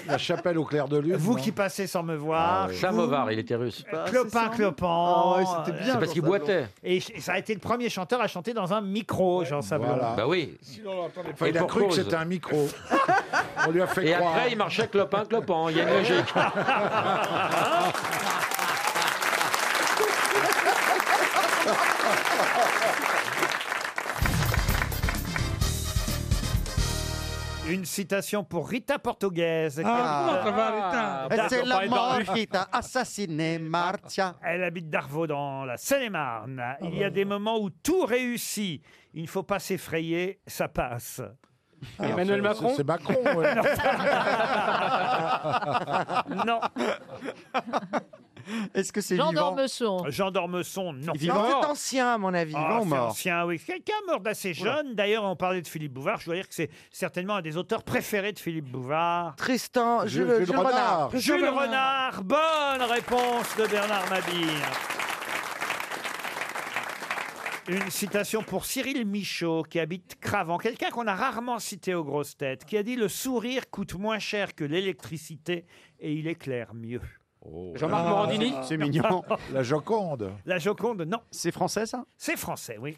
[SPEAKER 31] La chapelle au clair de lune.
[SPEAKER 3] Vous qui passez sans me
[SPEAKER 49] Ah
[SPEAKER 3] voir. vous- Ah,
[SPEAKER 49] Samovar, il était russe.
[SPEAKER 3] Clopin, Clopin. euh,
[SPEAKER 49] Ah ouais, c'était bien, C'est parce Jean qu'il Sablon. boitait.
[SPEAKER 3] Et ch- ça a été le premier chanteur à chanter dans un micro, Jean Sablon.
[SPEAKER 31] Voilà. Bah
[SPEAKER 49] oui.
[SPEAKER 31] Enfin, il a cru que c'était un micro. On lui a fait
[SPEAKER 49] Et
[SPEAKER 31] croire.
[SPEAKER 49] après, il marchait clopin, clopin. Il y a
[SPEAKER 31] *laughs*
[SPEAKER 49] une logique.
[SPEAKER 22] Ah
[SPEAKER 3] Une citation pour Rita Portugaise.
[SPEAKER 4] Ah, ça va, Rita.
[SPEAKER 3] Dar-
[SPEAKER 22] C'est la mort qui t'a
[SPEAKER 3] assassiné Marcia. Elle habite Darvaux dans la Seine-et-Marne.
[SPEAKER 22] Ah
[SPEAKER 3] Il y a des moments où tout réussit. Il ne faut pas s'effrayer, ça passe.
[SPEAKER 31] Ah, c'est- c'est- C'est Macron. ouais.
[SPEAKER 3] non.
[SPEAKER 22] Est-ce que c'est
[SPEAKER 3] Jean
[SPEAKER 22] vivant
[SPEAKER 3] Dormesson. Jean Dormesson, non.
[SPEAKER 22] Vivant.
[SPEAKER 3] Non,
[SPEAKER 22] Mort.
[SPEAKER 3] c'est ancien.
[SPEAKER 13] Ancien, à mon avis.
[SPEAKER 3] Ah,
[SPEAKER 22] Vivant,
[SPEAKER 3] c'est
[SPEAKER 22] mort.
[SPEAKER 3] ancien, oui. Quelqu'un mort d'assez jeune. D'ailleurs, on parlait de Philippe Bouvard. Je dois dire que c'est certainement un des auteurs préférés de Philippe Bouvard.
[SPEAKER 13] Tristan,
[SPEAKER 3] Jules-
[SPEAKER 13] Jules,
[SPEAKER 3] Jules
[SPEAKER 13] Jules
[SPEAKER 3] Renard.
[SPEAKER 13] Renard.
[SPEAKER 3] Jules Renard, bonne réponse de Bernard Mabille. Une citation pour Cyril Michaud, qui habite Cravant, quelqu'un qu'on a rarement cité aux grosses têtes, qui a dit Le sourire coûte moins cher que l'électricité et il éclaire mieux.
[SPEAKER 31] Ah, C'est mignon. La Joconde.
[SPEAKER 3] La Joconde, non.
[SPEAKER 22] C'est français, ça Ah,
[SPEAKER 3] C'est français, oui.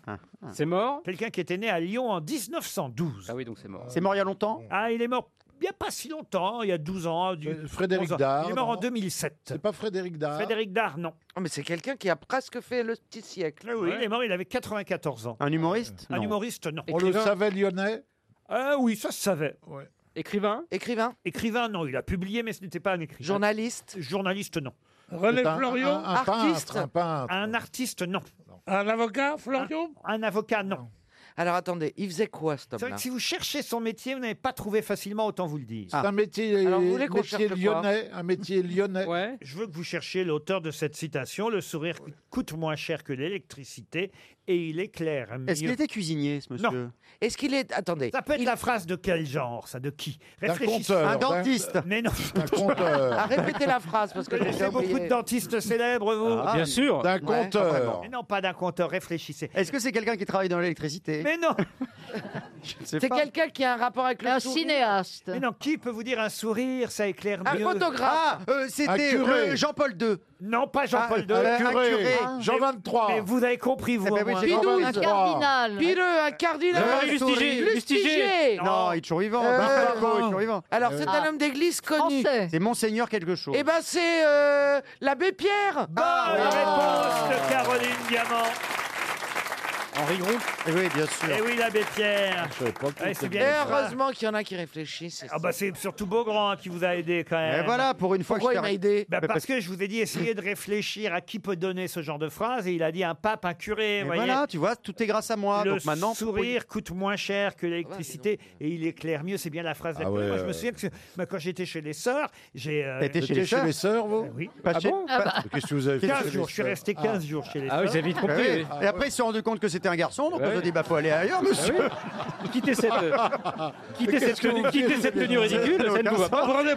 [SPEAKER 22] C'est mort
[SPEAKER 3] Quelqu'un qui était né à Lyon en 1912.
[SPEAKER 22] Ah oui, donc c'est mort. C'est mort il y a longtemps
[SPEAKER 3] Ah, il est mort il n'y a pas si longtemps, il y a 12 ans. du-
[SPEAKER 31] Euh, Frédéric
[SPEAKER 3] 11 ans.
[SPEAKER 31] Dard,
[SPEAKER 3] Il est mort en
[SPEAKER 31] non
[SPEAKER 3] 2007. C'est
[SPEAKER 31] pas Frédéric Dard
[SPEAKER 3] Frédéric Dard, non.
[SPEAKER 13] Oh,
[SPEAKER 3] Ah
[SPEAKER 13] mais c'est quelqu'un qui a presque fait le petit siècle.
[SPEAKER 3] Oui, il est mort, il avait 94 ans.
[SPEAKER 22] Un humoriste
[SPEAKER 3] Un humoriste, non.
[SPEAKER 31] On le savait lyonnais
[SPEAKER 3] Ah oui, ça se savait.
[SPEAKER 22] Écrivain
[SPEAKER 13] Écrivain
[SPEAKER 3] Écrivain, non, il a publié, mais ce n'était pas un écrivain.
[SPEAKER 13] Journaliste
[SPEAKER 3] Journaliste, non.
[SPEAKER 31] René C'est un- Fleuriot un- un peintre, Artiste un peintre.
[SPEAKER 3] Un artiste, non.
[SPEAKER 4] Un avocat, Florian
[SPEAKER 3] Un, un avocat, non.
[SPEAKER 5] Alors attendez, il faisait quoi cet
[SPEAKER 3] C'est vrai
[SPEAKER 5] homme-là
[SPEAKER 3] que si vous cherchez son métier, vous n'avez pas trouvé facilement, autant vous le dire.
[SPEAKER 5] C'est un métier- Ah. Alors, vous voulez qu'on métier cherche quoi lyonnais,
[SPEAKER 3] un métier lyonnais. Je veux que vous cherchiez l'auteur de cette citation. Le sourire coûte moins cher que l'électricité et il éclaire.
[SPEAKER 50] Est-ce qu'il était
[SPEAKER 3] cuisinier, ce monsieur Non.
[SPEAKER 5] Est-ce qu'il est. Attendez.
[SPEAKER 3] Ça peut être la phrase de quel genre Ça, de qui
[SPEAKER 5] D'un
[SPEAKER 3] Réfléchissez.
[SPEAKER 5] conteur, Un *laughs* d'un- dentiste.
[SPEAKER 3] Mais non.
[SPEAKER 5] Un conteur. Ah, répétez la phrase, parce que
[SPEAKER 3] Vous
[SPEAKER 5] j'ai
[SPEAKER 3] connaissez
[SPEAKER 5] oublié.
[SPEAKER 3] beaucoup de dentistes célèbres, vous Ah,
[SPEAKER 5] Ah, bien sûr. D'un Ouais. conteur. Vraiment.
[SPEAKER 3] Mais non, pas d'un conteur. Réfléchissez.
[SPEAKER 5] Est-ce que c'est quelqu'un qui travaille dans l'électricité
[SPEAKER 3] Mais
[SPEAKER 5] *laughs*
[SPEAKER 3] non
[SPEAKER 5] C'est quelqu'un qui a un rapport avec le
[SPEAKER 3] Un
[SPEAKER 5] sourire.
[SPEAKER 3] cinéaste. Mais non, qui peut vous dire un sourire, ça éclaire
[SPEAKER 5] Un
[SPEAKER 3] mieux
[SPEAKER 5] photographe. Ah, euh, c'était Un curé. le Jean-Paul II.
[SPEAKER 3] Non, pas Jean-Paul II.
[SPEAKER 5] Ah, un Un curé. curé. Jean
[SPEAKER 3] Mais-
[SPEAKER 5] 23.
[SPEAKER 3] Mais vous avez compris, vous.
[SPEAKER 5] Eh ben
[SPEAKER 3] au
[SPEAKER 5] oui,
[SPEAKER 3] moins.
[SPEAKER 5] c'est Jean Pie douze. 23. Un cardinal. Pie le, un cardinal. Le Euh, Lustiger, Lustiger. Non, il est toujours vivant. Euh, Barbaco, il est toujours vivant. Alors, Euh, c'est ah. un homme d'église connu. C'est Monseigneur quelque chose. Eh ben, c'est euh, l'abbé Pierre. Ah.
[SPEAKER 3] Bonne Ah, réponse de Caroline Diamant.
[SPEAKER 5] Henri Groupe Oui, bien sûr.
[SPEAKER 3] Et Eh oui, l'abbé Pierre. Ouais, c'est bien.
[SPEAKER 5] heureusement qu'il y en a qui réfléchissent.
[SPEAKER 3] Ah bah c'est surtout Beaugrand hein, qui vous a aidé quand même.
[SPEAKER 5] Et voilà, pour une fois que Pourquoi je t'ai- il m'a aidé
[SPEAKER 3] Bah,
[SPEAKER 5] Mais
[SPEAKER 3] Parce
[SPEAKER 5] parce-
[SPEAKER 3] que je vous ai dit essayez de réfléchir à qui peut donner ce genre de phrase et il a dit un pape, un curé.
[SPEAKER 5] Et
[SPEAKER 3] voyez.
[SPEAKER 5] voilà, tu vois, tout est grâce à moi.
[SPEAKER 3] Le
[SPEAKER 5] Donc maintenant,
[SPEAKER 3] sourire coûte moins cher que l'électricité
[SPEAKER 5] bah,
[SPEAKER 3] et il éclaire mieux. C'est bien la phrase. de la
[SPEAKER 5] Ah ouais,
[SPEAKER 3] Moi, je me
[SPEAKER 5] euh.
[SPEAKER 3] souviens que bah, quand j'étais chez les sœurs, j'ai. euh,
[SPEAKER 5] T'as été chez les
[SPEAKER 3] j'étais
[SPEAKER 5] sœurs
[SPEAKER 3] vous Oui.
[SPEAKER 5] Pas chez- Ah bah. Mais qu'est-ce que vous avez fait
[SPEAKER 3] 15
[SPEAKER 5] chez
[SPEAKER 3] jours.
[SPEAKER 5] les
[SPEAKER 3] Je suis
[SPEAKER 5] sœurs
[SPEAKER 3] resté 15 jours chez les sœurs.
[SPEAKER 5] Ah oui, vous avez vite compris. Et après, ils se sont rendus compte que c'était un garçon, donc Ah on oui. a dit bah faut aller ailleurs, Ah oui. monsieur. Quittez *laughs* cette- quittez Mais cette qu'est-ce que tenue- vous quittez faites, cette vous tenue avez- ridicule, vous avez ça ne vous va aucun pas. sens.
[SPEAKER 4] On n'est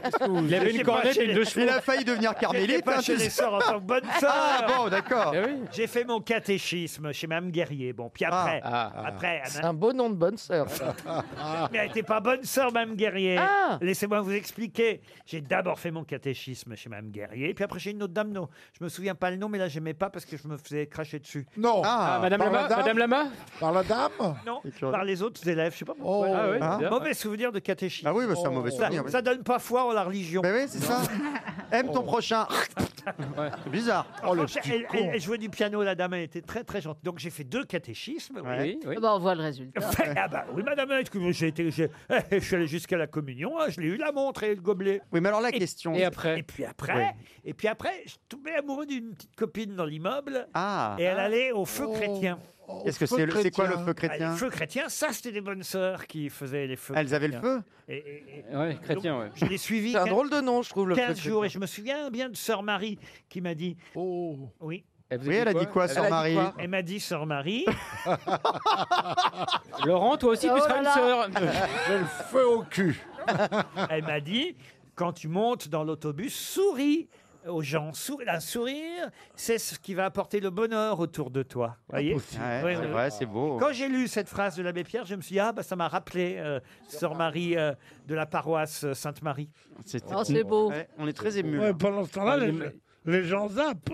[SPEAKER 4] pas compte.
[SPEAKER 5] Il avait une cornette et une deux chevaux. Il a failli devenir carmélite,
[SPEAKER 3] J'étais Pas
[SPEAKER 5] hein,
[SPEAKER 3] chez
[SPEAKER 5] tu
[SPEAKER 3] les
[SPEAKER 5] sais.
[SPEAKER 3] sœurs en tant que
[SPEAKER 5] *laughs*
[SPEAKER 3] bonne sœur.
[SPEAKER 5] Ah, bon, d'accord. Eh oui.
[SPEAKER 3] J'ai fait mon catéchisme chez Mme Guerrier. Bon, puis après,
[SPEAKER 5] Ah, ah,
[SPEAKER 3] après,
[SPEAKER 5] ah.
[SPEAKER 3] Anna-
[SPEAKER 5] Un beau nom de bonne sœur.
[SPEAKER 3] *laughs* Mais elle n'était pas bonne sœur, Mme Guerrier.
[SPEAKER 5] Ah.
[SPEAKER 3] Laissez-moi vous expliquer. J'ai d'abord fait mon catéchisme chez Mme Guerrier, puis après j'ai une autre dame, non. Je me souviens pas le nom, mais là, j'aimais pas parce que je me faisais cracher dessus.
[SPEAKER 51] Non.
[SPEAKER 3] Ah,
[SPEAKER 51] Madame Par la Lama- dame Madame
[SPEAKER 3] Lama
[SPEAKER 51] Par la dame
[SPEAKER 3] Non, par les autres élèves, je sais pas pourquoi.
[SPEAKER 51] Oh. Ah ouais,
[SPEAKER 3] Hein
[SPEAKER 51] bien.
[SPEAKER 3] mauvais souvenir de catéchisme.
[SPEAKER 5] Ah oui, bah, c'est un mauvais
[SPEAKER 3] Ça-
[SPEAKER 5] souvenir,
[SPEAKER 3] Ça,
[SPEAKER 5] oui.
[SPEAKER 3] donne pas foi en la religion. Oh.
[SPEAKER 5] Mais oui,
[SPEAKER 3] *laughs*
[SPEAKER 5] c'est ça. Aime ton prochain. C'est bizarre.
[SPEAKER 3] Par contre, elle, elle- elle jouait du piano, la dame, elle était très très gentille. Donc j'ai fait deux catéchismes. oui.
[SPEAKER 52] bah, on voit le résultat.
[SPEAKER 3] ah bah oui, madame, excusez-moi, j'ai été, j'ai- eh, je suis allé jusqu'à la communion, hein, je l'ai eu la montre et le gobelet.
[SPEAKER 5] Oui, mais alors la
[SPEAKER 3] Et-
[SPEAKER 5] question.
[SPEAKER 3] Et après Et puis après, et puis après, je tombais amoureux d'une petite copine dans l'immeuble.
[SPEAKER 5] Ah.
[SPEAKER 3] Et elle allait au
[SPEAKER 52] Oh.
[SPEAKER 3] feu chrétien.
[SPEAKER 5] Qu'est-ce que c'est le- c'est quoi le feu chrétien
[SPEAKER 3] Ah, Le feu chrétien, ça c'était des bonnes sœurs qui faisaient les feux.
[SPEAKER 5] Elles avaient le
[SPEAKER 3] chrétiens.
[SPEAKER 5] feu
[SPEAKER 3] Et- et- et-
[SPEAKER 5] Ouais, chrétien,
[SPEAKER 3] donc,
[SPEAKER 5] ouais.
[SPEAKER 3] Je l'ai suivi.
[SPEAKER 5] C'est un
[SPEAKER 3] quin-
[SPEAKER 5] drôle de nom, je trouve, le feu
[SPEAKER 3] 15 jours,
[SPEAKER 5] chrétien.
[SPEAKER 3] et je me souviens bien de sœur Marie qui m'a dit. Oh. Oui.
[SPEAKER 5] vous a Oui, dit elle a quoi dit quoi, Elle sœur a dit Marie quoi
[SPEAKER 3] Elle m'a dit sœur
[SPEAKER 5] *laughs*
[SPEAKER 3] Marie.
[SPEAKER 53] Laurent, toi aussi, tu seras une
[SPEAKER 5] *laughs*
[SPEAKER 53] sœur.
[SPEAKER 3] J'ai le feu au cul. Elle m'a dit quand tu montes dans l'autobus, souris aux gens. Souri- un sourire, c'est ce qui va apporter le bonheur autour de toi. Voyez
[SPEAKER 5] Ouais,
[SPEAKER 3] Oui,
[SPEAKER 5] c'est
[SPEAKER 3] oui.
[SPEAKER 5] vrai, c'est beau. *laughs*
[SPEAKER 3] Quand j'ai lu cette phrase de l'abbé Pierre, je me suis dit ah bah ça m'a rappelé euh, sœur Marie euh, de la paroisse euh, Sainte-Marie.
[SPEAKER 5] Oh, c'est beau. Ouais, on est très émus, hein.
[SPEAKER 4] Ouais, pendant ce
[SPEAKER 5] Ah,
[SPEAKER 4] temps-là, les,
[SPEAKER 3] *laughs*
[SPEAKER 4] les gens zappent.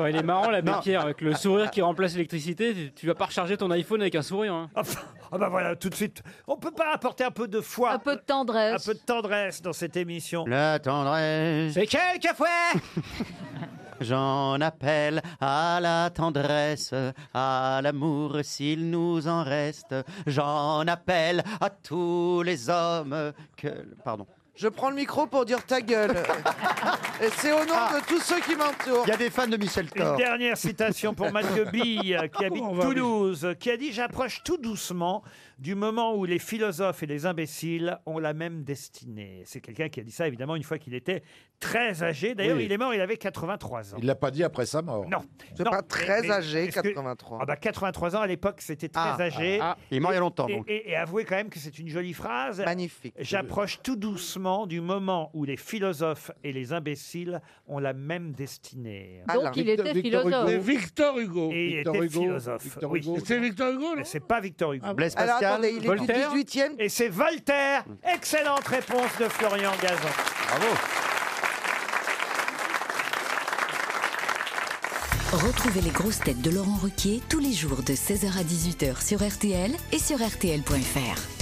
[SPEAKER 53] Ouais, il est marrant, la
[SPEAKER 3] Non.
[SPEAKER 53] Pierre, avec le sourire qui remplace l'électricité. Tu, tu vas pas recharger ton iPhone avec un sourire. hein.
[SPEAKER 3] Ah pff, ah bah voilà, tout de suite. On peut pas apporter un peu de foi, un peu de tendresse, un peu de tendresse dans cette émission.
[SPEAKER 5] La tendresse.
[SPEAKER 3] Et quelquefois,
[SPEAKER 5] *laughs* J'en appelle à la tendresse, à l'amour s'il nous en reste. J'en appelle à tous les hommes que. Pardon.
[SPEAKER 13] Je prends le micro pour dire ta gueule.
[SPEAKER 5] *laughs*
[SPEAKER 13] Et c'est au nom
[SPEAKER 5] Ah.
[SPEAKER 13] de tous ceux qui m'entourent.
[SPEAKER 5] Il y a des fans de Michel
[SPEAKER 3] Une
[SPEAKER 5] Thor.
[SPEAKER 3] dernière citation pour
[SPEAKER 5] *laughs*
[SPEAKER 3] Mathieu Bille, qui habite
[SPEAKER 5] Comment on va,
[SPEAKER 3] Toulouse, qui a dit J'approche tout doucement du moment où les philosophes et les imbéciles ont la même destinée. C'est quelqu'un qui a dit ça, évidemment, une fois qu'il était très âgé. D'ailleurs,
[SPEAKER 51] Oui.
[SPEAKER 3] il est mort, il avait 83 ans.
[SPEAKER 51] Il l'a pas dit après sa mort.
[SPEAKER 3] Non. C'est pas
[SPEAKER 51] très âgé,
[SPEAKER 3] 83. Ah bah 83 ans, à l'époque, c'était très
[SPEAKER 5] Ah,
[SPEAKER 3] âgé.
[SPEAKER 5] ah, ah. Il est mort il y a longtemps,
[SPEAKER 3] Et,
[SPEAKER 5] donc.
[SPEAKER 3] et- et avouez quand même que c'est une jolie phrase. Magnifique. J'approche tout doucement du moment où les philosophes et les imbéciles ont la même destinée.
[SPEAKER 4] Donc, Alain. il était Victor- Victor philosophe. Hugo.
[SPEAKER 3] Et
[SPEAKER 4] C'est Victor Hugo. Victor
[SPEAKER 3] il était
[SPEAKER 4] Hugo,
[SPEAKER 3] philosophe.
[SPEAKER 4] Victor
[SPEAKER 3] oui.
[SPEAKER 4] Hugo. C'est Victor Hugo, non
[SPEAKER 3] C'est pas Victor Hugo.
[SPEAKER 4] Ah bon. Blaise Alors, Pascal, attendez, il est du Voltaire
[SPEAKER 3] 18e. Et c'est Voltaire. Excellente réponse de Florian Gazan. Bravo.
[SPEAKER 12] Retrouvez les grosses têtes de Laurent Ruquier tous les jours de 16h à 18h sur RTL et sur RTL.fr.